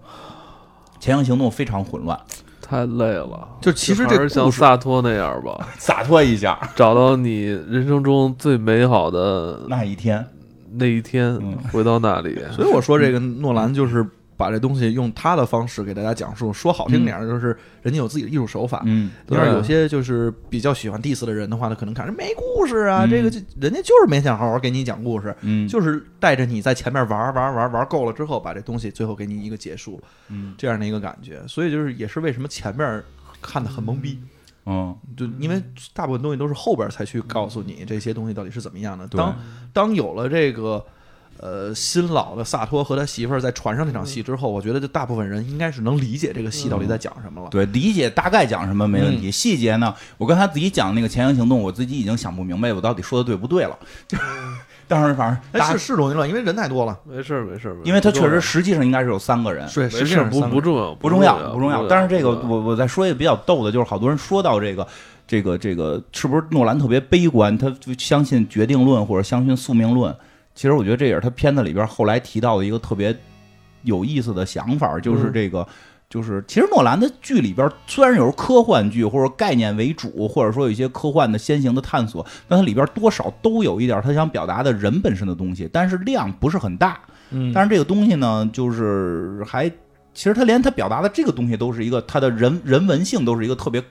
B: 前行行动非常混乱，
A: 太累了。
C: 就其实这
A: 还是像
C: 故事
A: 萨托那样吧，
B: 洒脱一下
A: 找到你人生中最美好的
B: 那一天，
A: 那一天
B: 嗯，
A: 回到那里。
C: 所以我说这个诺兰就是把这东西用他的方式给大家讲述，说好听点儿就是人家有自己的艺术手法。
B: 嗯，
A: 对
C: 要是有些就是比较喜欢 diss 的人的话呢，可能看人没故事啊，
B: 嗯
C: 这个就人家就是没想好好给你讲故事，
B: 嗯
C: 就是带着你在前面玩儿玩儿玩儿玩儿够了之后，把这东西最后给你一个结束，
B: 嗯
C: 这样的一个感觉。所以就是也是为什么前面看的很懵逼，
B: 嗯
C: 就因为大部分东西都是后边才去告诉你这些东西到底是怎么样的。
B: 对
C: 当当有了这个呃新老的萨托和他媳妇儿在船上那场戏之后，我觉得就大部分人应该是能理解这个戏到底在讲什么了。
B: 对，理解大概讲什么没问题，细节呢，我刚才自己讲那个前行行动，我自己已经想不明白我到底说的对不对了。 但是反正
C: 哎，
B: 大
C: 是
B: 家，
C: 是容易乱，因为人太多了。
A: 没事儿没事儿，没事儿
B: 因为它确实实际上应该是有三个人，
C: 对，
A: 没
C: 实际
A: 事儿
C: 上
A: 不
C: 三个
A: 不重要
B: 不重
A: 重
B: 要，
A: 不
B: 重
A: 要。
B: 但是这个
A: 不重要
B: 我我再说一个比较逗的，就是好多人说到这个这个这个，是不是诺兰特别悲观？他就相信决定论或者相信宿命论。其实我觉得这也是他片子里边后来提到的一个特别有意思的想法，就是
A: 嗯
B: 这个。就是，其实诺兰的剧里边虽然有时候科幻剧或者概念为主，或者说有一些科幻的先行的探索，但它里边多少都有一点他想表达的人本身的东西，但是量不是很大。
C: 嗯，
B: 但是这个东西呢，就是还其实他连他表达的这个东西都是一个他的人人文性都是一个特别。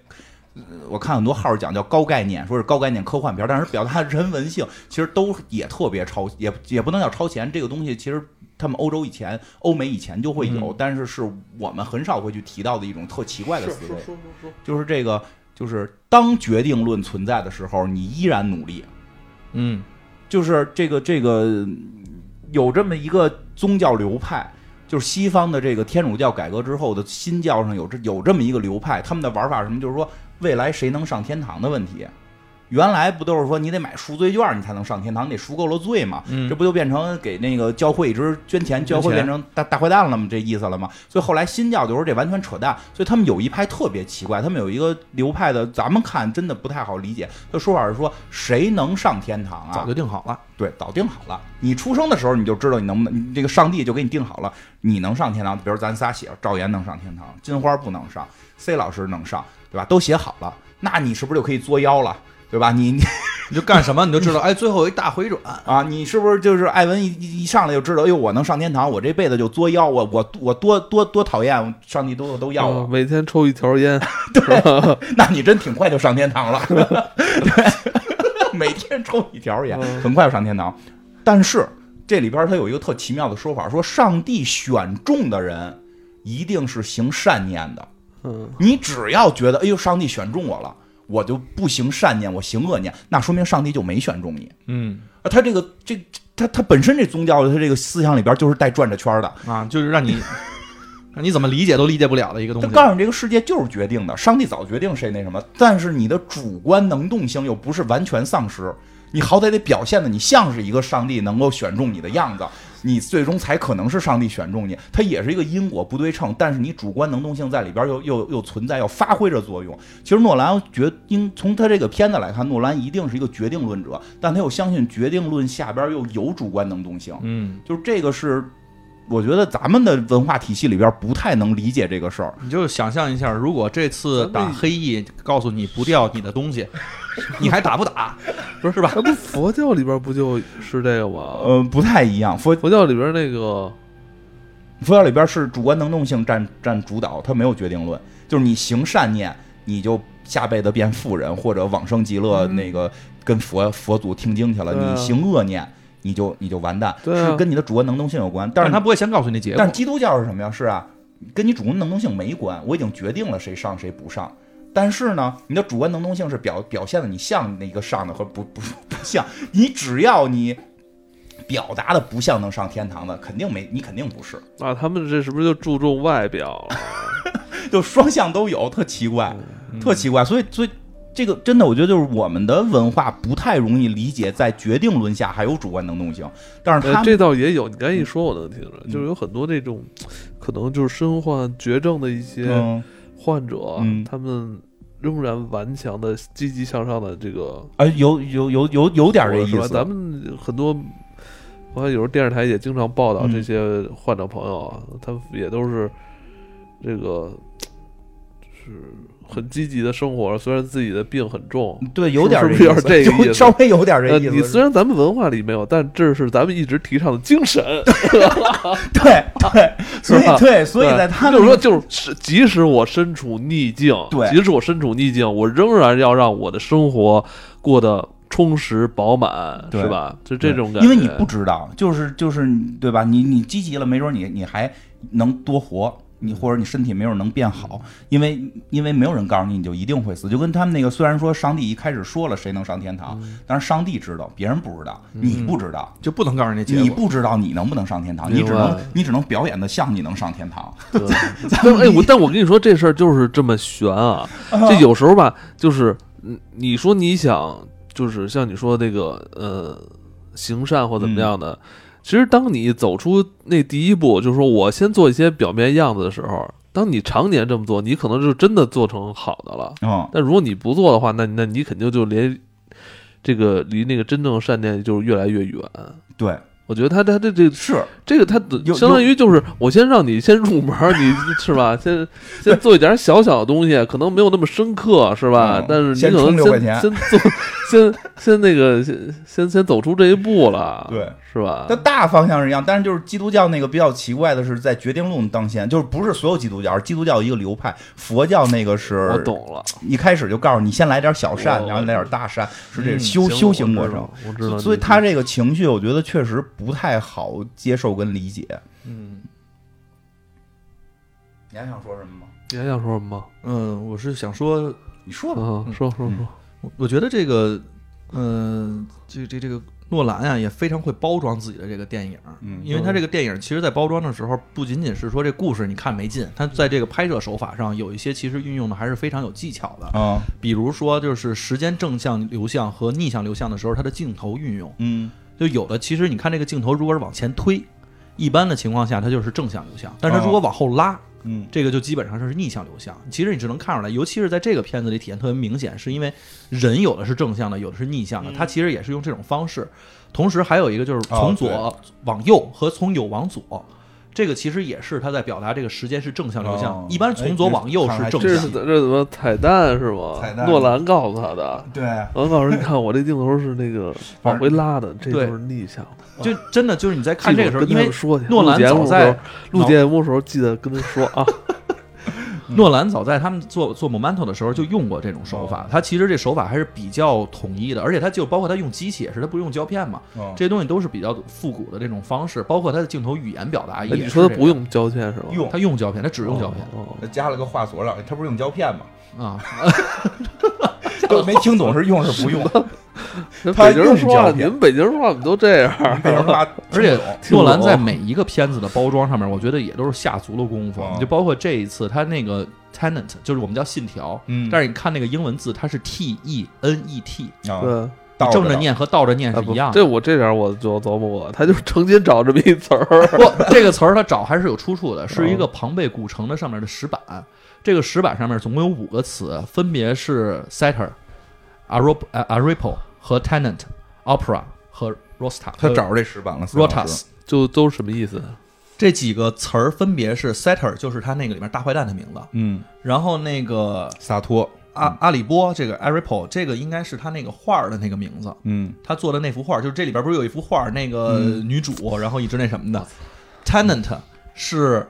B: 呃我看很多号儿讲叫高概念，说是高概念科幻片儿，但是表达人文性其实都也特别超，也也不能叫超前。这个东西其实他们欧洲以前、欧美以前就会有，但是是我们很少会去提到的一种特奇怪的思维。就是这个，就是当决定论存在的时候，你依然努力。
C: 嗯，
B: 就是这个这个嗯有这么一个宗教流派，就是西方的这个天主教改革之后的新教上有这有这么一个流派，他们的玩法是什么？就是说未来谁能上天堂的问题。原来不都是说你得买赎罪券你才能上天堂，你得赎够了罪嘛？
C: 嗯
B: 这不就变成给那个教会一直捐钱，教会变成大大坏蛋了吗？这意思了吗？所以后来新教就说这完全扯淡，所以他们有一派特别奇怪，他们有一个流派的，咱们看真的不太好理解。他说法是说谁能上天堂啊？
C: 早就定好了。
B: 对，早定好了。你出生的时候你就知道你能不能，你这个上帝就给你定好了，你能上天堂。比如咱仨写，赵岩能上天堂，金花不能上，C 老师能上，对吧？都写好了，那你是不是就可以作妖了？对吧？你你
C: 你就干什 么你就知道，哎，最后一大回转，
B: 啊，你是不是就是艾文一一一上来就知道，哎呦，我能上天堂，我这辈子就作妖，我我我多多多讨厌上帝都都要啊
A: 嗯
B: 我，
A: 每天抽一条 烟，
B: 那你真挺快就上天堂了。 对，每天抽一条烟，
A: 嗯
B: 很快就上天堂。但是这里边它有一个特奇妙的说法，说上帝选中的人一定是行善念的。
A: 嗯，
B: 你只要觉得，哎呦，上帝选中我了，我就不行善念，我行恶念，那说明上帝就没选中你。
C: 嗯
B: 啊，他这个这他他本身这宗教他这个思想里边就是带转着圈儿的。
C: 啊，就是让 你让你怎么理解都理解不了的一个东
B: 他
C: 西。
B: 告诉你这个世界就是决定的，上帝早决定谁那什么，但是你的主观能动性又不是完全丧失，你好歹得表现的你像是一个上帝能够选中你的样子，你最终才可能是上帝选中你。它也是一个因果不对称，但是你主观能动性在里边又又又存在，要发挥着作用。其实诺兰决应从他这个片子来看，诺兰一定是一个决定论者，但他又相信决定论下边又有主观能动性，
C: 嗯，
B: 就是这个是我觉得咱们的文化体系里边不太能理解这个事儿。
C: 你就想象一下，如果这次打黑翼告诉你不掉你的东 西，你还打不打？不是吧？
A: 那不佛教里边不就是这个吗？
B: 呃，不太一样。佛
A: 佛教里边那个
B: 佛教里边是主观能动性占占主导，它没有决定论。就是你行善念，你就下辈子变富人或者往生极乐，
A: 嗯
B: 那个跟佛佛祖听经去了。
A: 对啊
B: 你行恶念，你就你就完蛋，
A: 对啊
B: 是跟你的主观能动性有关。但
C: 但
B: 是
C: 是他不会先告诉你结
B: 但
C: 果
B: 是。基督教是什么呀？是啊，跟你主观能动性没关，我已经决定了谁上谁不上。但是呢，你的主观能动性是表表现的你像那个上的和不不不像，你只要你表达的不像能上天堂的，肯定没你肯定不是，
A: 啊，他们这是不是就注重外表 了？
B: 就双向都有，特奇怪，
C: 嗯
B: 特奇怪。所以所以这个真的，我觉得就是我们的文化不太容易理解，在决定论下还有主观能动性，但是他
A: 呃，
B: 们嗯
A: 这倒也有，你刚才一说我能听出来，就是有很多那种可能就是身患绝症的一些
B: 嗯
A: 患者，
B: 嗯
A: 他们仍然顽强的、积极向上的这个
B: 啊有有有有有点这
A: 是
B: 意
A: 吧？
B: 思，
A: 咱们很多，我看有时候电视台也经常报道
B: 嗯
A: 这些患者朋友啊，他们也都是这个就是很积极的生活，虽然自己的病很重。
B: 对，有点
A: 是不
B: 这
A: 是
B: 意
A: 有
B: 思，
A: 点这个意
B: 就
A: 思
B: 稍微有点这
A: 呃，
B: 意思。
A: 你虽然咱们文化里没有，但这是咱们一直提倡的精神，
B: 对对， 所
A: 是吧
B: 以对，所以在他
A: 就是
B: 们
A: 说，就是即使我身处逆境，
B: 对
A: 即使我身处逆境，我仍然要让我的生活过得充实饱满，
B: 对
A: 是吧？就这种感觉，
B: 因为你不知道，就是就是对吧？你你积极了，没准你你还能多活。你或者你身体没准能变好，因为因为没有人告诉你你就一定会死，就跟他们那个虽然说上帝一开始说了谁能上天堂，
A: 嗯
B: 但是上帝知道，别人不知道，你不知道，
C: 就不能告诉你结
B: 你
C: 果。
B: 不知道你能不能上天堂，
A: 明白
B: 你只能你只能表演的像你能上天堂，
A: 对但哎，我但我跟你说，这事儿就是这么悬 啊！这有时候吧，就是嗯你说你想，就是像你说那个呃，行善或怎
B: 嗯
A: 么样的，其实当你走出那第一步，就是说我先做一些表面样子的时候，当你常年这么做，你可能就真的做成好的了。
B: 嗯，
A: 但如果你不做的话，那那你肯定就连这个离那个真正善念就是越来越远。
B: 对，
A: 我觉得他他这这
B: 是
A: 这个他
B: 有
A: 相当于就是我先让你先入门儿， 你是吧？先先做一点小小的东西，可能没有那么深刻，是吧？
B: 嗯
A: 但是你
B: 先
A: 可能
B: 充六块钱
A: 先先做 先先那个先先先走出这一步了，
B: 对，
A: 是吧
B: 它？大方向是一样，但是就是基督教那个比较奇怪的是，在决定论当先，就是不是所有基督教，而基督教有一个流派，佛教那个是
A: 我，懂了，
B: 一开始就告诉你先来点小善，
A: 我
B: 然后来点大善，是这
C: 嗯
B: 修
A: 行
B: 嗯修行过
A: 我知
B: 程
A: 道。我知道。
B: 所以他这个情绪，我觉得确实不太好接受跟理解。
C: 嗯
B: 你还想说什么吗？
A: 你还想说什么吗？
C: 嗯，我是想说，
B: 你说吧。
A: 嗯，说说说，
C: 我我觉得这个，嗯、这这这个诺兰啊，也非常会包装自己的这个电影。
B: 嗯
C: 因为他这个电影，其实在包装的时候，不仅仅是说这故事你看没劲，他在这个拍摄手法上有一些其实运用的还是非常有技巧的。
B: 啊，
C: 比如说，就是时间正向流向和逆向流向的时候，它的镜头运用，
B: 嗯，
C: 就有的其实你看这个镜头如果是往前推，一般的情况下它就是正向流向，但是它如果往后拉，
B: 嗯，
C: 这个就基本上是逆向流向。其实你只能看出来，尤其是在这个片子里体现特别明显，是因为人有的是正向的，有的是逆
A: 嗯
C: 向的，它其实也是用这种方式。同时还有一个就是从
A: 哦
C: 左往右和从右往左。这个其实也是他在表达这个时间是正向流向，
B: 哦
C: 一般从左往右是正
A: 这
B: 哎
A: 是
C: 向，
A: 怎这是怎么彩蛋是吗？
B: 彩蛋
A: 诺兰告诉他的。
B: 对，
A: 我告诉你看，我这镜头是那 个往回拉的，这
C: 对
A: 就是逆向。
C: 就真的就是你在看这个时候，
A: 记住跟
C: 因
A: 他
C: 为
A: 们说去
C: 诺兰
A: 录节
C: 早
A: 目
C: 在
A: 的时候录节目的时候记得跟他说啊，
C: 诺兰早在他们做做 Momento 的时候就用过这种手法，他其实这手法还是比较统一的，而且他就包括他用机器也是，他不是用胶片嘛，
B: 嗯
C: 这些东西都是比较复古的这种方式，包括他的镜头语言表达 也是、
A: 哎你说他不，用胶片是吧？
B: 用
C: 他用胶片，他只用胶片、
A: 哦，
B: 加了个话锁了，他不是用胶片 吗？
C: 啊，
B: 都没听懂是用是不 用，
A: 那
B: 他
A: 北京人说话，
B: 用胶
A: 你
B: 片
A: 们北京人说话怎么都这样？
B: 被人骂
C: 而
B: 听
C: 且
B: 不懂。
C: 诺兰在每一个片子的包装上面，我觉得也都是下足了功夫
B: 哦，
C: 就包括这一次他那个 Tenant，就是我们叫信条，
B: 嗯
C: 但是你看那个英文字，它是 T E N E T，
B: 啊
A: 对，
B: 倒
C: 正
B: 的
C: 着念和倒着念
A: 哎
C: 是
A: 不
C: 一样的。
A: 这我这点我就琢磨过，他就成天找这么一词 儿，
C: 不，这个词儿它找还是有出处的，是一个庞贝古城的上面的石板。这个石板上面总共有五个词，分别是 setter、arop、呃 aripo 和 tenant、opera 和呃 rosta。
B: 他找着这石板了。
C: rotas 嗯
A: 就都什么意思？
C: 这几个词儿分别是 Setter，就是他那个里面大坏蛋的名字，
B: 嗯，
C: 然后那个
B: 洒脱，
C: 阿阿里波这个 a r i p o 这个应该是他那个画儿的那个名字，
B: 嗯
C: 他做的那幅画，就是这里边不是有一幅画，那个
A: 嗯
C: 女主，然后一直那什么的，Tenant 是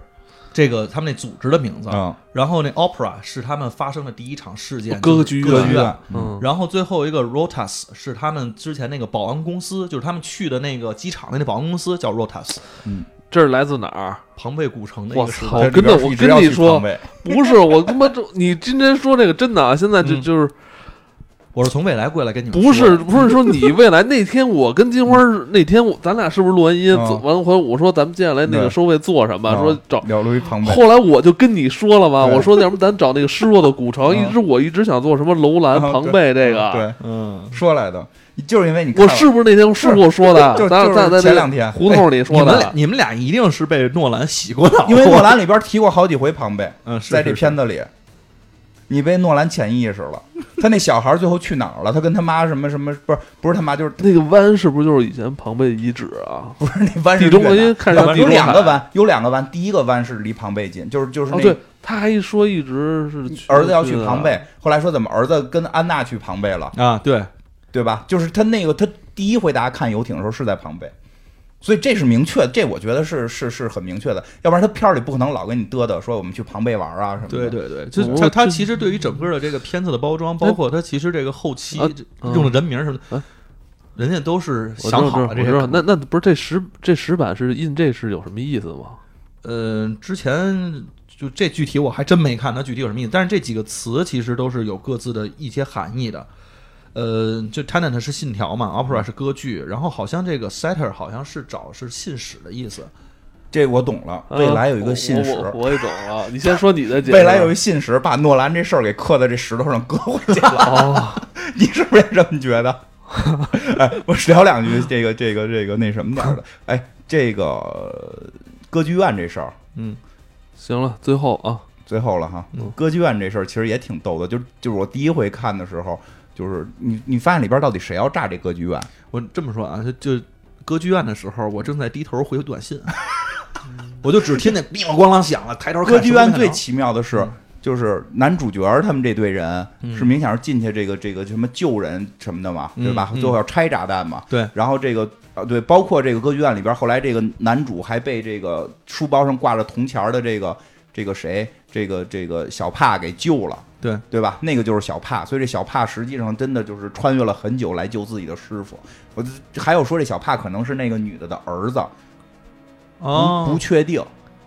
C: 这个他们那组织的名字，
B: 啊，
C: 然后那 Opera 是他们发生的第一场事件，
A: 歌
C: 就是
A: 剧
C: 歌
A: 院
C: 剧院。
A: 嗯，
C: 然后最后一个 Rotas 是他们之前那个保安公司，就是他们去的那个机场的那保安公司叫 Rotas，
A: 这是来自哪儿？
C: 庞贝古城的一
A: 我
C: 个时
A: 操
C: 代。
A: 哦
B: 这里边
A: 真的
B: 是
A: 我
B: 一直要
A: 跟你
B: 去
A: 说
B: 防卫
A: 不是我他妈这，你今天说这个真的啊？现在就
C: 嗯
A: 就是
C: 我是从未来过来跟你 们
A: 不
C: 说
A: 是
C: 的
A: 不是说你未来那天我跟金花 儿那天我咱俩是不是录完音
B: 啊
A: 走完回我说咱们接下来那个
B: 对
A: 收费做什么？
B: 啊
A: 说找
B: 了如于庞贝，
A: 后来我就跟你说了嘛，
B: 对
A: 我说要不咱找那个失落的古城，
B: 嗯
A: 一直我一直想做什么楼兰、
B: 啊
A: 庞贝这个，
B: 对，
C: 嗯，
B: 说来的，就是因为你看
A: 我
B: 了
A: 是不是那天是跟我说的？
B: 就
A: 咱俩
B: 就是
A: 咱俩在
B: 前
A: 那
B: 两天哎
A: 胡同里
C: 你
A: 说
C: 们俩
A: 的，
C: 你们俩一定是被诺兰洗过脑，
B: 因为诺兰里边提过好几回庞贝，
C: 嗯是
B: 在
C: 是
B: 这
C: 是
B: 片子里，你被诺兰潜意识了。他那小孩最后去哪儿了？他跟他妈什么什么？不是不是他妈，就是
A: 那个湾是不是就是以前庞贝遗址啊？
B: 不是那湾是
A: 地中
B: 越南
A: 因为看上
B: 啊有
A: 地中
B: 有两
A: 海
B: 个湾，有两个湾，第一个湾是离庞贝近，就是就是
A: 哦，
B: 那
A: 对，他还一说一直是去
B: 儿子要去
A: 的
B: 庞贝，后来说怎么儿子跟安娜去庞贝了，
C: 啊，对，
B: 对吧？就是他那个他第一回大家看游艇的时候是在庞贝。所以这是明确的，这我觉得是是是很明确的，要不然他片儿里不可能老跟你嘚嘚说我们去庞贝玩啊什么的。
C: 对对对，就
A: 我
C: 他他
A: 这
C: 其实对于整个的这个片子的包装，包括他其实这个后期
A: 啊
C: 这
A: 嗯
C: 用的人名什么的
A: 啊，
C: 人家都是
A: 我知道
C: 想好
A: 我
C: 了
A: 知道
C: 这些
A: 我知道
C: 梗。
A: 那那不是这石这石板是印这是有什么意思吗？
C: 呃，之前就这具体我还真没看它具体有什么意思，但是这几个词其实都是有各自的一些含义的。呃，就 tenant 是信条嘛，opera 是歌剧，然后好像这个 setter 好像是找是信使的意思。
B: 这我懂了。未来有一个信使
A: 啊我，我我也懂了。你先说你的解释。
B: 未来有一信使把诺兰这事儿给刻在这石头上搁回去了，
A: 哦，
B: 你是不是也这么觉得？ 哎，我聊两句这个这个这个那什么点儿的。哎，这个呃歌剧院这事儿，
C: 嗯
A: 行了，最后啊，
B: 最后了哈
C: 嗯，
B: 歌剧院这事儿其实也挺逗的，就就是我第一回看的时候，就是你你发现里边到底谁要炸这歌剧院？
C: 我这么说啊，就就歌剧院的时候，我正在低头回短信，我就只听见叮咣啷响了，嗯抬头看
B: 歌剧
C: 什么都
B: 院
C: 没看
B: 最
C: 着
B: 奇妙的是，就是男主角他们这队人是明显是进去这个这个什么救人什么的嘛，对吧？
C: 嗯嗯嗯
B: 最后要拆炸弹嘛。
C: 对
B: 然后这个啊，对，包括这个歌剧院里边，后来这个男主还被这个书包上挂着铜钱儿的这个这个谁，这个这个小帕给救了。
C: 对
B: 对吧？那个就是小帕，所以这小帕实际上真的就是穿越了很久来救自己的师傅。我还有说这小帕可能是那个女的的儿子，
C: 哦，
B: 不不确定，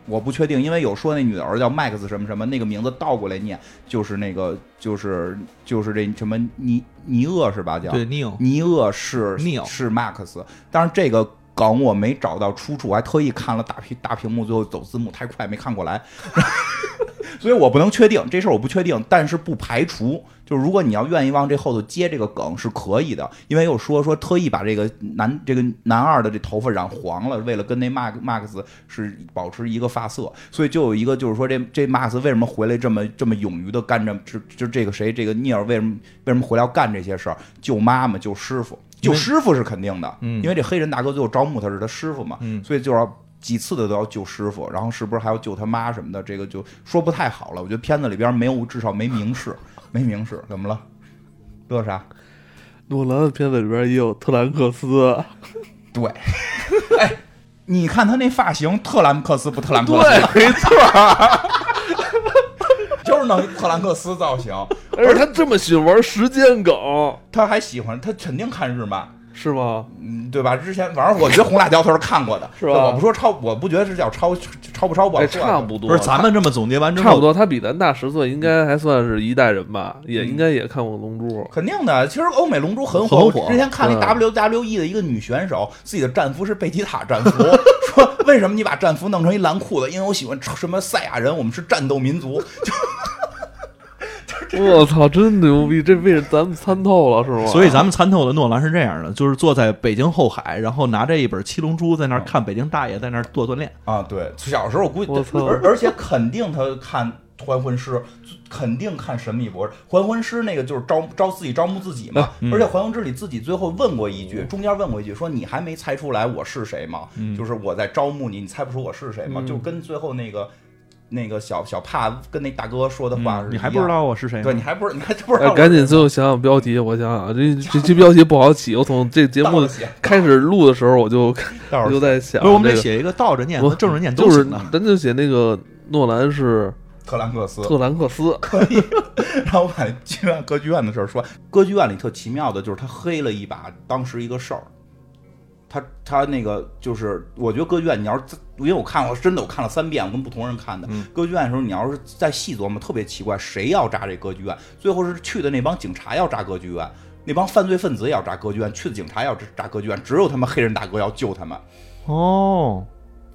B: 我不确定，因为有说那女的儿子叫 Max 什么什么，那个名字倒过来念就是那个就是就是这什么尼尼厄是吧？叫
C: 对 Neil，
B: 尼厄是
C: Neil
B: 是 Max，但是这个。梗我没找到出处，还特意看了大屏大屏幕，最后走字幕太快没看过来，所以我不能确定这事儿，我不确定，但是不排除，就是如果你要愿意往这后头接这个梗是可以的，因为有说说特意把这个男这个男二的这头发染黄了，为了跟那 Max Max 是保持一个发色，所以就有一个就是说这这 Max 为什么回来这么这么勇于的干这就就这个谁这个尼尔为什么为什么回来要干这些事儿，救妈妈救师傅。救师傅是肯定的，
C: 嗯
B: 因为这黑人大哥最后招募他是他师傅嘛，
C: 嗯
B: 所以就要几次的都要救师傅，然后是不是还要救他妈什么的，这个就说不太好了。我觉得片子里边没有，至少没明示，没明示，怎么了？乐啥？
A: 诺兰的片子里边也有特兰克斯，
B: 对， 哎，你看他那发型，特兰克斯不特兰克斯，
A: 对，没错。
B: 就是弄特兰克斯造型。
A: 而且他这么喜欢玩时间梗，
B: 他还喜欢，他肯定看日漫，
A: 是吗？
B: 嗯，对吧？之前反正我觉得《红辣椒》他是看过的，
A: 是吧
B: 我不说超，我不觉得是叫超超不超不好
A: 哎，
B: 说啊
A: 差不多，
C: 不是咱们这么总结完之后，
A: 差不多。他比咱大十岁，应该还算是一代人吧，也应该也看过《龙珠》。
B: 肯定的，啊其实欧美龙珠很
C: 很
B: 火。嗯
C: 火
B: 我之前看那 WWE 的一个女选手，自己的战服是贝吉塔战服， 说为什么你把战服弄成一蓝裤子？因为我喜欢什么赛亚人，我们是战斗民族。
A: 我操，真牛逼！这被咱们参透了，是吗？
C: 所以咱们参透的诺兰是这样的，就是坐在北京后海，然后拿着一本《七龙珠》在那儿
A: 嗯
C: 看北京大爷在那儿做锻炼。
B: 啊，对，小时候我估计
A: 我，操
B: 而而且肯定他看还魂师肯定看《神秘博士》，还魂师那个就是招招自己招募自己
D: 啊
B: 嘛。
D: 嗯
B: 而且《还魂之旅》自己最后问过一句，中间问过一句，说你还没猜出来我是谁吗？
D: 嗯
B: 就是我在招募你，你猜不出我是谁吗？
A: 嗯
B: 就跟最后那个那个小小帕跟那大哥说的话
A: 嗯
B: 是一样、
D: 嗯你还不知道我是谁吗？
B: 对，你还不知你还不知道
A: 哎，
B: 我
A: 赶紧最后想想标题，我想想啊，这这期标题不好起。我从这节目
B: 倒着写
A: 开始录的时候，我就
B: 倒着
A: 我就在想，
C: 不是，我们
A: 这
C: 得
A: 个
C: 写一个倒着念
A: 我
C: 和正着念都
A: 就是嗯
C: 行的。
A: 咱就写那个诺兰是
B: 特兰克斯
A: 特兰克斯，
B: 然后我把剧院歌剧院的事儿说，歌剧院里特奇妙的就是他黑了一把当时一个事儿，他他那个就是我觉得歌剧院你要是自因为我看过真的我看了三遍，我跟不同人看的、歌剧院的时候，你要是再细琢磨，特别奇怪，谁要炸这歌剧院？最后是去的那帮警察要炸歌剧院，那帮犯罪分子也要炸歌剧院，去的警察要炸歌剧院，只有他们黑人大哥要救他们。
D: 哦，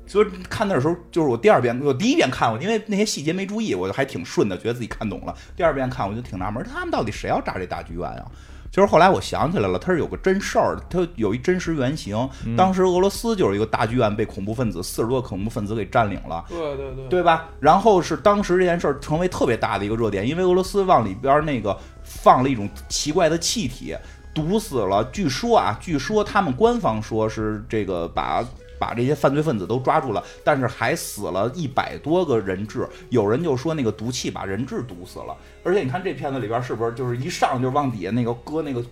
B: 所以看那时候，就是我第二遍，我第一遍看我，因为那些细节没注意，我就还挺顺的，觉得自己看懂了。第二遍看我就挺纳闷，他们到底谁要炸这大剧院啊？就是后来我想起来了，它是有个真事儿，它有一真实原型。当时俄罗斯就是一个大剧院被恐怖分子四十多个恐怖分子给占领了，
A: 对对对，
B: 对吧？然后是当时这件事儿成为特别大的一个热点，因为俄罗斯往里边儿那个放了一种奇怪的气体，毒死了。据说啊，据说他们官方说是这个把。把这些犯罪分子都抓住了，但是还死了一百多个人质。有人就说那个毒气把人质毒死了，而且你看这片子里边是不是就是一上就往底下那个搁那个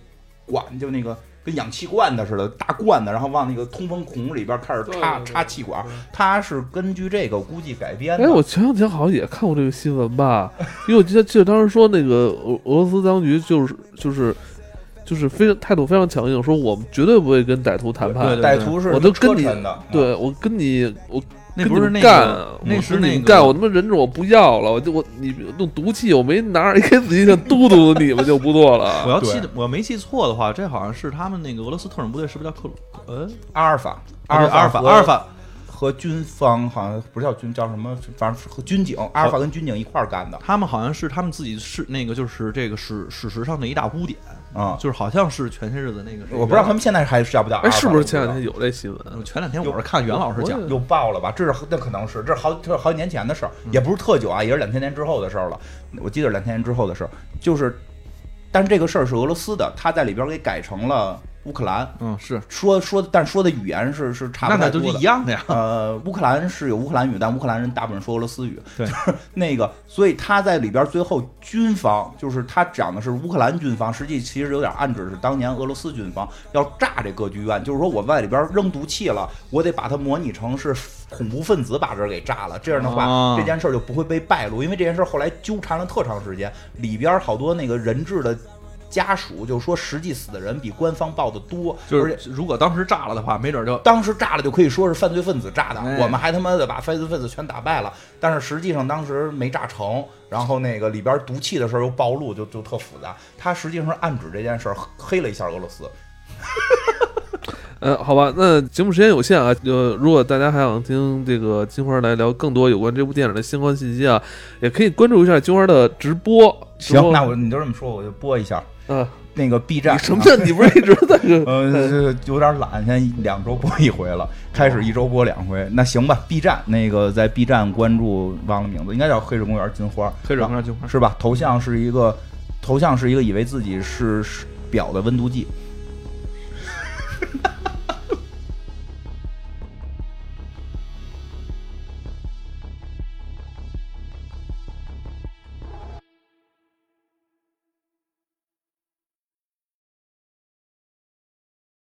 B: 管，就那个跟氧气罐子似的大罐子，然后往那个通风孔里边开始插
A: 对对对
B: 插气管，它是根据这个估计改编的。
A: 哎，我前两天好像也看过这个新闻吧，因为我记得记得当时说那个俄俄罗斯当局就是就是就是非常态度非常强硬，说我们绝对不会跟歹徒谈判。
C: 对对
B: 歹徒是
A: 我都跟你
B: 车臣的，啊
A: 对我跟你我
C: 那
A: 跟
C: 不是
A: 你
C: 那
A: 们
C: 个
A: 干，
C: 那
A: 我
C: 是
A: 跟你
C: 那
A: 们
C: 个
A: 干，我他妈忍着我不要了，我就我你用毒气，我没拿着 AK 想嘟嘟你们就不错
C: 我
A: 了。
C: 要
B: 对
C: 记得我没记错的话，这好像是他们那个俄罗斯特种部队，是不是叫克鲁？呃，
B: 阿尔法，阿
C: 啊对
B: 尔
C: 阿尔法，
B: 和
C: 阿尔法，
B: 和军方好像不是叫军叫什么，反正和军警，阿尔法跟军警一块儿干的
C: 他们好像是他们自己是那个就是这个史史实上的一大污点，
B: 啊。
C: 就是好像是前些日子那个谁
B: 我不知道他们现在还是叫不叫阿
A: 哎，
B: 尔法，
A: 是不是前两天
B: 我
A: 有这新闻？啊
C: 嗯前两天我是看袁老师
A: 我
C: 讲
B: 不知道又爆了吧？这是那可能是这是好这是好几年前的事儿，
C: 嗯
B: 也不是特久啊，也是两千年之后的事儿了。我记得是两千年之后的事儿，就是，但是这个事儿是俄罗斯的，他在里边儿给改成了乌克兰，
C: 嗯，是，
B: 说说，但是说的语言是是差不
C: 那
B: 太
C: 那
B: 多
C: 就
B: 的
C: 是一。样的呀。
B: 呃，乌克兰是有乌克兰语，但乌克兰人大部分说俄罗斯语。
C: 对
B: 就是那个，所以他在里边最后军方，就是他讲的是乌克兰军方，实际其实有点暗指是当年俄罗斯军方要炸这歌剧院，就是说我外里边扔毒气了，我得把它模拟成是恐怖分子把这儿给炸了，这样的话、
C: 啊
B: 这件事儿就不会被败露，因为这件事儿后来纠缠了特长时间，里边好多那个人质的。家属就说，实际死的人比官方报的多，
C: 就
B: 而且
C: 是如果当时炸了的话，没准就
B: 当时炸了就可以说是犯罪分子炸的，
C: 哎
B: 我们还他妈的把犯罪分子全打败了，但是实际上当时没炸成，然后那个里边毒气的时候又暴露，就就特复杂。他实际上是暗指这件事儿黑了一下俄罗斯。
A: 呃，好吧，那节目时间有限啊，呃，如果大家还想听这个金花来聊更多有关这部电影的相关信息啊，也可以关注一下金花的直播。直
B: 行
A: 播，
B: 那我你就这么说，我就播一下
A: 啊，
B: 那个 B 站、
A: 你
B: 啊。
A: 什么叫你不是一直在这
B: 呃，
A: 呃
B: 这有点懒，现在两周播一回了，开始一周播两回。那行吧，B 站那个在 B 站关注，忘了名字，应该叫黑水公园金花，
C: 黑水公园金花
B: 是吧？头像是一个头像是一个以为自己是是表的温度计，